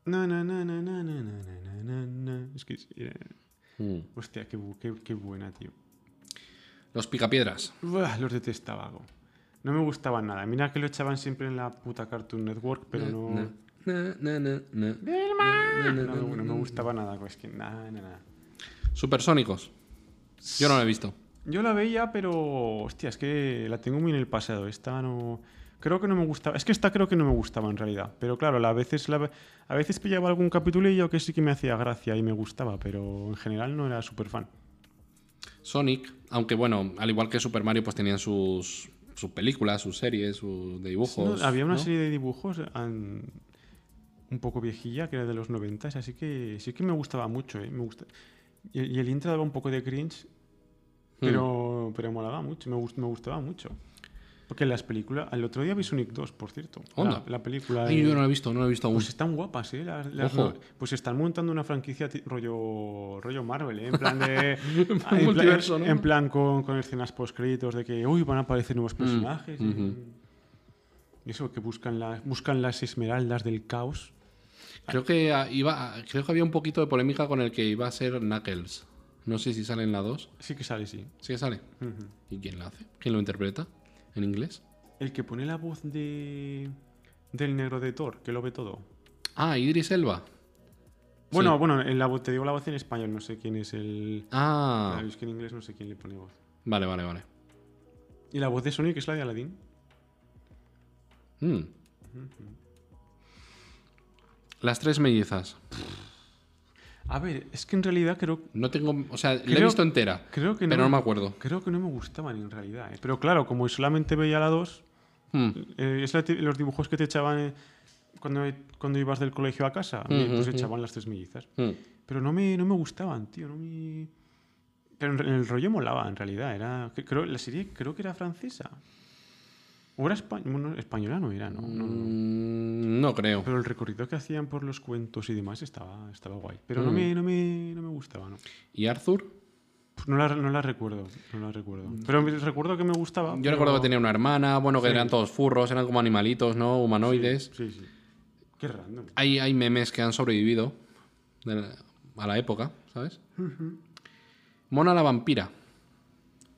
Na, na, na, na, na, na, na, na, na, na, na. Es que. era- Mm. Hostia, qué, bu- qué, qué buena, tío. Los picapiedras. Buah, los detestaba, go. No me gustaban nada. Mira que lo echaban siempre en la puta Cartoon Network, pero no. Na, na, na, na, na. ¡Vilma! Na, na, No, na, na, me- no me na. gustaba nada, go, es que nada, nada. Supersónicos. Yo no lo he visto. Yo la veía, pero. Hostia, es que la tengo muy en el pasado. Esta no. Creo que no me gustaba. Es que esta creo que no me gustaba en realidad. Pero claro, la- a veces, la, a veces pillaba algún capitulillo que sí que me hacía gracia y me gustaba, pero en general no era súper fan. Sonic, aunque bueno, al igual que Super Mario, pues tenían sus, sus películas, sus series, sus de dibujos. No, había una ¿no? serie de dibujos an- un poco viejilla, que era de los 90, así que sí que me gustaba mucho. ¿eh? Me gusta... y, y el intro daba un poco de cringe, Hmm. pero, pero molaba mucho, me, gust- me gustaba mucho. Porque las películas. El otro día vi Sonic 2, por cierto. Onda. La, la película. Ay, de- yo no lo he visto, no lo he visto aún. Pues están guapas, ¿eh? Las- las- Ojo. pues están montando una franquicia ti- rollo, rollo Marvel, ¿eh? En plan de. en plan- multiverso, ¿no? En plan con, con escenas postcréditos de que, uy, van a aparecer nuevos personajes. y- Mm, ujú. Y eso, que buscan, las buscan las esmeraldas del caos. Creo que ah, iba, creo que había un poquito de polémica con el que iba a ser Knuckles. No sé si sale en la 2. Sí que sale, sí. Sí que sale. Ujú. ¿Y quién la hace? ¿Quién lo interpreta? ¿En inglés? El que pone la voz de. del negro de Thor, que lo ve todo. Ah, Idris Elba. Bueno, bueno, en la voz, te digo la voz en español, no sé quién es el. Ah, Claro, es que en inglés no sé quién le pone voz. vale, vale, vale. Y la voz de Sonic es la de Aladdin. Mm. Las tres mellizas. A ver, es que en realidad creo, No tengo. O sea, la he Creo- visto entera. creo que Pero no me acuerdo. Creo que no me gustaban en realidad. ¿eh? Pero claro, como solamente veía la 2, Mm. eh, es la ti- los dibujos que te echaban eh, cuando, cuando ibas del colegio a casa. A mí, Ujú, pues ujú. echaban las tres mellizas. Mm. Pero no me, no me gustaban, tío. No me... Pero en, re- el rollo molaba, en realidad. Era, que- creo, la serie creo que era francesa. O era espa- bueno, española, no era, ¿no? No, no. Mm, No creo. Pero el recorrido que hacían por los cuentos y demás estaba, estaba guay. Pero Mm. no, me, no, me, no me gustaba, ¿no? ¿Y Arthur? Pues no la, no la recuerdo, no la recuerdo. Pero me- recuerdo que me gustaba. Yo pero- recuerdo que tenía una hermana, bueno, que Sí. eran todos furros, eran como animalitos, ¿no? Humanoides. Sí, sí. Qué random. Hay, hay memes que han sobrevivido de la- a la época, ¿sabes? Mona la vampira.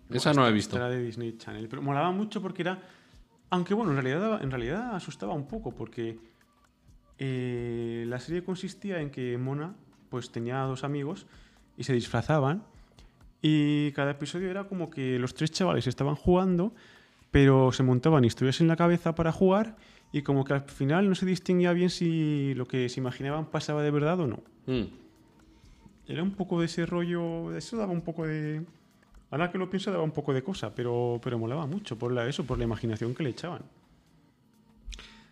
Esa no la he Esta visto. era de Disney Channel. Pero molaba mucho porque era. Aunque bueno, en realidad, daba- en realidad asustaba un poco porque eh, la serie consistía en que Mona pues tenía dos amigos y se disfrazaban. Y cada episodio era como que los tres chavales estaban jugando, pero se montaban historias en la cabeza para jugar y como que al final no se distinguía bien si lo que se imaginaban pasaba de verdad o no. Mm. Era un poco de ese rollo. Eso daba un poco de. Ahora que lo pienso, daba un poco de cosa, pero, pero molaba mucho por la, eso, por la imaginación que le echaban.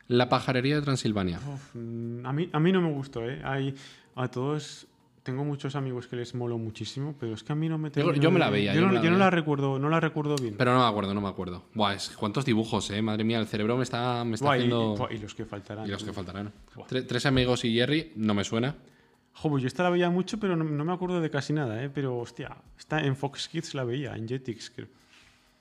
La pajarería de Transilvania. Uf, mm, a, mí, a mí no me gustó, ¿eh? Hay, a todos. Tengo muchos amigos que les moló muchísimo, pero es que a mí no me. terminó yo me la de- veía, Yo, yo no, me la yo no veía. la recuerdo, no la recuerdo bien. Pero no me acuerdo, no me acuerdo. Buah, es- cuántos dibujos, eh. Madre mía, el cerebro me está, me está Buah, y- haciendo. y, buah, y los que faltarán. Y los que faltarán. Buah. Tre- tres amigos y Jerry, no me suena. Jo, pues yo esta la veía mucho, pero no, no me acuerdo de casi nada, ¿eh? Pero, hostia, está en Fox Kids la veía, en Jetix, creo.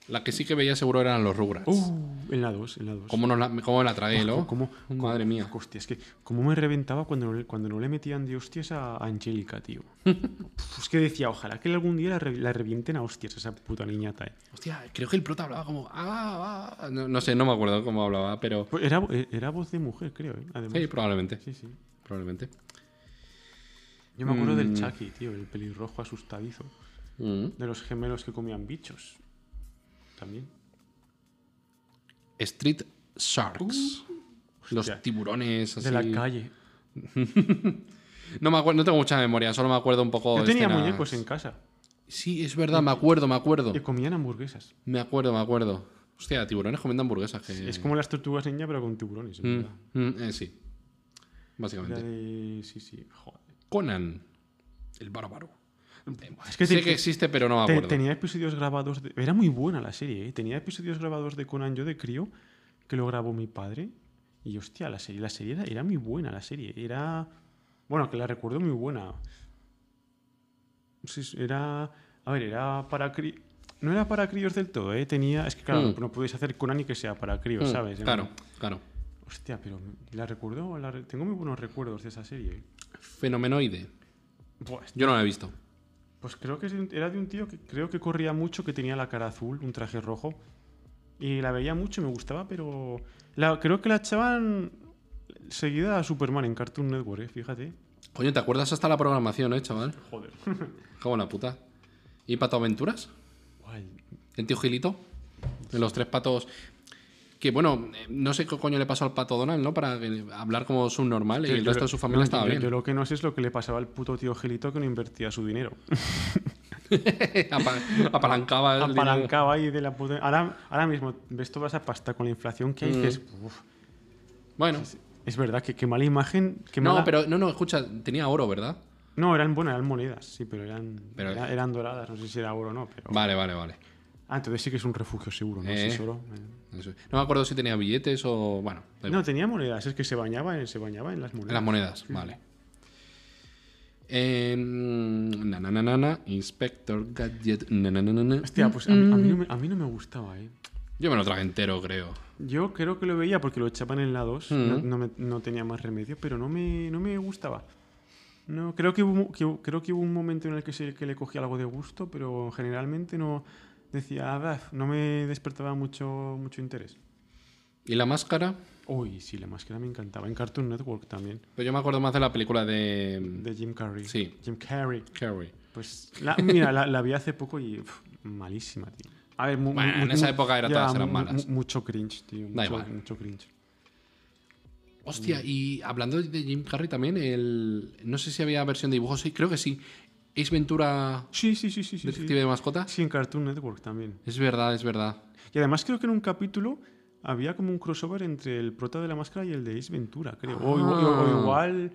La que sí que veía seguro eran los Rugrats. Uh, en la 2, en la 2. ¿Cómo, nos la, ¿Cómo me la tragué, ¿no? ¿Cómo, Madre mía. Hostia, es que cómo me reventaba cuando, no le- cuando no le metían de hostias a Angélica, tío. Pf, es que decía, ojalá que algún día la, re- la revienten a hostias a esa puta niñata. eh. Hostia, creo que el prota hablaba como. "Ah, ah". No, no sé, no me acuerdo cómo hablaba, pero. Pues Era, era voz de mujer, creo, ¿eh? Además. Sí, probablemente. sí, sí. Probablemente. Yo me acuerdo del Mm. Chucky, tío, el pelirrojo asustadizo. Mm. De los gemelos que comían bichos. También. Street Sharks. Los Uh, hostia. tiburones así. De la calle. No me acuerdo, no tengo mucha memoria, solo me acuerdo un poco. Yo de tenía escenas. muñecos en casa. Sí, es verdad, me acuerdo, me acuerdo. Y comían hamburguesas. Me acuerdo, me acuerdo. Hostia, tiburones comiendo hamburguesas. que- Es como las tortugas ninja, pero con tiburones, en verdad. Mm, mm, eh, sí. Era Básicamente. de- Sí, sí. Joder. Conan. El bárbaro. Es que sé te- que existe, pero no me Te- acuerdo. tenía episodios grabados. de- Era muy buena la serie, ¿eh? Tenía episodios grabados de Conan yo de crío, que lo grabó mi padre. Y hostia, la serie, la serie era, era muy buena, la serie. Era. Bueno, que la recuerdo muy buena. Sí, sí, era. A ver, era para cri- No era para críos del todo, ¿eh? Tenía. Es que claro, Mm. no podéis hacer Conan y que sea para críos, Mm, ¿sabes? Claro, claro. Hostia, pero la recuerdo. la re- Tengo muy buenos recuerdos de esa serie. Fenomenoide. Buah, Yo no la he visto. Pues creo que es de un- era de un tío que creo que corría mucho, que tenía la cara azul, un traje rojo. Y la veía mucho, me gustaba, pero. la- creo que la echaban seguida a Superman en Cartoon Network, ¿eh? fíjate. Coño, ¿te acuerdas hasta la programación, eh, chaval? Joder. Cago en la puta. ¿Y Pato Aventuras? Guay. El tío Gilito. De los tres patos. Que bueno, eh, no sé qué coño le pasó al pato Donald, ¿no? Para que- hablar como subnormal y Yo- el yo resto lo- de su familia no, estaba yo- bien. Yo lo que no sé es lo que le pasaba al puto tío Gelito que no invertía su dinero. Apa- apalancaba el dinero. Apalancaba ahí de la puta. Ahora, ahora mismo ves toda esa pasta con la inflación Mm. que hay. dices, "Uf". Bueno. es verdad que qué mala imagen. Qué No, mala- pero no, no, escucha, tenía oro, ¿verdad? No, eran, bueno, eran monedas, sí, pero eran, Pero- era- eran doradas, no sé si era oro o no, pero... Vale, vale, vale. Ah, entonces sí que es un refugio seguro, ¿no? Eh. Si es oro, eh. Eso. No me acuerdo si tenía billetes o. Bueno, da igual. No, tenía monedas, es que se bañaba en, se bañaba en las monedas. las monedas, vale. Eh, na, na, na, na, na, Inspector Gadget. na, na, na, na, na. Hostia, pues a, a mí no me, a mí no me gustaba, ¿eh? Yo me lo trago entero, creo. Yo creo que lo veía porque lo echaban en la 2, no, Mm. no me- no tenía más remedio, pero no me, no me gustaba. No, creo que, hubo, mo- que hu- creo que hubo un momento en el que, sí que le cogí algo de gusto, pero generalmente no decía, "Ah, no me despertaba mucho, mucho interés. ¿Y la máscara? Uy, sí, la máscara me encantaba. En Cartoon Network también. Pues yo me acuerdo más de la película de. De Jim Carrey. Sí. Jim Carrey. Carrie. Pues, la- mira, la, la vi hace poco y pf, malísima, tío. A ver, mu- Bueno, mu- en mu- esa época era- ya, todas eran mu- malas. mu- mucho cringe, tío. Mucho, igual. mucho cringe. Hostia, y hablando de Jim Carrey también, el... no sé si había versión de dibujos, sí, creo que sí. Ace Ventura, Sí, sí, sí, sí. Sí, Detective sí. de Mascotas. Sí, en Cartoon Network también. Es verdad, es verdad. Y además creo que en un capítulo había como un crossover entre el prota de la máscara y el de Ace Ventura, creo. O, igu- Ah. Mm. o igual...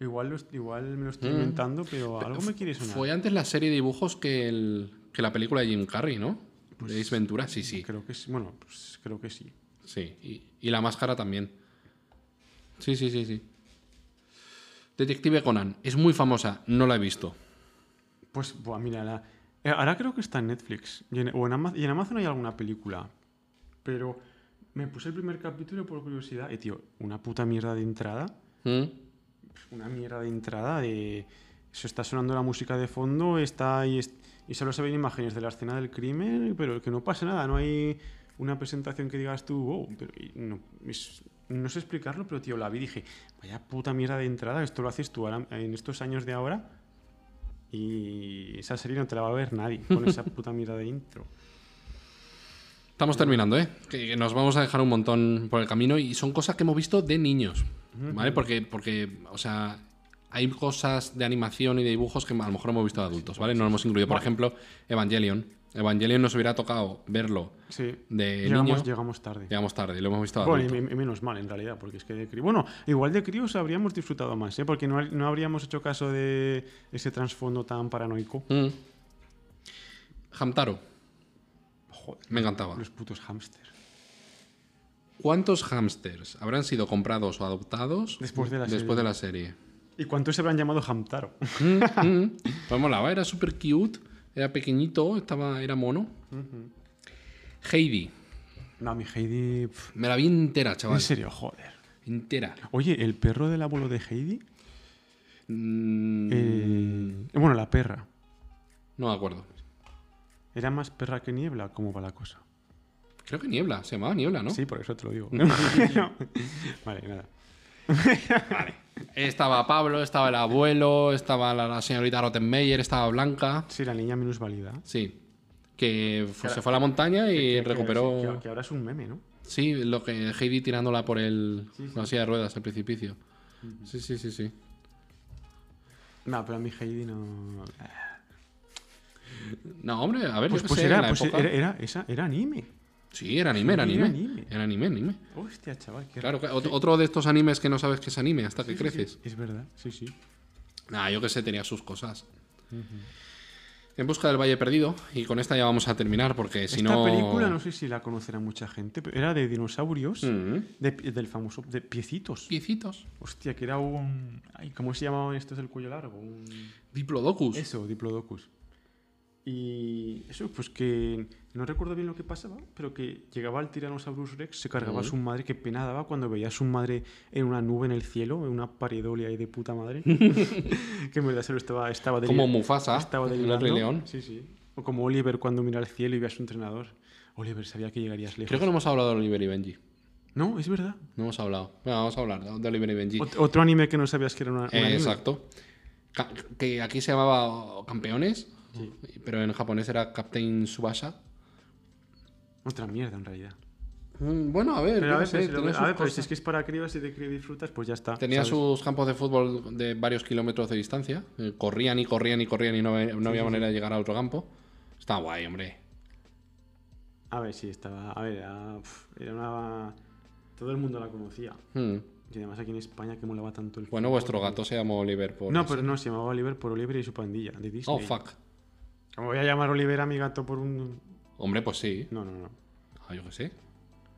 Igual, lo est- igual me lo estoy inventando, pero algo me quiere sonar. Fue antes la serie de dibujos que, el- que la película de Jim Carrey, ¿no? de Ace Ventura, sí, sí. Creo que sí. Bueno, pues creo que sí. Sí, y, y la máscara también. Sí, sí, sí, sí. Detective Conan, es muy famosa, no la he visto. Pues, buah, mira, la- eh, ahora creo que está en Netflix. Y en, o en Ama- y en Amazon hay alguna película. Pero me puse el primer capítulo por curiosidad. Y, tío, una puta mierda de entrada. ¿Mm? Una mierda de entrada de... Se está sonando la música de fondo, está y, es- y solo se ven imágenes de la escena del crimen, pero que no pasa nada, no hay una presentación que digas tú, wow, pero y no, es- no sé explicarlo, pero tío, la vi y dije, vaya puta mierda de entrada, esto lo haces tú ahora- en estos años de ahora, y esa serie no te la va a ver nadie con esa puta mierda de intro. Estamos terminando, ¿eh? Que, que nos vamos a dejar un montón por el camino y son cosas que hemos visto de niños, ¿vale? Porque, porque o sea, hay cosas de animación y de dibujos que a lo mejor hemos visto de adultos, ¿vale? No lo hemos incluido, por ejemplo, Evangelion. Evangelion nos hubiera tocado verlo Sí. de niño. Llegamos, llegamos tarde. Llegamos tarde, lo hemos visto Bueno, y, adulto. y menos mal en realidad, porque es que de críos. Bueno, igual de críos habríamos disfrutado más, ¿eh? porque no, no habríamos hecho caso de ese trasfondo tan paranoico. Mm. Hamtaro. Me encantaba. Los putos hámsters. ¿Cuántos hamsters habrán sido comprados o adoptados Después de la después de la serie? ¿Y cuántos se habrán llamado Hamtaro? Mm, mm. Pues molaba, era súper cute, era pequeñito, estaba, era mono. Heidi. no, mi Heidi. pf, Me la vi entera, chaval. En serio, joder. Entera. Oye, el perro del abuelo de Heidi. Mm, eh, Bueno, la perra. No me acuerdo. Era más perra que niebla, ¿cómo va la cosa? Creo que Niebla, se llamaba Niebla, ¿no? Sí, por eso te lo digo. No. Vale, nada. Estaba Pablo, estaba el abuelo, estaba la, la señorita Rottenmeier, estaba Blanca. Sí, la niña minusvalida. Sí. Que fu- se fue a la montaña y Que, recuperó. que ahora es un meme, ¿no? Sí, lo que Heidi tirándola por el. la silla de ruedas al precipicio. Sí, sí, sí, sí. No, pero a mi Heidi no. No, hombre, a ver, Pues, yo qué pues sé, en era, la pues época- era, era- esa, era anime. Sí, era anime, era Sí, anime. era Era anime. anime, anime. Hostia, chaval, qué Claro, claro, ot- otro de estos animes que no sabes que es anime hasta que creces. Es verdad, sí, sí. Nah, yo que sé, tenía sus cosas. En busca del Valle Perdido, y con esta ya vamos a terminar, porque si Esta no. película no sé si la conocerá mucha gente, pero era de dinosaurios, Mm. de pi- del famoso, de piecitos. Piecitos. Hostia, que era un... Ay, ¿Cómo se llamaban estos del cuello largo? Un- Diplodocus. Eso, Diplodocus. Y eso, pues que no recuerdo bien lo que pasaba, pero que llegaba el Tyrannosaurus Rex, se cargaba a su madre, que pena daba cuando veía a su madre en una nube en el cielo, en una paredolia ahí de puta madre. que en verdad se lo estaba, estaba Como delirando. Mufasa, Estaba en el delirando. Rey León. Sí, sí. O como Oliver cuando mira al cielo y ve a su entrenador. Oliver sabía que llegarías lejos. Creo que no hemos hablado de Oliver y Benji. No, es verdad. No hemos hablado. Bueno, vamos a hablar de Oliver y Benji. Ot- otro anime que no sabías que era una, un Eh, anime. exacto. Ca- que aquí se llamaba Campeones, pero en japonés era Captain Subasa. Otra mierda, en realidad. Mm, Bueno, a ver, Pero yo a ver, qué pero sé, si lo tenía ves- sus a ver, pero cosas. si es que es para cribas y de cribas disfrutas, pues ya está. Tenía ¿sabes? sus campos de fútbol de varios kilómetros de distancia. Eh, Corrían y corrían y corrían y no, no había manera de llegar a otro campo. Está guay, hombre. A ver, sí, estaba. A ver, era, pf, era una. Todo el mundo la conocía. Hmm. Y además aquí en España que molaba tanto el. Bueno, fútbol. vuestro gato se llamó Oliver por... No, pero no, se llamaba Oliver por Oliver y su pandilla de Disney. Oh, fuck. ¿Cómo voy a llamar Oliver a mi gato por un. Hombre, pues sí. No, no, no. Ah, yo qué sé.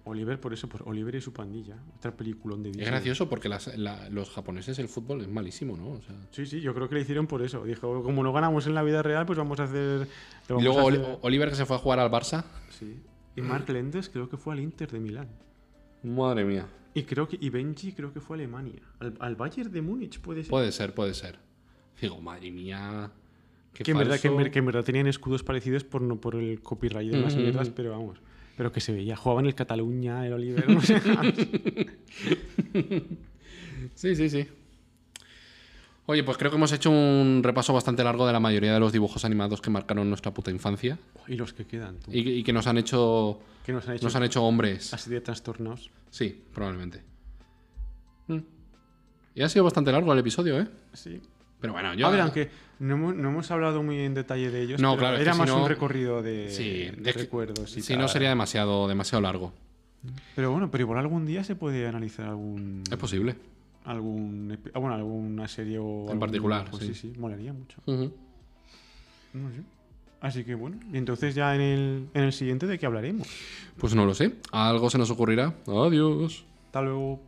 Oliver por eso, por Oliver y su pandilla. Otra película de Disney. Es gracioso porque las- la- los japoneses el fútbol es malísimo, ¿no? O sea, Sí, sí, yo creo que lo hicieron por eso. Dijo, como no ganamos en la vida real, pues vamos a hacer. lo Y vamos luego a Oli- hacer- Oliver que se fue a jugar al Barça. Sí. Y Mark Lendes creo que fue al Inter de Milán. Madre mía. Y creo que y Benji creo que fue a Alemania. Al, al Bayern de Múnich puede ser. Puede ser, puede ser. Digo, madre mía. Qué que, en verdad, que, en, falso. Mm. ver- que en verdad tenían escudos parecidos por, no, por el copyright de las mierdas, pero vamos. Pero que se veía. Jugaban el Cataluña, el Oliver. no sé. Sí, sí, sí. Oye, pues creo que hemos hecho un repaso bastante largo de la mayoría de los dibujos animados que marcaron nuestra puta infancia y los que quedan, tú. y, que- y que nos han hecho Que nos han hecho nos han hecho hombres. así de trastornados. Sí, probablemente. Mm. Y ha sido bastante largo el episodio, ¿eh? Sí. Pero bueno, yo A ver, aunque no hemos, no hemos hablado muy en detalle de ellos. No, pero claro, es que Era si más no- un recorrido de, Sí, de es que- recuerdos. y si no tal. sería demasiado demasiado largo. Pero bueno, pero igual algún día se puede analizar algún. Es posible. algún epi- ah, bueno, alguna serie o. algún particular, dibujo. sí. sí, sí, molaría mucho. Ujú. No sé. Así que bueno, y entonces ya en el, en el siguiente de qué hablaremos. Pues no lo sé. Algo se nos ocurrirá. Adiós. Hasta luego.